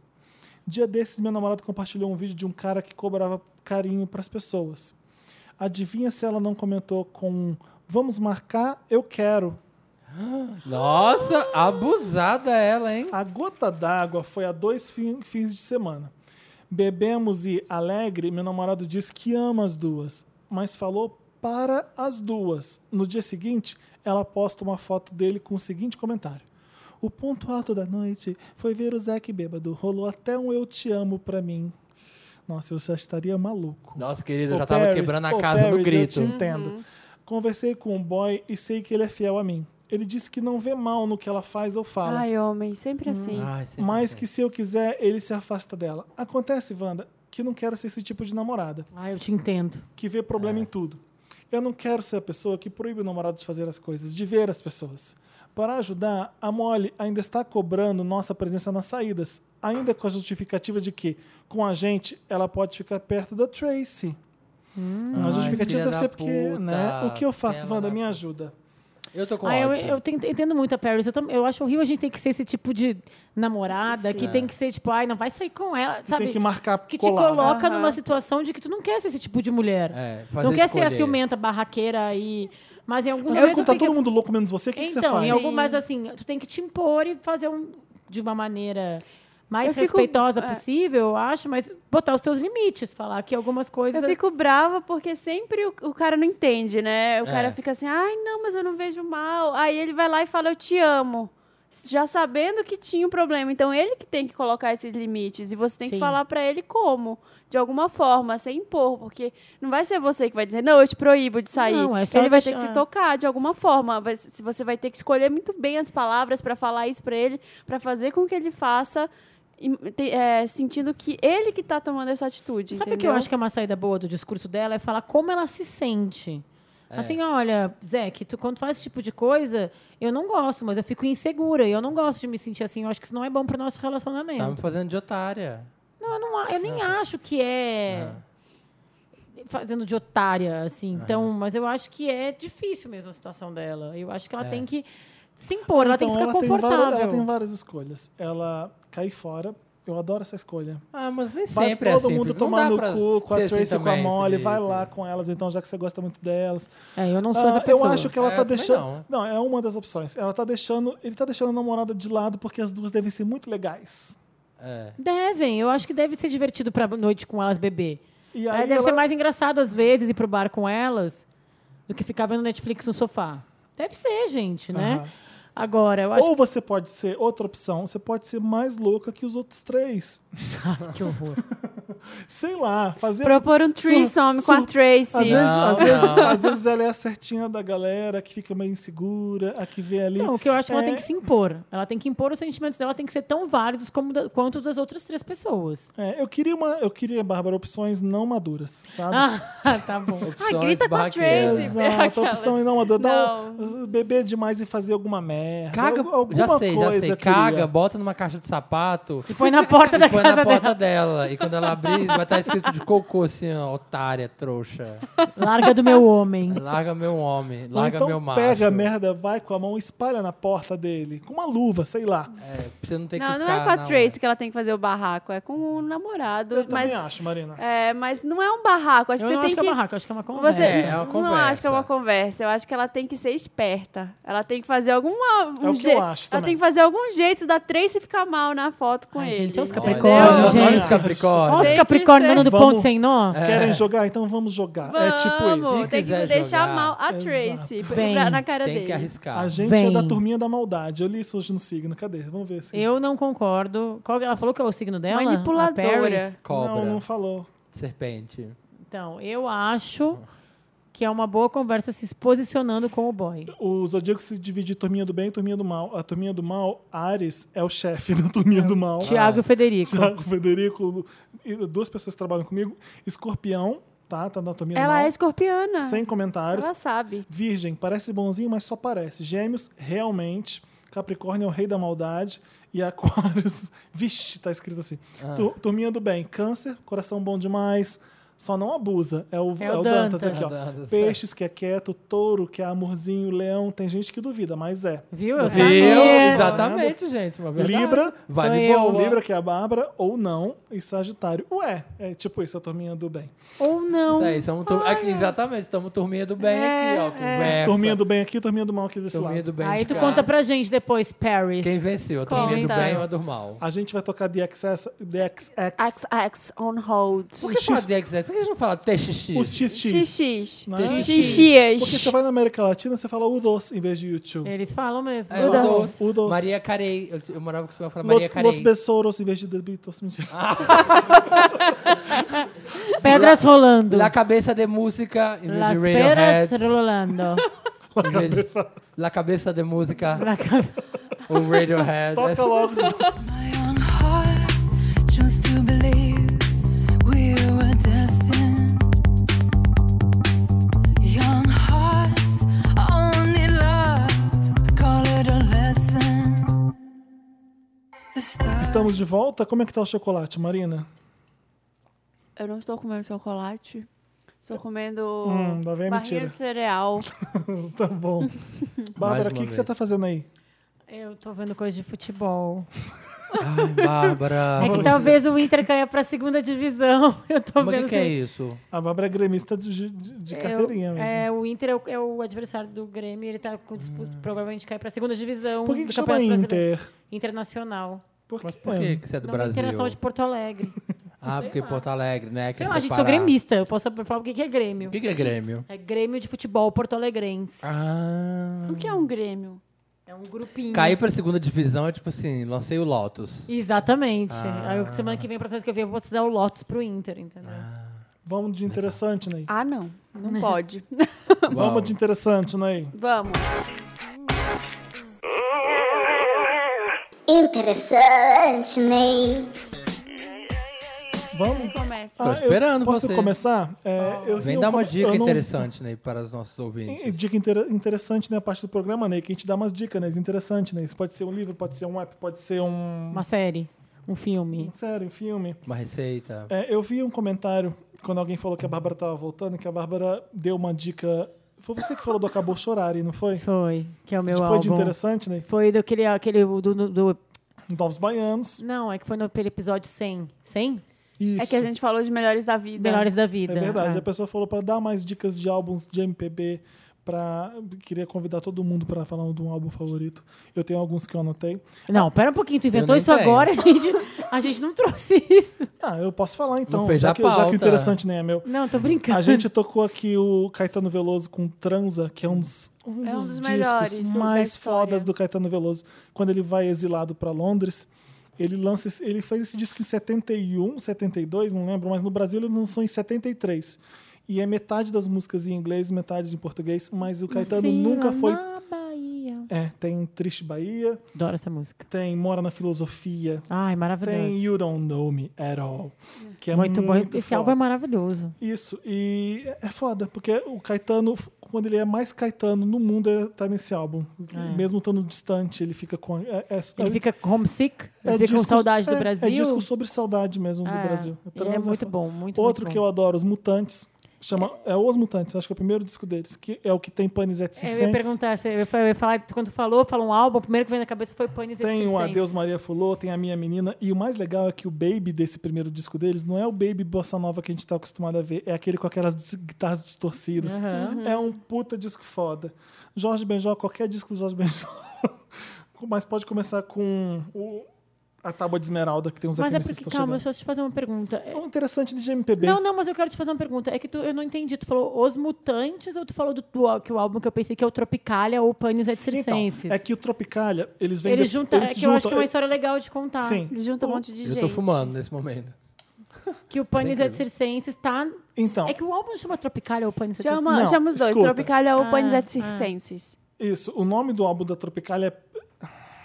Dia desses, meu namorado compartilhou um vídeo de um cara que cobrava carinho pras pessoas. Adivinha se ela não comentou com um, vamos marcar, eu quero.
Nossa, abusada ela, hein?
A gota d'água foi há dois fin- fins de semana. Bebemos e, alegre, meu namorado diz que ama as duas, mas falou para as duas. No dia seguinte, ela posta uma foto dele com o seguinte comentário. O ponto alto da noite foi ver o Zac bêbado. Rolou até um eu te amo pra mim. Nossa, eu já estaria maluco.
Nossa, querida, eu
Ô,
já tava
Paris,
quebrando a
ô,
casa no
Paris,
grito.
Eu te entendo. Conversei com um boy e sei que ele é fiel a mim. Ele disse que não vê mal no que é ela faz ou fala.
Ai, homem, sempre
Ah,
assim.
mas que se eu quiser, ele se afasta dela. Acontece, Wanda, que não quero ser esse tipo de namorada.
Ah, eu te entendo.
Que vê
É.
problema em tudo. Eu não quero ser a pessoa que proíbe o namorado de fazer as coisas, de ver as pessoas. Para ajudar, a Molly ainda está cobrando nossa presença nas saídas, ainda com a justificativa de que, com a gente, ela pode ficar perto da Tracy. a
Hum. Ai,
justificativa
filha
deve
da
ser porque,
puta.
né? O que eu faço,
Ela
Wanda?
na-
Me ajuda.
Eu tô com
Ah, eu,
ódio.
eu tento- entendo muito a Paris. Eu, tam- eu acho horrível a gente ter que ser esse tipo de namorada que
É.
tem que ser, tipo, ai, não vai sair com ela, sabe?
que marcar
Que te
colar, né?
coloca
Aham.
numa situação de que tu não quer ser esse tipo de mulher.
É,
não
fazer
quer ser a
escolher.
ciumenta, barraqueira e... Mas em alguns
Mas
momentos
aí,
tu
quando tá
tem que-
todo mundo louco menos você, o que, que você
Então,
faz?
em algum, mas assim, tu tem que te impor e fazer um, de uma maneira mais
Eu fico-
respeitosa
é.
possível, eu acho, mas botar os teus limites, falar que algumas coisas...
Eu fico brava porque sempre o, o cara não entende, né? O
É.
cara fica assim, ai, não, mas eu não vejo mal. Aí ele vai lá e fala, eu te amo. Já sabendo que tinha um problema. Então ele que tem que colocar esses limites. E você tem
Sim.
que falar pra ele como. de alguma forma, sem impor, porque não vai ser você que vai dizer, não, eu te proíbo de sair.
Não, é só
ele vai ter
deixar-
que se tocar de alguma forma. Vai- se- Você vai ter que escolher muito bem as palavras para falar isso para ele, para fazer com que ele faça. im- te- é, sentindo que ele que tá tomando essa atitude.
Sabe o que eu acho que é uma saída boa do discurso dela? É falar como ela se sente.
É.
Assim, olha, Zé, que tu, quando faz esse tipo de coisa, eu não gosto, mas eu fico insegura e eu não gosto de me sentir assim. Eu acho que isso não é bom pro nosso
Tá me
relacionamento.
fazendo de otária.
Não, eu, não, a- eu
Ah,
nem
tá.
acho que é fazendo de otária, assim.
Ah,
Então, mas eu acho que é difícil mesmo a situação dela. Eu acho que ela
É.
tem que se impor, ela tem que
Então,
ficar
ela tem várias-
confortável.
ela tem várias escolhas. Ela cai fora. Eu adoro essa escolha.
Ah, mas nem
Vai
sempre é
todo
assim,
mundo
Felipe. Não
tomar
dá
no
pra
cu com a
ser assim
Tracy com a
também,
Molly. Vai
Felipe.
lá com elas, então, já que você gosta muito delas.
É, eu não sou
Ah,
essa pessoa.
Eu acho que ela
É,
tá
eu também
deixando.
não.
Não. é uma das opções. Ela tá deixando. Ele tá deixando a namorada de lado porque as duas devem ser muito legais.
É.
Devem, eu acho que deve ser divertido pra noite com elas beber.
E
É,
aí
deve
ela-
ser mais engraçado, às vezes, ir pro bar com elas do que ficar vendo Netflix no sofá. Deve ser, gente, né?
Aham.
Agora, eu acho
Ou você pode ser outra opção, você pode ser mais louca que os outros três.
Ah, que horror.
Sei lá, fazer.
Propor um threesome com a Tracy.
Às vezes,
Não,
às, vezes,
não.
às vezes ela é a certinha da galera, que fica meio insegura, a que vê ali.
Não, o que eu acho que ela tem
É,
que se impor. Ela tem que impor os sentimentos dela, tem que ser tão válidos como da- quanto os das outras três pessoas.
é, eu queria uma, eu queria Bárbara opções não maduras, sabe?
Ah, tá bom.
Ah, grita com a Trace.
Exato, a opção
Aquelas.
e não madura. Dá um- beber demais e fazer alguma merda.
Caga,
al- alguma
já sei, já
coisa
sei.
eu
Caga,
queria.
bota numa caixa de sapato. E
põe na porta da
põe
casa
na porta dela. E quando ela abrir, vai estar escrito de cocô assim, ó, otária, trouxa.
Larga do meu homem.
Larga meu homem,
Ou
larga
então
meu macho.
pega a merda, vai com a mão, espalha na porta dele, com uma luva, sei lá.
É, você não tem
Não, não é com a Tracy que ela tem que fazer o barraco, é com o namorado.
Eu também
mas,
acho, Marina.
É, mas não é um barraco. Acho
Eu
que você
não
tem
acho que
que...
é barraco, eu acho que é uma conversa.
Você-
É, é uma
Não
conversa.
acho que é uma conversa. Eu acho que ela tem que ser esperta. Ela tem que fazer alguma...
É
Um
que eu
je-
acho
Ela
também.
tem que fazer algum jeito da Tracy ficar mal na foto com ele.
Gente, olha os
entendeu?
Capricórnio, gente.
Olha os Capricórnio.
Olha os
Tem que
Capricórnio
ser.
dando
Vamos-
ponto sem nó.
Querem jogar? Então vamos jogar. é tipo
Vamos,
isso.
tem que deixar mal a Tracy pra-
Vem.
pra- na cara
Tem que
dele.
arriscar.
A gente é
Vem.
da turminha da maldade. Eu li isso hoje no signo. Cadê? Vamos ver. Assim.
Eu não concordo. Qual que ela falou que é o signo dela?
Manipuladora.
A Paris?
Cobra.
Não, não falou.
Serpente.
Então, eu acho que é uma boa conversa se posicionando com o boy.
O Zodíaco se divide em turminha do bem e turminha do mal. A turminha do mal, Ares, é o chefe da turminha do mal.
Tiago e Federico.
Tiago Federico, e duas pessoas que trabalham comigo. Escorpião, tá? Tá na turminha do
Ela
mal.
é escorpiana.
Sem comentários.
Ela sabe.
Virgem, parece bonzinho, mas só parece. Gêmeos, realmente. Capricórnio é o rei da maldade. E Aquários, vixe, tá escrito assim.
Ah.
Tu- Turminha do bem, câncer, coração bom demais. Só não abusa. É o,
É
é
o
o Dantas,
Dantas.
aqui, ó.
É o Dantas.
Peixes que é quieto, touro que é amorzinho, leão. Tem gente que duvida, mas é.
Viu?
Eu
Tá vendo?
sabia.
é
Tá
Exatamente,
vendo?
gente, uma É verdade.
Libra,
Vale Sou eu. boa.
Libra que é a Bárbara, ou não. E Sagitário, ué. É tipo isso, a turminha do bem.
Ou não.
Isso aí, somos tur- É, aqui, exatamente, estamos turminha do bem aqui, ó. Conversa.
Turminha do bem aqui, turminha do mal aqui desse
Turminha
lado.
do bem
É, Aí tu conta pra gente depois, Paris.
Quem venceu, a turminha do
Conta.
bem ou a do mal?
A gente vai tocar The XS. The XX.
XX on hold.
Por que fala DXX? Por que a gente não fala TXX?
Os XX.
XX.
né?
Xixias.
Porque você vai na América Latina, você fala Udos em vez de YouTube.
Eles falam mesmo.
É,
Udos.
o
Udos.
do- Maria Carey. Eu, eu morava com você, eu falava
Los,
Maria Carey. Ah,
Los Besouros em vez de The Beatles. Mentira.
Pedras rolando.
La cabeça de música em vez
Las
de
peras
Radiohead.
rolando.
Em vez de- La cabeça de música.
La cabe-
O Radiohead.
Toca logo.
Chose to believe we were destined. Young hearts only love. Call it a lesson. The stars.
Estamos de volta. Como é que tá o chocolate, Marina?
Eu não estou comendo chocolate. Estou comendo
Hum, lá vem a
barrinha
mentira.
de cereal.
tá bom. Bárbara,
uma
o que, que
vez.
você tá fazendo aí?
Eu tô vendo coisa de futebol.
Ah,
Bárbara.
É que talvez o Inter caia pra segunda divisão. Eu tô
Mas o
vendo
que, que é
assim.
isso?
A Bárbara é gremista de, de, de
Eu-
carteirinha mesmo.
É, o Inter é o, é o adversário do Grêmio, ele tá com disputa, provavelmente cai pra segunda divisão
Ah. Por que
do
que
Campeonato
chama
Brasileiro.
Inter?
Internacional.
Por
Mas por que, que você é do
Não,
Brasil?
Internacional de Porto Alegre.
Ah, porque Porto Alegre, né? que
Sei
é
lá, gente, sou
separado.
gremista. Eu posso falar o que que é Grêmio.
O que, que é Grêmio?
É Grêmio de futebol porto-alegrense.
Ah.
O que é um Grêmio?
É um grupinho.
Cair pra segunda divisão é tipo assim, lancei o Lotus.
Exatamente.
Ah.
Aí, semana que vem, o processo que eu vi, eu vou dar o Lotus pro Inter, entendeu?
Ah.
Vamos de interessante, Ney.
Ah, não. Não pode.
Vamos de interessante, Ney.
Vamos.
Interessante, Ney.
Vamos? Ah,
Começa.
Tô esperando
eu, Posso
você.
começar? É, eu vi
Vem
um
dar uma
come-
dica
eu não-
interessante, né, para os nossos ouvintes.
E- Dica inter- interessante, né? A parte do programa, Ney, que a gente dá umas dicas, né? Interessante, né? Isso pode ser um livro, pode ser um app, pode ser um...
Uma série, um filme.
série, um filme.
Uma receita.
É, eu vi um comentário quando alguém falou que a Bárbara estava voltando, que a Bárbara deu uma dica. Foi você que falou do Acabou Chorari, não foi?
Foi, que é o meu
Foi de
álbum.
interessante, né?
Foi daquele, aquele, do, do, do-
Novos Baianos.
Não, é que foi no pelo episódio 100. 100?
Isso.
É que a gente falou de Melhores da Vida.
Melhores da Vida.
É verdade.
Ah.
A pessoa falou para dar mais dicas de álbuns de MPB. Pra... Queria convidar todo mundo para falar de um álbum favorito. Eu tenho alguns que eu anotei.
Não, pera um pouquinho, tu inventou isso agora, a gente, a gente não trouxe isso.
Ah, eu posso falar então.
Não fez
já,
a
que, já que
pauta.
o interessante nem é meu.
Não, tô brincando.
A gente tocou aqui o Caetano Veloso com Transa, que é um dos, um
É um
dos
dos melhores
discos
do- da
mais
história.
fodas do Caetano Veloso. Quando ele vai exilado para Londres, ele lança esse- ele fez esse disco em 71, 72, não lembro, mas no Brasil ele lançou em 73. E é metade das músicas em inglês, metade em português, mas o Caetano tá nunca foi é, tem Triste Bahia.
Adoro essa música.
Tem Mora na Filosofia.
Ai, maravilhoso.
Tem You Don't Know Me At All. Que é
muito,
muito,
bom. Esse álbum é maravilhoso.
Isso, e é foda, porque o Caetano, quando ele é mais Caetano no mundo, ele tá nesse álbum.
É.
Mesmo estando distante, ele fica com. É, é-
Ele
é-
fica homesick,
é
ele fica com
disco-
saudade
é-
do Brasil.
É disco sobre saudade mesmo do
É,
Brasil. O
ele é
Trans
muito
fo-
bom, muito,
Outro
muito
que
bom.
eu adoro, Os Mutantes. Chama, é Os Mutantes, acho que é o primeiro disco deles, que é o que tem Panisette
Eu
Circense.
ia perguntar, se- eu ia fa- eu ia falar, quando tu falou, falou um álbum, o primeiro que veio na cabeça foi Panis
Tem um
Existence.
o Adeus Maria Fulô, tem a Minha Menina. E o mais legal é que o baby desse primeiro disco deles não é o baby bossa nova que a gente tá acostumado a ver. É aquele com aquelas dis- guitarras distorcidas.
Aham. Uhum.
É um puta disco foda. Jorge Benjó, qualquer disco do Jorge Benjó. Mas pode começar com o- a Tábua de Esmeralda, que tem uns
Mas é
alquimistas
porque,
que estão
calma, eu
chegando.
só te fazer uma pergunta. É
um interessante de MPB.
Não, não, mas eu quero te fazer uma pergunta. É que tu, eu não entendi. Tu falou Os Mutantes ou tu falou do, do- que o álbum que eu pensei que é o Tropicalia ou Panis et Circenses?
Então, é que o Tropicalia, eles vêm...
Eles
de-
juntam,
eles
é que
juntam-
eu acho que é uma história legal de contar.
Sim. Eles juntam um monte
de
Eu tô fumando nesse momento.
Que o Panis
Tá
et
incrível.
Circenses tá...
Então.
É que o álbum chama Tropicalia ou Panis et
Chama-
Circenses?
chama os dois, escuta. Tropicalia ou Panis et
Circenses.
Isso, o nome do álbum da Tropicalia é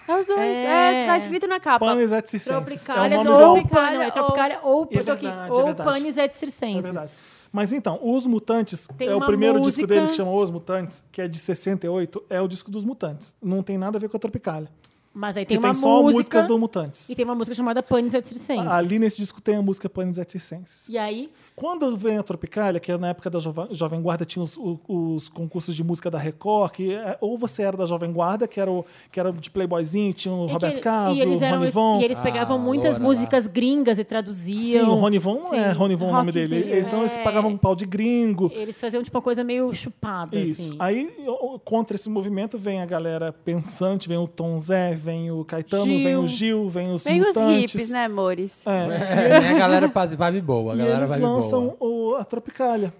É os dois.
É.
É, tá escrito na capa.
Panis et Circenses. É o
Tropicália
nome do
ou
álbum.
Pan, não, é Tropicália ou
É
porque-
verdade, é
ou
verdade.
Panis et
É
Circenses.
verdade. Mas então, Os Mutantes
Tem
é o
uma
primeiro
música-
disco deles, chama Os Mutantes, que é de 68, é o disco dos Mutantes. Não tem nada a ver com a Tropicália.
Mas aí
Que
tem uma
tem só
música,
músicas do Mutantes.
E tem uma música chamada Panis et Circenses.
Ali nesse disco tem a música Panis et Circenses.
E aí, é
Quando vem a Tropicália, que é na época da Jova- Jovem Guarda tinha os, o- os concursos de música da Record, que é- ou você era da Jovem Guarda, que era, o, que era de playboyzinho, tinha o
É que
Roberto
ele-
Carlos,
e eles
o
eram-
Rony Von.
E eles pegavam muitas músicas gringas e
Sim,
traduziam.
o Rony Von é
Sim,
Rony Von o nome dele.
rockzinho.
Então eles
É.
pagavam um pau de gringo.
Eles faziam tipo uma coisa meio chupada,
Isso.
assim.
Aí, o- o- contra esse movimento, vem a galera pensante, vem o Tom Zé, vem o Caetano,
Gil.
vem o Gil, vem os
Vem os
mutantes.
hippies, né, amores?
É.
É, né, a galera faz vibe boa, a
E
galera
eles
vibe boa.
lançam um o- a Tropicália.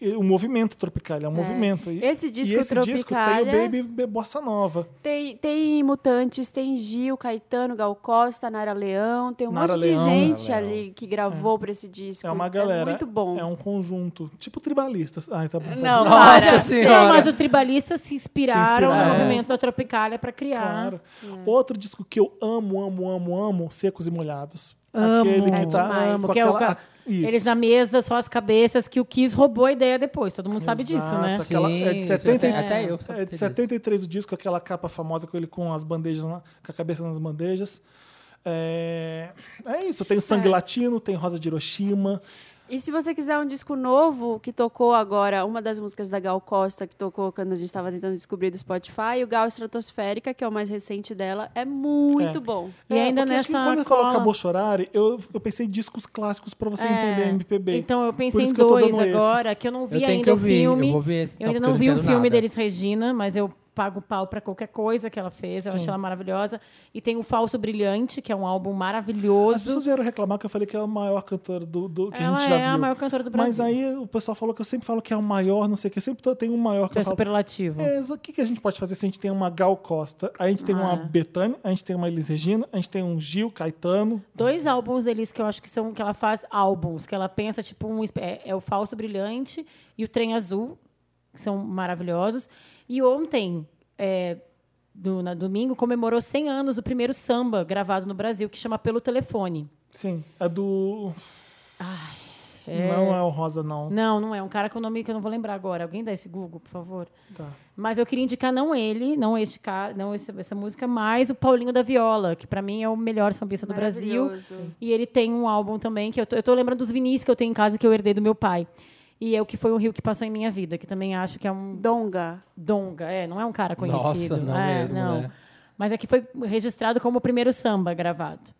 E O movimento Tropicália, é um
É.
movimento. E-
Esse disco
e esse disco tem o
Tropicália-
Baby Be- Bossa Nova. É
Tem, tem Mutantes, tem Gil, Caetano, Gal Costa, Nara Leão. Tem um
Nara
monte
Leão.
de gente
Nara
ali que gravou pra esse disco.
É uma galera.
muito bom.
É um conjunto. Tipo tribalistas. Ai, tá bom. tá
Não,
bom.
Nossa para.
assim,
Não, mas os tribalistas se inspiraram,
Se inspiraram.
no movimento da Tropicália pra criar.
Claro. Outro disco que eu amo, amo, amo, amo, Secos e Molhados.
Amo,
Aquele que
é
tá
demais.
com
Que é o
aquela-
ca-
a- isso.
Eles na mesa, só as cabeças, que o Kiss roubou a ideia depois. Todo mundo sabe
Exato,
disso, né?
aquela- é de 70,
até- até eu
É de 73 o disco, aquela capa famosa com ele com as bandejas, na- com a cabeça nas bandejas. É, é isso, tem o Sangue
É.
Latino, tem Rosa de Hiroshima.
E se você quiser um disco novo, que tocou agora uma das músicas da Gal Costa, que tocou quando a gente estava tentando descobrir do Spotify, o Gal Estratosférica, que é o mais recente dela, é muito
É.
bom.
É, porque acho que quando eu falo acabou chorare, eu, eu pensei em discos clássicos pra você
É.
entender MPB.
Então eu
Por
pensei em
isso que eu tô
dois
dando esses.
agora, que eu não vi
Eu tenho
ainda
que
o
ouvir, eu
filme.
vou ver esse,
Eu
não, porque eu
ainda não
não
vi o
entendo nada.
filme deles Regina, mas eu pago pau pra qualquer coisa que ela fez. Eu
Sim.
achei ela maravilhosa. E tem o Falso Brilhante, que é um álbum
As pessoas
maravilhoso.
vieram reclamar que eu falei que é a maior cantora do, do- que
Ela
a gente já
é a
viu.
maior cantora do
Mas
Brasil.
aí o pessoal falou que eu sempre falo que é o maior, não sei o que. Sempre tô- tem um maior que
É
eu falo.
superlativo.
É, mas o que, que a gente pode fazer se a gente tem uma Gal Costa, a gente tem uma
Ah.
Betânia, a gente tem uma Elis Regina, a gente tem um Gil, Caetano.
Dois álbuns deles que eu acho que são que ela faz álbuns, que ela pensa tipo um espe- é, é o Falso Brilhante e o Trem Azul, que são maravilhosos. E ontem, é, do, na domingo, comemorou 100 anos o primeiro samba gravado no Brasil, que chama Pelo Telefone.
Sim, é do.
é-
Não é o Rosa, não.
Não, não é. Um cara com o nome que eu não vou lembrar agora. Alguém dá esse Google, por favor?
Tá.
Mas eu queria indicar não ele, não este cara, não esse- essa música, mas o Paulinho da Viola, que pra mim é o melhor sambista do Brasil.
Maravilhoso. Sim.
E ele tem um álbum também que eu tô, eu tô lembrando dos vinis que eu tenho em casa que eu herdei do meu pai. E é o que foi um rio que passou em minha vida, que também acho que é um
donga.
Donga, é, não é um cara
Nossa,
conhecido,
não
é,
mesmo,
não.
né?
Mas é que foi registrado como o primeiro samba gravado.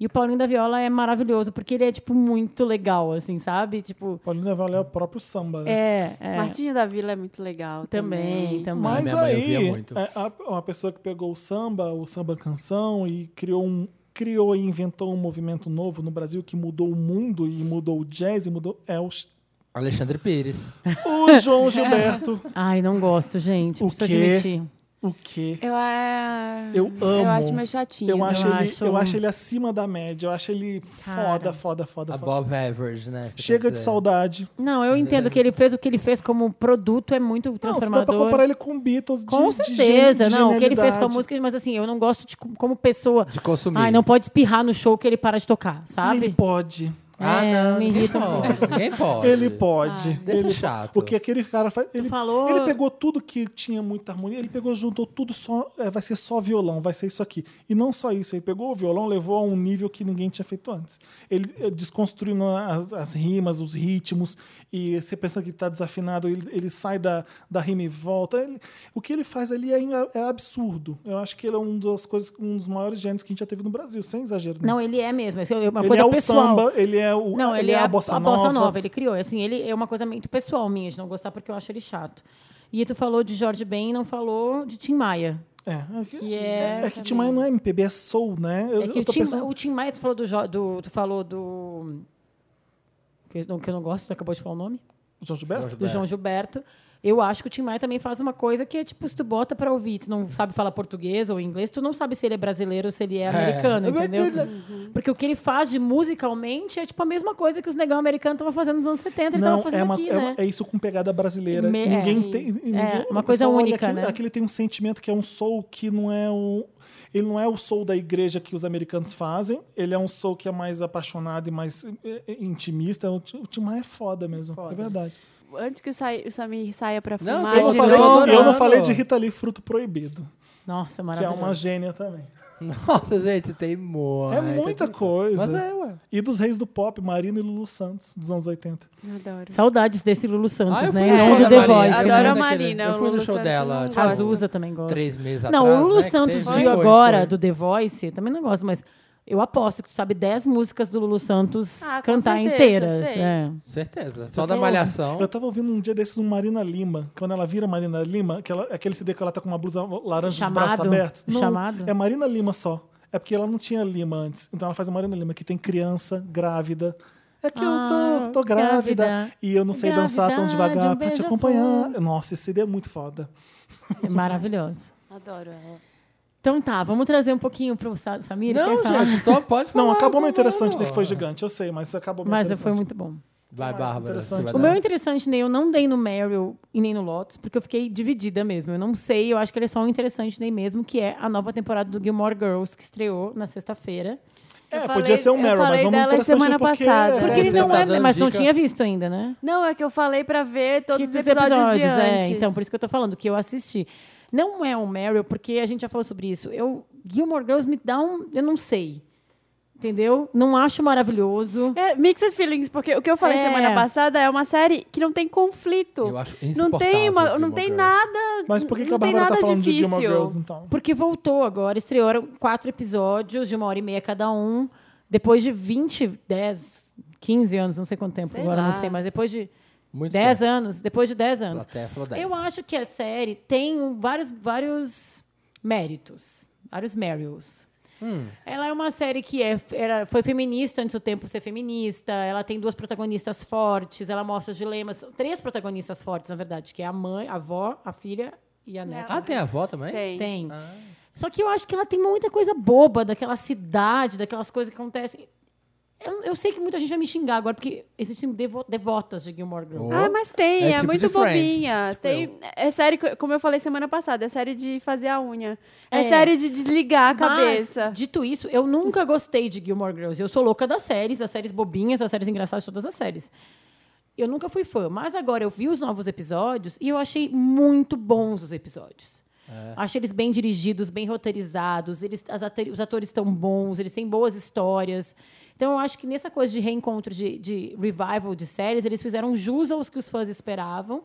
E o Paulinho da Viola é maravilhoso, porque ele é, tipo, muito legal, assim, sabe? Tipo,
Paulinho da Viola é o próprio samba,
né? É, é.
Martinho da Vila é muito legal. Também,
Também, também.
Mas
minha mãe
aí,
ouvia muito.
é, a- uma pessoa que pegou o samba, o samba canção e criou um criou e inventou um movimento novo no Brasil que mudou o mundo e mudou o jazz e mudou é o,
Alexandre Pires.
o João Gilberto.
Ai, não gosto, gente.
O
preciso
quê?
admitir.
O quê?
Eu, é...
Eu amo.
acho meio chatinho.
Eu acho,
Eu
ele,
acho-
eu acho ele acima da média. Eu acho ele
Cara.
foda, foda, foda, Tá foda.
Above average, né?
Chega de saudade.
Não, eu entendo que ele fez o que ele fez como produto é muito
Uhum. Não, dá
transformador.
pra comparar ele com Beatles de
Com
de gen-
certeza,
de
não. O que ele fez com a
genialidade.
música, mas assim, eu não gosto de co- como pessoa. De
consumir.
Ai, não pode espirrar no show que ele para de tocar, sabe?
Ele pode.
Ah,
É,
não,
me
ninguém
irrita um
pode. Ninguém pode.
Ele pode.
deixa
ele
chato.
Porque aquele cara faz. Ele,
falou-
ele pegou tudo que tinha muita harmonia, ele pegou, juntou tudo só. é, vai ser só violão, vai ser isso aqui. E não só isso, ele pegou o violão, levou a um nível que ninguém tinha feito antes. Ele é, desconstruindo as, as rimas, os ritmos, e você pensa que está desafinado, ele, ele sai da, da rima e volta. Ele- o que ele faz ali é, é absurdo. Eu acho que ele é um das coisas, um dos maiores gênios que a gente já teve no Brasil, sem exagero. nenhum.
Não, ele é mesmo. Isso é uma
Ele
coisa
é o
pessoal.
samba, ele é o-
Não,
ele
ele,
é
é
a bossa nova.
Ele criou. Assim, ele é uma coisa muito pessoal minha de não gostar porque eu acho ele chato. E tu falou de Jorge Ben, e não falou de Tim Maia.
É, é que,
Que é
é, é que Tim Maia não é MPB, é soul, né? Eu,
É que
eu
o
tô
Tim,
pensando-
o Tim Maia, tu falou do, Jo- do- Tu falou do. Que eu, não- que eu não gosto, tu acabou de falar o nome?
João Gilberto?
Do João Gilberto. Eu acho que o Tim Maia também faz uma coisa que é tipo, se tu bota pra ouvir, tu não sabe falar português ou inglês, tu não sabe se ele é brasileiro ou se ele é americano, entendeu? Porque o que ele faz de musicalmente é tipo a mesma coisa que os negão americanos estavam fazendo nos anos 70, ele
Não,
tava
é,
fazendo
uma-
aqui,
é-
né?
é isso com pegada brasileira.
Me-
ninguém
é.
tem.
É,
ninguém-
uma
a
coisa
pessoa olha
única,
aquilo-
né?
Aquele tem um sentimento que é um soul que não é o. Ele não é o soul da igreja que os americanos fazem. Ele é um soul que é mais apaixonado e mais é, é, intimista. O Tim o Tim Maia é foda mesmo. É verdade.
Antes que o, Sai- o Samir saia pra
Não,
fumar
eu
eu,
de
é
falei-
novo.
eu não falei de Rita Lee, fruto proibido.
Nossa,
Que é
maravilhoso.
uma gênia também.
Nossa, gente, tem muito.
É muita coisa.
tá Mas é, ué.
E dos reis do pop, Marina e Lulu Santos, dos anos 80.
Eu Adoro.
Saudades desse Lulu
Ah,
Santos,
eu fui
né?
no
E
show
não do
da
The
Marina.
Voice.
Eu
né?
Adoro a
fui naquele-
Marina,
Eu
o
fui no
Lulu
show
Santos
dela.
não
tipo,
gosta.
Azusa também gosta.
Três meses
Não,
atrás.
o Lulu
né, que
Santos
teve.
de
Foi,
agora,
foi.
do The Voice, eu também não gosto, mas eu aposto que tu sabe 10 músicas do Lulu Santos
Ah, com
cantar
certeza,
inteiras.
sei.
é.
Certeza.
Eu
Só da
tava
malhação.
Então-
ouvindo- Eu tava ouvindo um dia desses um Marina Lima. Quando ela vira Marina Lima, que ela- aquele CD que ela tá com uma blusa laranja
Chamado?
de braços abertos.
Chamado?
É Marina Lima só. É porque ela não tinha Lima antes. Então ela faz a Marina Lima, que tem criança, grávida. É que
Ah,
eu tô, tô grávida,
grávida.
e eu não sei dançar tão
Gravidade,
devagar
um
pra te
beija-flor.
acompanhar. Nossa, esse CD é muito foda.
É maravilhoso.
Adoro é. ela.
Então tá, vamos trazer um pouquinho pro Sa- Samir.
Não,
quer falar?
gente, tô, pode falar.
Não, acabou
tô
meu interessante, né?
falando.
Que foi gigante, eu sei, mas acabou meu
Mas
interessante.
foi muito bom.
Vai,
mais
Bárbara. você
interessante.
vai
O
dar.
meu interessante, Ney, eu não dei no Meryl e nem no Lotus, porque eu fiquei dividida mesmo. Eu não sei, eu acho que ele é só um interessante Ney mesmo, que é a nova temporada do Gilmore Girls, que estreou na sexta-feira.
É,
Eu
podia
falei-
ser um
eu
Meryl, mas
falei
vamos
dela
interessante
semana
porque,
passada.
é,
Porque ele
você
não
tá
é,
dando
mas não
dica.
tinha visto ainda, né?
Não, é que eu falei pra ver
Que
todos os
dos
episódios, de
é.
antes.
Então, por isso que eu tô falando, que eu assisti. Não é um Meryl, porque a gente já falou sobre isso. Eu, Gilmore Girls me dá um. Eu não sei. Entendeu? Não acho maravilhoso.
É, mixed feelings, porque o que eu falei
É.
semana passada é uma série que não tem conflito.
Eu acho
não tem
insuportável
uma, não
Gilmore
tem
Girls.
nada.
Mas por que, que a
não tem
Bárbara tá
nada
falando de
difícil.
Gilmore Girls, então?
Porque voltou agora, estrearam quatro episódios de uma hora e meia cada um. Depois de 20, 10, 15 anos, não sei quanto tempo
Sei
agora, não
lá.
sei, mas depois de
Muito
dez
tempo.
anos, depois de 10 anos.
Plateia falou dez.
Eu acho que a série tem um- vários, vários méritos, vários merils.
Hum.
Ela é uma série que é, era, foi feminista antes do tempo ser feminista. Ela tem duas protagonistas fortes. Ela mostra os dilemas. Três protagonistas fortes, na verdade, que é a mãe, a avó, a filha e a neta.
Ah, tem a avó também?
Tem. Só que eu acho que ela tem muita coisa boba daquela cidade, daquelas coisas que acontecem. Eu, eu sei que muita gente vai me xingar agora, porque existem devo- devotas de Gilmore Girls.
Ah, mas tem, é,
tipo
muito
de Friends,
bobinha. tem, É série, co- como eu falei semana passada, é série de fazer a unha. É,
É.
série de desligar a
Mas,
cabeça.
dito isso, eu nunca gostei de Gilmore Girls. Eu sou louca das séries, das séries bobinhas, das séries engraçadas, todas as séries. Eu nunca fui fã, mas agora eu vi os novos episódios e eu achei muito bons os episódios.
É.
Achei eles bem dirigidos, bem roteirizados, eles, as ate- os atores estão bons, eles têm boas histórias. Então eu acho que nessa coisa de reencontro, de, de revival de séries, eles fizeram jus aos que os fãs esperavam,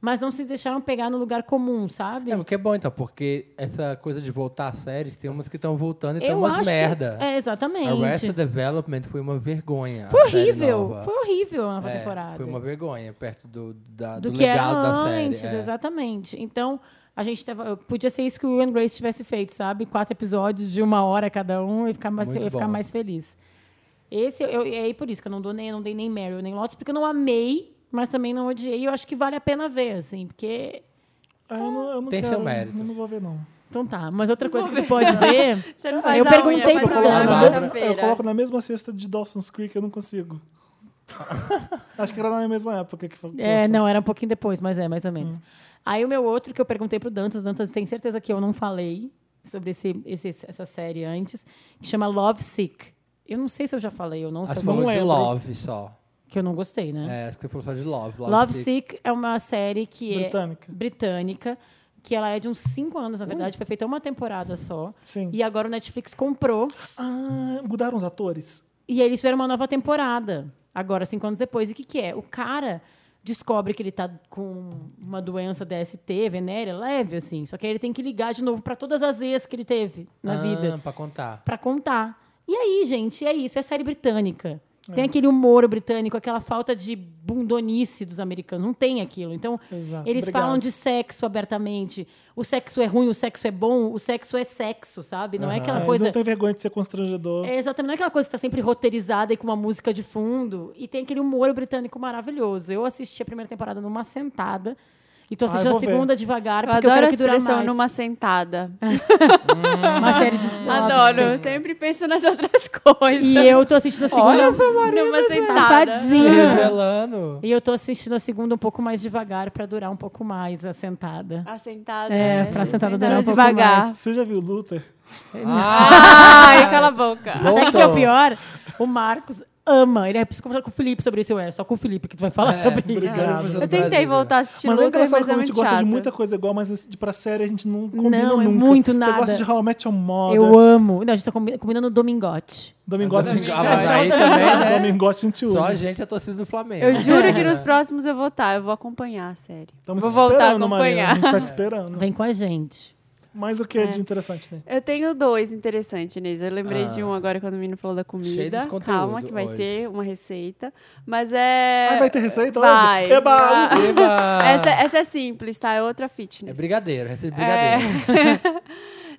mas não se deixaram pegar no lugar comum, sabe?
É, o que é bom, então, porque essa coisa de voltar às séries, tem umas que estão voltando e tem
Eu
umas
acho que-
merda.
é, exatamente.
A Arrested Development foi uma vergonha. a
Foi
série
horrível,
nova.
foi horrível a nova
É,
temporada.
Foi uma vergonha, perto do, da-
do,
do
que era
legado da série.
antes,
é.
exatamente. Então, a gente tava, podia ser isso que o Will and Grace tivesse feito, sabe? Quatro episódios de uma hora cada um e ficar mais,
Muito
eu ia ficar
bom.
mais feliz. Esse eu, eu- é aí por isso que eu não dou nem, eu não dei nem Meryl nem Lotus, porque eu não amei, mas também não odiei. E eu acho que vale a pena ver, assim, porque
Ah, eu não, eu não
Tem
quero,
seu mérito.
Eu não vou ver, não.
então tá, mas outra coisa que tu pode ver,
Você
não faz
eu
a
perguntei
unha, faz
Eu
pro
coloco,
Dan.
na mesma, eu
Quarta-feira.
coloco na mesma cesta de Dawson's Creek, eu não consigo. Acho que era na mesma época que foi.
É, não, era um pouquinho depois, mas é, mais ou menos. Aí o meu outro que eu perguntei pro Dantas, o Dantas tem certeza que eu não falei sobre esse, esse- essa série antes, que chama Love Sick. Eu não sei se eu já falei ou não.
Acho
se
que
eu
Ah, falou
não
de
lembro.
Love só.
Que eu não gostei, né?
É, acho que você falou só de Love. Love,
Love, Sick. é uma série que
Britânica.
é britânica, que ela é de uns cinco anos, na verdade. Foi feita uma temporada só.
Sim.
E agora o Netflix comprou.
Ah, mudaram os atores?
E aí eles fizeram uma nova temporada. Agora, cinco anos depois. E o que, que é? O cara descobre que ele tá com uma doença DST, venérea, leve, assim. Só que aí ele tem que ligar de novo pra todas as vezes que ele teve na
ah,
vida.
pra contar.
Pra contar. E aí, gente, é isso. É série britânica. Tem
É.
aquele humor britânico, aquela falta de bundonice dos americanos. Não tem aquilo. Então,
Exato,
eles
obrigado.
falam de sexo abertamente. O sexo é ruim, o sexo é bom, o sexo é sexo, sabe? Não é
Aham.
aquela
Eles
coisa.
Não tem vergonha de ser constrangedor.
É exatamente, não é aquela coisa que tá sempre roteirizada e com uma música de fundo. E tem aquele humor britânico maravilhoso. Eu assisti a primeira temporada numa sentada. E tô
Ah, eu
assistindo a
vou ver.
segunda devagar,
Eu
porque eu quero
adoro a
que dure
expressão
mais.
numa sentada.
Uma série de
Adoro, eu sempre penso nas outras coisas.
E eu tô assistindo a segunda
Olha, foi Marina,
numa
né?
sentada.
Safadinha.
Revelando.
E eu tô assistindo a segunda um pouco mais devagar pra durar um pouco mais a sentada.
A sentada.
É,
é,
pra
essa
sentada
sentada
durar um pouco
devagar.
Você já viu Luther?
Ah,
Ai, cala a boca.
Mas Sabe o que é o pior? O Marcos ama. Ele é preciso conversar com o Felipe sobre isso. Eu é só com o Felipe que tu vai falar
É,
sobre isso.
obrigado.
Eu tentei voltar a assistir
Mas é
Luther,
engraçado
mas
como a
é
gente
muito
gosta
chato.
de muita coisa igual, mas assim, de- pra série a gente não combina
Não, é
nunca.
muito
Você
nada.
gosta de How I Met Your Mother.
Eu amo. Não, a gente tá combi- combinando Domingote.
Domingote a gente
Ah, mas
ama.
aí também, né?
Domingote a gente
Só
ama.
a gente é a torcida do Flamengo. É
Eu juro que nos próximos eu vou estar, eu vou acompanhar a série.
Estamos
vou
te
voltar a
esperando, Marina. A
acompanhar.
gente tá te esperando.
Vem com a gente.
Mas o que
É.
de interessante, né?
Eu tenho dois interessantes, Inês. Eu lembrei
Ah.
de um agora quando o menino falou da
Cheio
comida.
de conteúdo
Calma, que vai
hoje.
ter uma receita. Mas é.
Ah, vai ter receita
vai.
hoje? Eba!
vai.
Eba!
Essa, essa é simples, tá? É outra
É
fitness.
brigadeiro, recebe
É.
brigadeiro.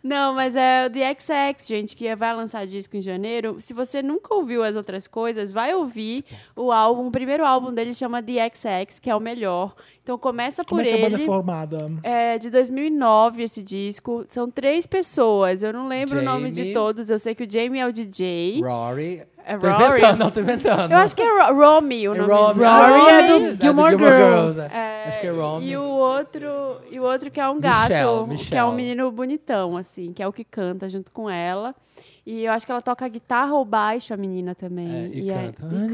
Não, mas é o The XX, gente, que vai lançar disco em janeiro. Se você nunca ouviu as outras coisas, vai ouvir o álbum. O primeiro álbum dele chama The XX, que é o melhor. Então começa
Como
por
é que a banda é
ele.
formada?
É de 2009 esse disco. São três pessoas. Eu não lembro o nome de
Jamie.
todos. Eu sei que o Jamie é o DJ.
Rory.
É
Tô
Rory.
inventando, não tô inventando.
Eu acho que é Ro Romy o
É
nome.
Romy.
dele.
Rory é do
Romy.
É do Gilmore Gilmore Girls. Girls, é.
É,
Acho que é Romy.
E o outro, e o outro que é um gato,
Michelle,
que é um
Michelle.
menino bonitão, assim, que é o que canta junto com ela. E eu acho que ela toca guitarra ou baixo, a menina também.
É, e
aí-
canta.
e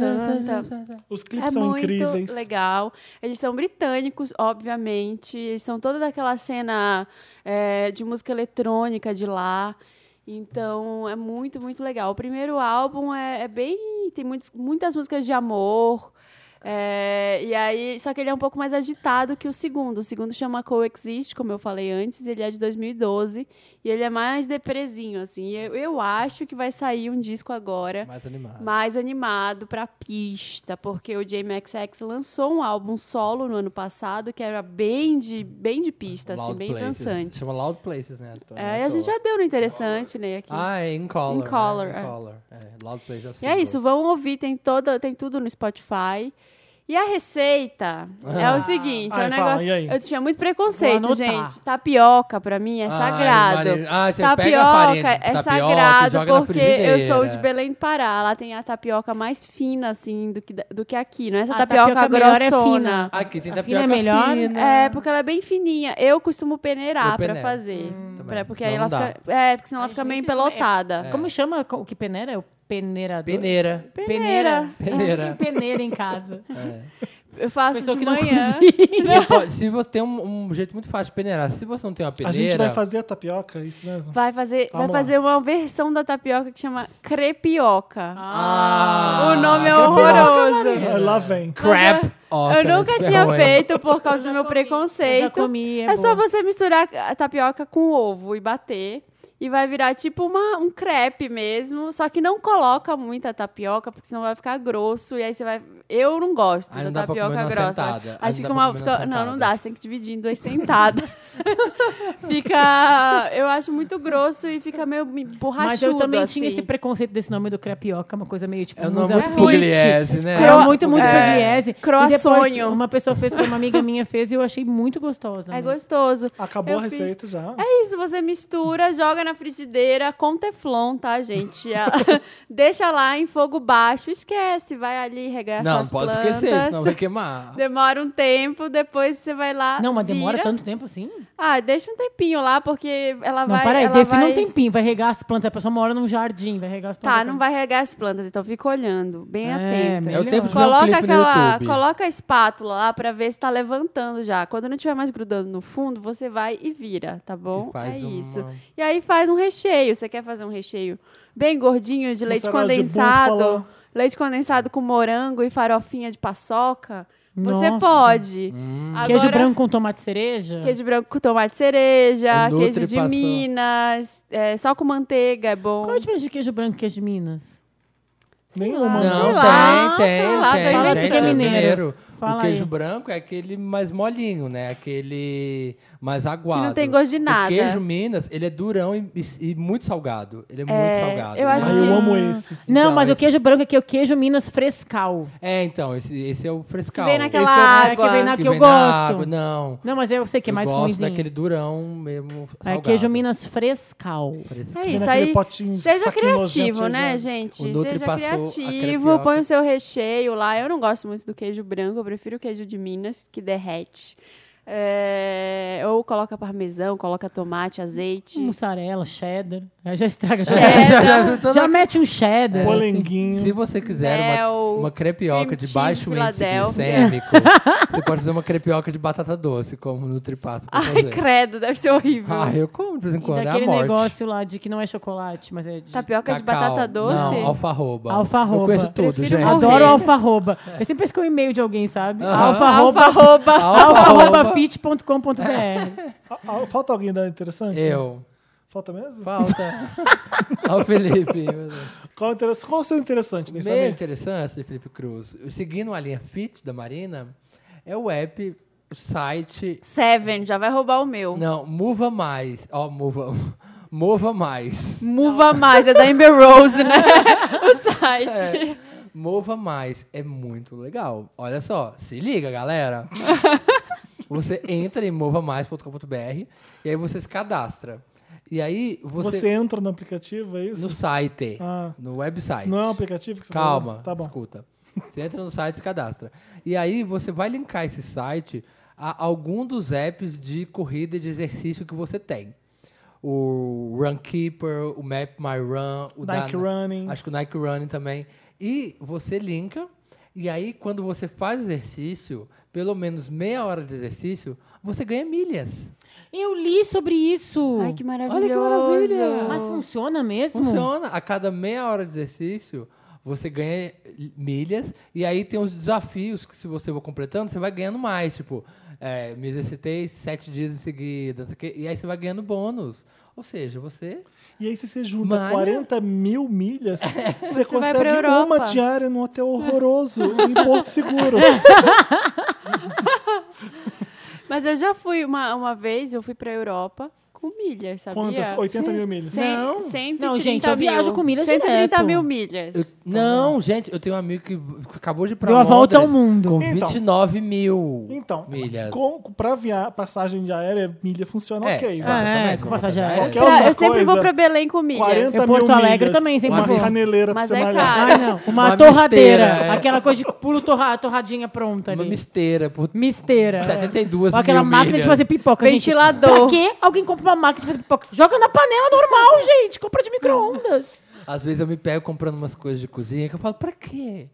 canta.
Os clipes
é
são
muito
incríveis.
legal. Eles são britânicos, obviamente. Eles são toda daquela cena é, de música eletrônica de lá. Então é muito, muito legal. O primeiro álbum é, é bem. tem muitos- muitas músicas de amor. É, e aí, só que ele é um pouco mais agitado que o segundo. O segundo chama Coexist, como eu falei antes, ele é de 2012 e ele é mais depresinho, assim. E Eu, eu acho que vai sair um disco agora
Mais animado.
mais animado pra pista, porque o JMXX lançou um álbum solo no ano passado que era bem de, bem de pista, assim, bem
Places.
dançante.
Chama Loud Places, né? Tô-
É, e
tô-
a gente já deu no interessante, né? Aqui.
Ah, é In Color.
In Color,
né?
é.
In Color. É, Loud Places of
E é
Silver.
isso, vão ouvir, tem, toda, tem tudo no Spotify. E a receita é
Ah.
o seguinte, é
Ai,
um
fala,
negócio.
e aí?
Eu tinha muito preconceito,
Vou anotar.
gente. Tapioca, pra mim, é
Ai,
sagrado.
Maria- ah, você
tapioca
pega a farinha de
é
tapioca e
sagrado,
joga na
porque eu sou de
frigideira.
Belém do Pará. Lá tem a tapioca mais fina, assim, do que, do que aqui. Não é essa
A
tapioca,
tapioca melhor é
grossona.
fina.
Aqui tem
A
tapioca
fina é melhor?
fina.
É, porque ela é bem fininha. Eu costumo peneirar
né? Eu
pra
peneiro.
fazer. pra, porque aí
senão
ela
não dá.
fica. É, porque senão ela
Ai,
fica
Hum. gente,
meio
isso também é-
empelotada.
Como chama o que peneira? É o peneirador?
Peneira.
Peneira.
Peneira.
Peneira. peneira em casa.
Eu faço
Pessoa que
de
não
manhã.
Você pode- se você tem um, um jeito muito fácil de peneirar, se você não tem uma peneira...
A gente vai fazer a tapioca, é isso mesmo?
Vai fazer, vai
Vamos lá.
fazer uma versão da tapioca que chama crepioca.
Ah,
o nome é
crepioca,
horroroso.
Maria. É, Lá vem.
Mas
Crap.
Eu, eu nunca
é
tinha
é
feito por causa do meu preconceito.
Eu já comi, é
é só
boa.
você misturar a tapioca com ovo e bater. E vai virar tipo uma, um crepe mesmo. Só que não coloca muita tapioca, porque senão vai ficar grosso. E aí você vai. Eu não gosto
Aí
da
não dá pra
tapioca
comer numa
grossa.
sentada. Aí não
Acho que
dá pra
uma.
comer numa
Fica, não, não
sentada.
dá. Você tem que dividir em duas sentadas. fica. Eu acho muito grosso e fica meio borrachudo.
Mas eu também
assim.
tinha esse preconceito desse nome do crepioca, uma coisa meio tipo.
É um nome muito
musa-
pugliese, né?
Cro-
É.
muito, muito
É.
pugliese.
Croassonho.
E depois Uma pessoa fez pra uma amiga minha fez e eu achei muito gostosa. né?
É
mesmo.
gostoso.
Acabou
Eu
a
fiz-
receita já.
É isso, você mistura, joga na frigideira com teflon, tá, gente? A- Deixa lá em fogo baixo, esquece, vai ali regar
Não,
suas
pode
plantas.
esquecer, senão vai queimar.
Demora um tempo, depois você vai lá.
Não, mas demora
vira.
tanto tempo assim?
Ah, deixa um tempinho lá, porque ela
Não,
vai.
para aí,
ela
defina
vai...
um tempinho, vai regar as plantas. A pessoa mora num jardim, vai regar as plantas.
Tá, não vai regar as plantas, então fica olhando, bem
É,
atento.
É o tempo de ver um
Coloca
clipe no
aquela,
YouTube.
coloca a espátula lá pra ver se tá levantando já. Quando não tiver mais grudando no fundo, você vai e vira, tá bom?
E faz
é
uma-
isso. E aí faz um recheio. Você quer fazer um recheio bem gordinho de leite
salada de
condensado,
búfala.
leite condensado com morango e farofinha de paçoca? Você
Nossa.
pode.
Hum.
Agora,
Queijo branco com tomate cereja?
Queijo branco com tomate cereja,
É nutri
queijo de
paçoca.
Minas, é, só com manteiga é bom.
Qual a diferença de queijo branco e queijo de Minas?
Nenhuma.
Não,
sei lá,
tem, tem,
sei lá,
tem.
fala
gente,
aí.
é
Mineiro.
o
Fala
queijo
aí.
branco é aquele mais molinho, né? Aquele mais aguado.
Que não tem gosto de nada.
O queijo Minas, ele é durão e, e- e muito salgado. Ele é, muito salgado.
eu
né?
acho
Ai,
que-
eu amo esse.
Não,
Então,
mas o
esse-
queijo branco aqui é o queijo Minas frescal.
É, então, esse, esse é o frescal.
vem naquela
Esse é o- é,
água.
que vem na-
Que
que eu
vem na
gosto.
água, Não.
Não, mas eu sei que é
Eu
mais
gosto
ruimzinho.
daquele durão mesmo
É
salgado.
queijo Minas frescal.
Fresco.
É
Tem
isso
naquele
aí.
potinho,
Seja
saquinho
criativo,
nojento,
né,
seja-
O
gente?
Nutri
Seja
passou a
criativo,
crepioca.
põe o seu recheio lá. Eu não gosto muito do queijo branco, eu prefiro o queijo de Minas, que derrete. É, Ou coloca parmesão, coloca tomate, azeite.
Mussarela, cheddar. Aí já estraga.
Cheddar.
Já, já viu toda-
Já mete um
É,
cheddar. assim.
Se
Polenguinho.
você quiser uma-
Mel,
uma, crepioca
cream
de baixo
cheese
índice
Filadélfia.
glicêmico, você pode fazer uma crepioca de batata doce, como no tripato pra
Ai,
fazer.
credo, deve ser horrível.
Ah, eu como de vez em
E
quando, é a
daquele
morte.
negócio lá de que não é chocolate, mas é de...
Tapioca de
Cacau.
batata doce?
Não, alfarroba.
Alfarroba.
Eu conheço tudo,
Prefiro
gente.
morrer.
Adoro alfarroba. Eu sempre pesco o e-mail de alguém, sabe?
Aham.
Alfarroba.
Alfarroba.
Alfarroba.
alfarrobafit.com.br.
Ah, ah, Falta alguém da interessante?
Eu.
Falta mesmo?
Falta. Olha o Felipe. meu Deus.
Qual, é o interessa- qual o seu interessante, nem
é Meio
saber?
interessante, Felipe Cruz. Seguindo a linha fit da Marina, é o app, o site
Seven, já vai roubar o meu.
Não, Mova Mais. Ó, Mova. Mova Mais.
Mova mais, é da Amber Rose, né? o site.
É. Mova Mais é muito legal. Olha só, se liga, galera. você entra em movamais.com.br e aí você se cadastra. E aí
Você...
você,
entra no aplicativo, é isso?
no site,
Ah.
no website.
Não é um aplicativo que você
Calma,
falou? Tá bom.
escuta. Você entra no site e se cadastra. E aí você vai linkar esse site a algum dos apps de corrida e de exercício que você tem. O Runkeeper, o Map My Run, o
Nike
da-
Running.
Acho que o Nike Running também. E você linka, e aí quando você faz exercício, pelo menos meia hora de exercício, você ganha milhas.
Eu li sobre isso.
Ai, que maravilhoso.
Olha que maravilha!
Mas funciona mesmo?
Funciona. A cada meia hora de exercício, Você ganha milhas e aí tem uns desafios que se você for completando, você vai ganhando mais. Tipo, é, me exercitei sete dias em seguida, não sei o quê, e aí você vai ganhando bônus. Ou seja, você...
E aí, se você junta
Malha.
40 mil milhas, você,
Você vai pra
consegue uma
Europa.
diária num hotel horroroso em Porto Seguro.
Mas eu já fui uma, uma vez, eu fui pra Europa com milhas, sabia?
Quantas? 80 mil milhas?
Cem-
Não.
130
Não, gente, eu
mil.
viajo com milhas
130
direto.
mil milhas.
Eu- não, gente, eu tenho um amigo que acabou de ir pra
Deu a volta
Londres
ao mundo.
Com
Então.
29 mil
Então,
milhas.
Com, pra via passagem de aérea, milha funciona
É,
ok.
é,
Ah,
vai.
é, com passagem aérea.
Qualquer
Eu
outra
sempre vou
coisa,
pra Belém com milhas.
40
Eu Porto
mil
Alegre
milhas,
também, sempre
uma
vou.
caneleira
Mas
pra você
é
malhar.
caro.
Ah, não. Uma,
Uma
torradeira.
misteira, é.
Aquela coisa de pulo torra, torradinha pronta ali.
Uma misteira por
Misteira.
72
Ou aquela
mil
máquina
milhas.
de fazer pipoca. gente. Pra
Ventilador.
quê? Alguém compra uma máquina de fazer pipoca? Joga na panela normal, gente. Compra de micro-ondas.
Às vezes eu me pego comprando umas coisas de cozinha que eu falo, pra quê?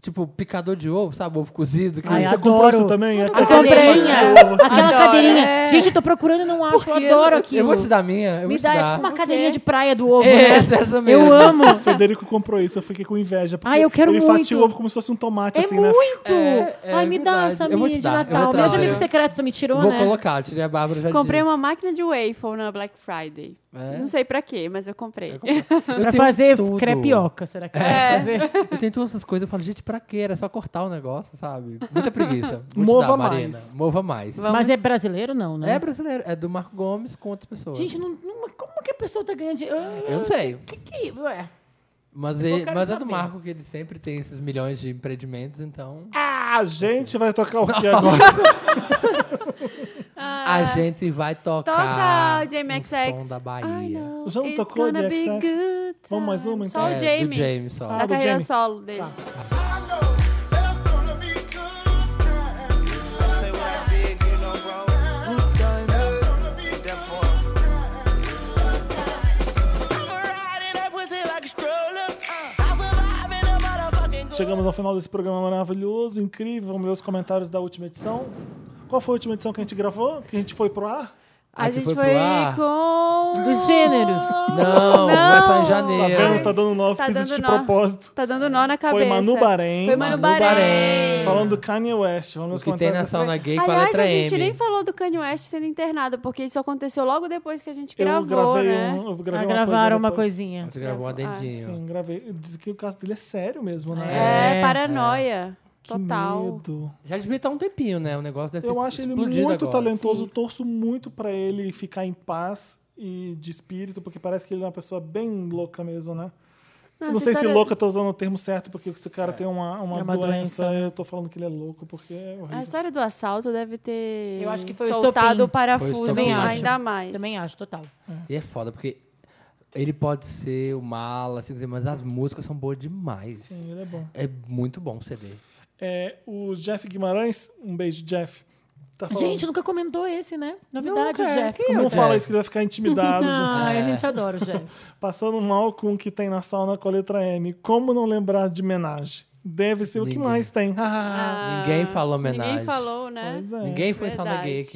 Tipo, picador de ovo, sabe? Ovo cozido. Que
Ai,
Você
você
comprou isso também? É
Eu
Aquela
comprei.
de ovo, assim.
Aquela
Adoro.
cadeirinha.
É.
Gente, eu tô procurando e não acho. Eu
Porque
adoro
eu-
aquilo.
Eu vou te dar a minha. Eu vou
Me
te
dá, é
dar.
tipo uma cadeirinha de praia do ovo,
É,
né?
essa mesmo.
Eu amo.
O Federico comprou isso, eu fiquei com inveja. porque
Ai, eu quero
ele fatia o
muito.
ovo como se fosse um tomate,
É
assim, né?
muito!
É, é
Ai, me dá
verdade.
essa
Eu vou
minha
te
de
dar, eu vou
Natal.
te
Meu
dar.
amigo secreto tu me tirou,
Vou
né?
colocar, eu tirei a Bárbara já
Comprei
disse.
uma máquina de waffle na Black Friday.
É?
Não sei pra quê, mas eu comprei.
Eu
Pra
tenho
fazer
tudo.
crepioca, será que vai fazer?
Eu tenho todas essas coisas, eu falo, gente, pra quê? Era só cortar o negócio, sabe? Muita preguiça. Vou
Mova
te dar,
mais.
Marina. Mova mais.
Vamos.
Mas é brasileiro, não, né?
É brasileiro, é do Marco Gomes com outras pessoas.
Gente, não, não- como que a pessoa tá ganhando dinheiro?
eu não sei.
Que que. Ué.
Mas,
Eu
ele-
quero
mas é do
saber.
Marco que ele sempre tem esses milhões de empreendimentos, então
Ah, gente, vai tocar o que agora?
a gente vai tocar
Toca Ah, o Jamie
um som
XX.
da Bahia.
I know
Já não
it's
um tocou
gonna
de
be
XX?
good
Vamos mais uma,
time.
então?
Só
É,
o Jamie. Tá
Do James, só.
Ah,
da
do
carreira
Jamie.
solo dele.
Say what I did, you know, wrong. Therefore, I'ma ride in that pussy like a stroller. I survive in a motherfucking good
Chegamos ao final desse programa maravilhoso, incrível. Vamos ler os comentários da última edição. Qual foi a última edição que a gente gravou? Que a gente foi pro ar?
Ah,
A
que
gente
foi
foi,
pro ar?
com...
Dos gêneros.
Não, não é só em
Tá
janeiro.
vendo? Tá dando nó,
Tá
fiz isso
dando
de
nó.
propósito.
Tá dando nó na cabeça.
Foi Manu Bahrein.
Foi Manu
Manu
Bahrein.
Bahrein.
Falando do Kanye West. Vamos ler
O
os
que tem na
comentários. dessa
sauna
vez.
gay com a
Aliás,
letra
a gente
M.
nem falou do Kanye West sendo internado, porque isso aconteceu logo depois que a gente
Eu
gravou,
gravei
né?
um, eu
Ah,
gravei uma coisa
gravaram uma
depois.
coisinha.
Você gravou um adendinho.
Ah, Sim, gravei. Diz que o caso dele é sério mesmo, né?
É,
É,
paranoia. Total.
Que medo.
Já devia estar um tempinho, né? O negócio deve ter
Eu acho ele
explodido
muito
agora.
talentoso, torço muito pra ele ficar em paz e de espírito, porque parece que ele é uma pessoa bem louca mesmo, né?
Não,
Não
essa
sei se
história-
louca eu tô usando o termo certo, porque se o cara tem uma, uma,
É uma
doença,
doença, né?
eu tô falando que ele é louco, porque é horrível.
A história do assalto deve ter
Eu acho que foi o estopim.
soltado o
Foi o
parafuso
estopim. Também acho.
ainda mais.
Também acho, total.
E é foda, porque ele pode ser o mala, assim, mas as músicas são boas demais.
Sim, ele é bom.
É muito bom o CD.
É, o Jeff Guimarães, um beijo, Jeff. Tá falando.
Gente, nunca comentou esse, né? Novidade,
Nunca,
o Jeff.
que-
não
Jeff.
fala isso que ele vai ficar intimidado. gente.
Ai,
É.
a gente adora o Jeff.
Passando mal com o que tem na sauna com a letra M. Como não lembrar de homenagem? Deve ser o que
Ninguém.
mais tem.
É.
Ah.
Ninguém falou homenagem.
Ninguém falou, né?
Pois é.
Ninguém foi sauna gay
Verdade.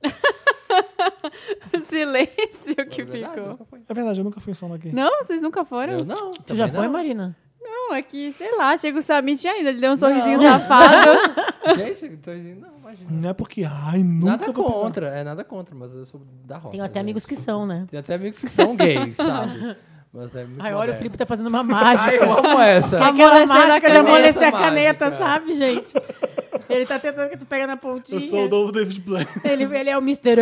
aqui.
O silêncio que
Verdade,
ficou.
nunca foi.
É verdade, eu nunca fui em sauna gay.
Não, vocês nunca foram?
Eu não.
Tu já
também
foi,
não.
Marina?
Não, é que, sei lá, chega o Samit e ainda, ele deu um sorrisinho safado.
Gente, tô... não, imagina.
Não é porque, ai, nunca
nada
vou pisar.
contra, é nada contra, mas eu sou da roça.
Tem até
né?
amigos que são, né?
Tem até amigos que são gays, sabe? Mas é muito
Ai, olha,
moderno.
o Felipe tá fazendo uma
Ai, eu
mágica.
amo essa.
Que é aquela
Amolecer na
mágica né? de amolecer a
caneta.
caneta,
Mágica.
sabe, gente? Ele tá tentando que tu pega na pontinha.
Eu sou o novo David Blaine.
Ele, ele é o Mr.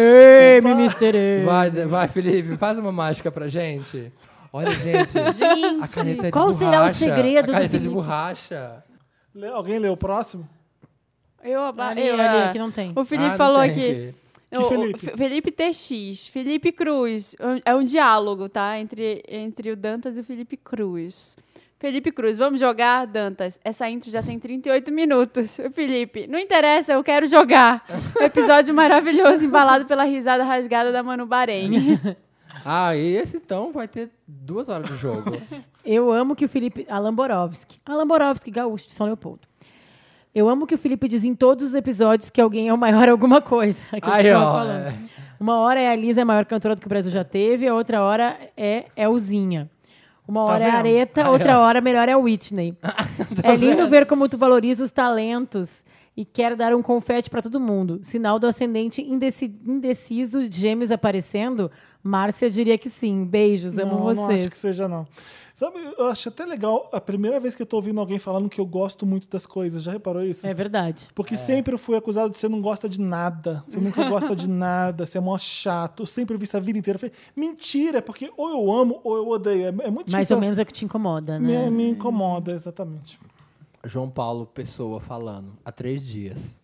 M, Mr. M.
Vai, vai, Felipe, faz uma mágica pra gente. Olha, gente.
Gente,
a caneta é de
qual será o
borracha,
segredo
A
do
caneta é de
Felipe?
borracha.
Lê- Alguém leu o próximo?
eu, aba-
Ali,
eu,
ali,
ah,
aqui não tem.
O Felipe
Ah, não
falou
tem
aqui.
Que
O- o
Felipe?
Fe- Felipe TX, Felipe Cruz. Um- É um diálogo, tá? Entre, entre o Dantas e o Felipe Cruz. Felipe Cruz, vamos jogar, Dantas? Essa intro já tem 38 minutos. O Felipe, não interessa, eu quero jogar. Episódio maravilhoso, embalado pela risada rasgada da Manu Bahrein.
Ah, e esse então vai ter duas horas de jogo.
É Eu amo que o Felipe. Alan Borowski. Alan Borowski, gaúcho de São Leopoldo. Eu amo que o Felipe diz em todos os episódios que alguém é o maior alguma coisa. É que eu
Aí,
tava
ó,
falando.
é.
Uma hora é a Lisa, a maior cantora do que o Brasil já teve, a outra hora é Elzinha. Uma
Tá
hora é
vendo?
Areta,
Aí,
outra
ó.
hora melhor é a Whitney. é lindo
vendo?
ver como tu valoriza os talentos e quer dar um confete pra todo mundo. Sinal do ascendente indeci- indeciso de gêmeos aparecendo? Márcia diria que sim. Beijos, amo
não,
vocês.
Não acho que seja, não. Sabe, eu acho até legal, a primeira vez que eu tô ouvindo alguém falando que eu gosto muito das coisas, já reparou isso? É
verdade.
Porque sempre eu fui acusado de você não gosta de nada, você nunca gosta de nada, você é mó chato, eu sempre vi isso a vida inteira. Eu falei, mentira, é porque ou eu amo ou eu odeio. É, é
Tipo,
muito
Mais
difícil.
ou menos é o que te incomoda,
Me,
né?
me incomoda, exatamente.
João Paulo Pessoa falando há três dias.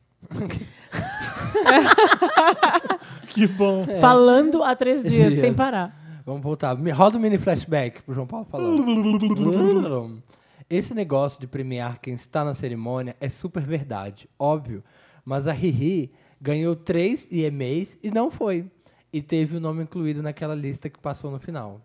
que bom.
Falando há três dias, sem parar.
Vamos voltar. Me- Roda um mini flashback pro João Paulo falando. Esse negócio de premiar quem está na cerimônia é super verdade, óbvio. Mas a Riri ganhou três IMAs e não foi. E teve o nome incluído naquela lista que passou no final.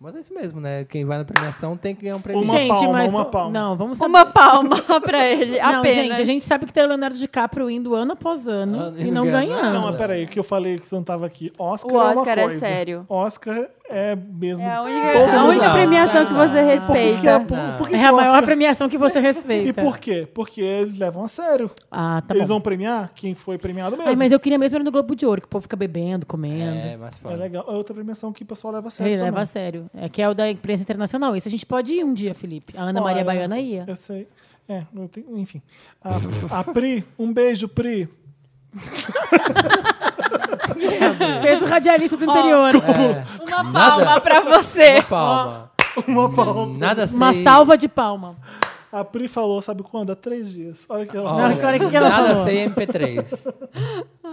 Mas é isso mesmo, né? Quem vai na premiação tem que ganhar um prêmio.
po- Não, vamos saber.
Uma palma pra ele,
Não,
apenas.
gente, a gente sabe que tem o Leonardo DiCaprio indo ano após ano e não ganhando.
Não, é mas peraí, o que eu falei que você não tava aqui. Oscar,
O
é, uma
Oscar é
coisa.
sério.
Oscar é mesmo.
É a única-
Todo
a
mundo-
única Não, premiação não, que você não,
Por que que é,
respeita.
por, por que
É
que
a
o
maior
Oscar-
premiação que você respeita.
E por quê? Porque eles levam a sério.
Ah, tá
Eles
bom.
vão premiar quem foi premiado mesmo.
Ai, mas eu queria mesmo ir no Globo de Ouro, que o povo fica bebendo, comendo.
É, mas
É legal. É outra premiação que o pessoal leva a sério.
Ele leva
também.
a sério. É que é o da imprensa internacional. Isso a gente pode ir um dia, Felipe. A Ana
Ó,
Maria
é,
Baiana ia.
Eu sei. É, eu tenho, enfim. A, a Pri, um beijo, Pri.
Fez o radialista do interior. É.
é
Uma palma pra você.
Uma palma. Hum,
Uma palma.
Nada
Uma assim. salva de palma.
A Pri falou, sabe quando? Há três dias. Olha o é que ela
Olha,
falou.
nada sem MP3.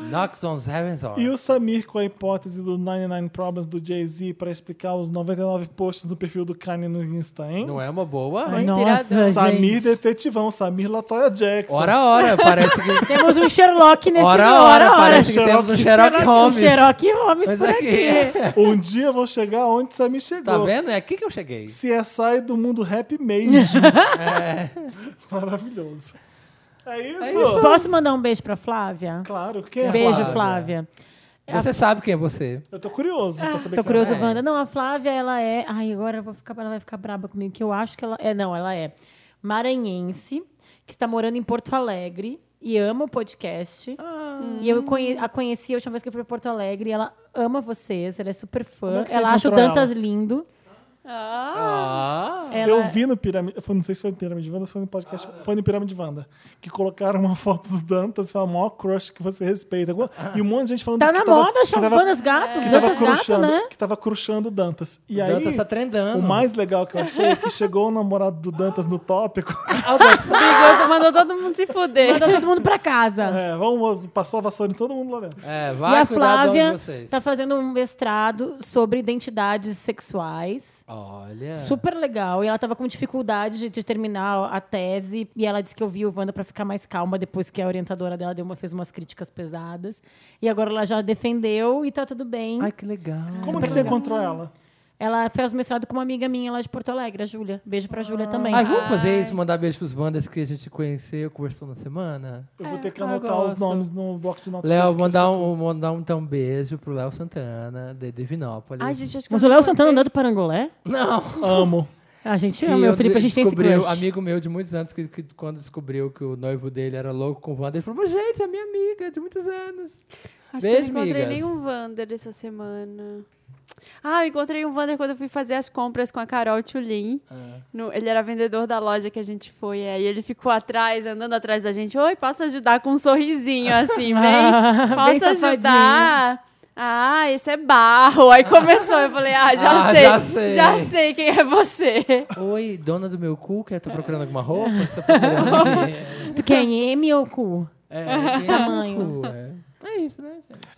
Knocks on Heaven's Door.
E o Samir com a hipótese do 99 Problems do Jay-Z pra explicar os 99 posts do perfil do Kanye no Insta, hein?
Não é uma boa?
Ai, nossa, gente.
Samir detetivão, Samir Latoya Jackson.
Ora, ora, parece que...
Temos um Sherlock nesse
Ora,
hora,
ora, parece que temos um Sherlock Holmes.
Um Sherlock Holmes
Mas
por
é
aqui-
aqui.
Um dia eu vou chegar onde Samir chegou.
Tá vendo? É aqui que eu cheguei.
CSI do mundo rap mesmo.
É.
Maravilhoso. É isso?
Posso mandar um beijo pra Flávia? Um
Claro, quem é
Beijo,
Flávia?
Flávia.
Você
A-
sabe quem é você.
Eu tô curioso pra saber
Ah, Tô
quem ela
curiosa,
é.
Wanda. Não, a Flávia, ela é. Ai, agora eu vou ficar, ela vai ficar braba comigo, que eu acho que ela. É, não, ela é maranhense, que está morando em Porto Alegre e ama o podcast.
Ah.
E eu conhe- a conheci a última vez que eu fui pra Porto Alegre. E ela ama vocês, ela é super
Como é
fã.
que você
Ela acha o
encontrou
Dantas
ela?
lindo.
Ah,
Ela-
Eu
Ah.
vi no Pirâmide. Foi, não sei se foi no Pirâmide Wanda ou se foi no podcast. Foi no Pirâmide Wanda. Que colocaram uma foto do Dantas e foi a maior crush que você respeita. Alguma- E um monte de gente falando
Tá
que
na
tava-
moda,
que
chama
tava-
Vandas Gato,
Que
Dantas
tava
Gato,
crushando,
né?
Que tava crushando o Dantas. E
O
aí.
Dantas tá trendando.
O mais legal que eu achei é que chegou o namorado do Dantas no tópico.
Brigou, mandou todo mundo se fuder.
Mandou todo mundo pra casa.
É, vamos, passou a vassoura em todo mundo lá dentro.
É,
e
vai cuidar
a
do homem
Flávia
de vocês.
tá fazendo um mestrado sobre identidades sexuais.
Olha.
Super legal. E ela tava com dificuldade de, de terminar a tese. E ela disse que eu vi o Wanda pra ficar mais calma depois que a orientadora dela deu uma, fez umas críticas pesadas. E agora ela já defendeu e tá tudo bem.
Ai, que legal.
Como é que você encontrou ela?
Ela fez mestrado com uma amiga minha lá de Porto Alegre, a Júlia. Beijo pra Júlia também.
Ah.
Ah.
Ai, vamos fazer isso, mandar beijo pros bandas que a gente conheceu, conversou na semana?
Eu vou
É,
ter que
Ah,
anotar os
gosto.
nomes no bloco de notas. que eu
Léo,
esqueci
mandar
tudo.
um, mandar um então, beijo pro Léo Santana, de Divinópolis.
Ai, gente, acho que
Mas
eu
o Léo
não
Santana andando do Parangolé?
Não.
Amo.
A gente
Que
ama,
eu
eu, Felipe, a gente tem esse
descobriu-
crush.
amigo meu de muitos anos, que, que quando descobriu que o noivo dele era louco com o Wanda, ele falou, mas gente, é minha amiga de muitos anos.
Acho
Beijo,
que eu não encontrei
migas.
nenhum Wander essa semana. Ah, eu encontrei um Wander quando eu fui fazer as compras com a Carol Tulin. No- ele era vendedor da loja que a gente foi. Aí ele ficou atrás, andando atrás da gente. Oi, posso ajudar com um sorrisinho assim,
Ah,
bem? Posso
bem
ajudar? Ah, esse é barro. Aí começou, eu falei, ah, já,
Ah,
sei,
já sei. Então
já sei quem é você.
Oi, dona do meu cu, que eu tô
É.
procurando alguma roupa? Tô procurando aqui.
Tu quer M ou cu?
É,
Que tamanho.
cu, é. É isso, né?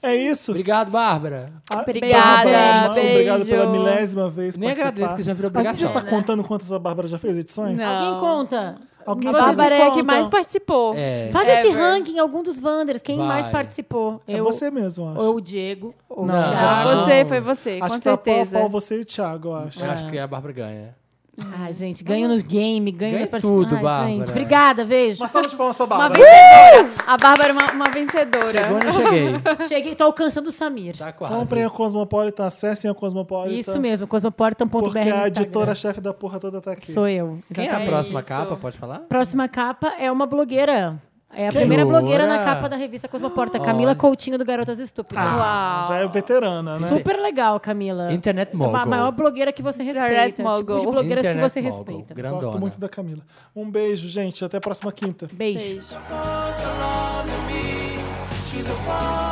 É isso.
Obrigado, Bárbara.
Ah,
Obrigada,
Bárbara,
beijo.
Obrigado pela milésima vez.
Nem
participar.
agradeço, que já virou
A gente já
obrigação,
tá
né?
contando quantas a Bárbara já fez edições?
Alguém conta.
Alguém
Vocês
faz
Bárbara é a que
contam.
mais participou.
É.
Faz esse
Ever.
ranking, algum dos Wanders, quem
Vai.
mais participou?
É você mesmo, acho.
Ou o Diego, ou
Não,
o Thiago.
Você, foi você,
acho
com
que tá pau a
certeza.
pau você e o Thiago, eu acho.
Eu acho que a Bárbara ganha.
Ah, gente, ganho no game, ganho
Ganha
nas partes-
tudo,
Ai,
Bárbara.
gente, obrigada, beijo.
Uma salva de palmas pra
Uma
Bárbara.
vencedora.
A Bárbara é uma, uma vencedora.
Chegou onde né? eu cheguei.
Cheguei, tô alcançando o Samir.
Tá então.
Comprem a Cosmopolitan, acessem a Cosmopolitan.
Isso mesmo, cosmopolitan.br
Porque
no
a
Instagram.
editora-chefe da porra toda tá aqui.
Sou eu.
Quem é a
exatamente.
próxima capa? Pode falar?
Próxima capa é uma blogueira. É a
Que
primeira
jura?
blogueira na capa da revista Cosmoporta, Camila
Olha.
Coutinho do Garotas Estúpidas.
Ah, já é veterana, né?
Super legal, Camila.
Internet
É A
mogul.
maior blogueira que você respeita.
Internet
Tipo de
mogul.
blogueiras que
Internet
você
mogul.
respeita.
Grandona.
Gosto muito da Camila. Um beijo, gente. Até a próxima quinta.
Beijo.
She's a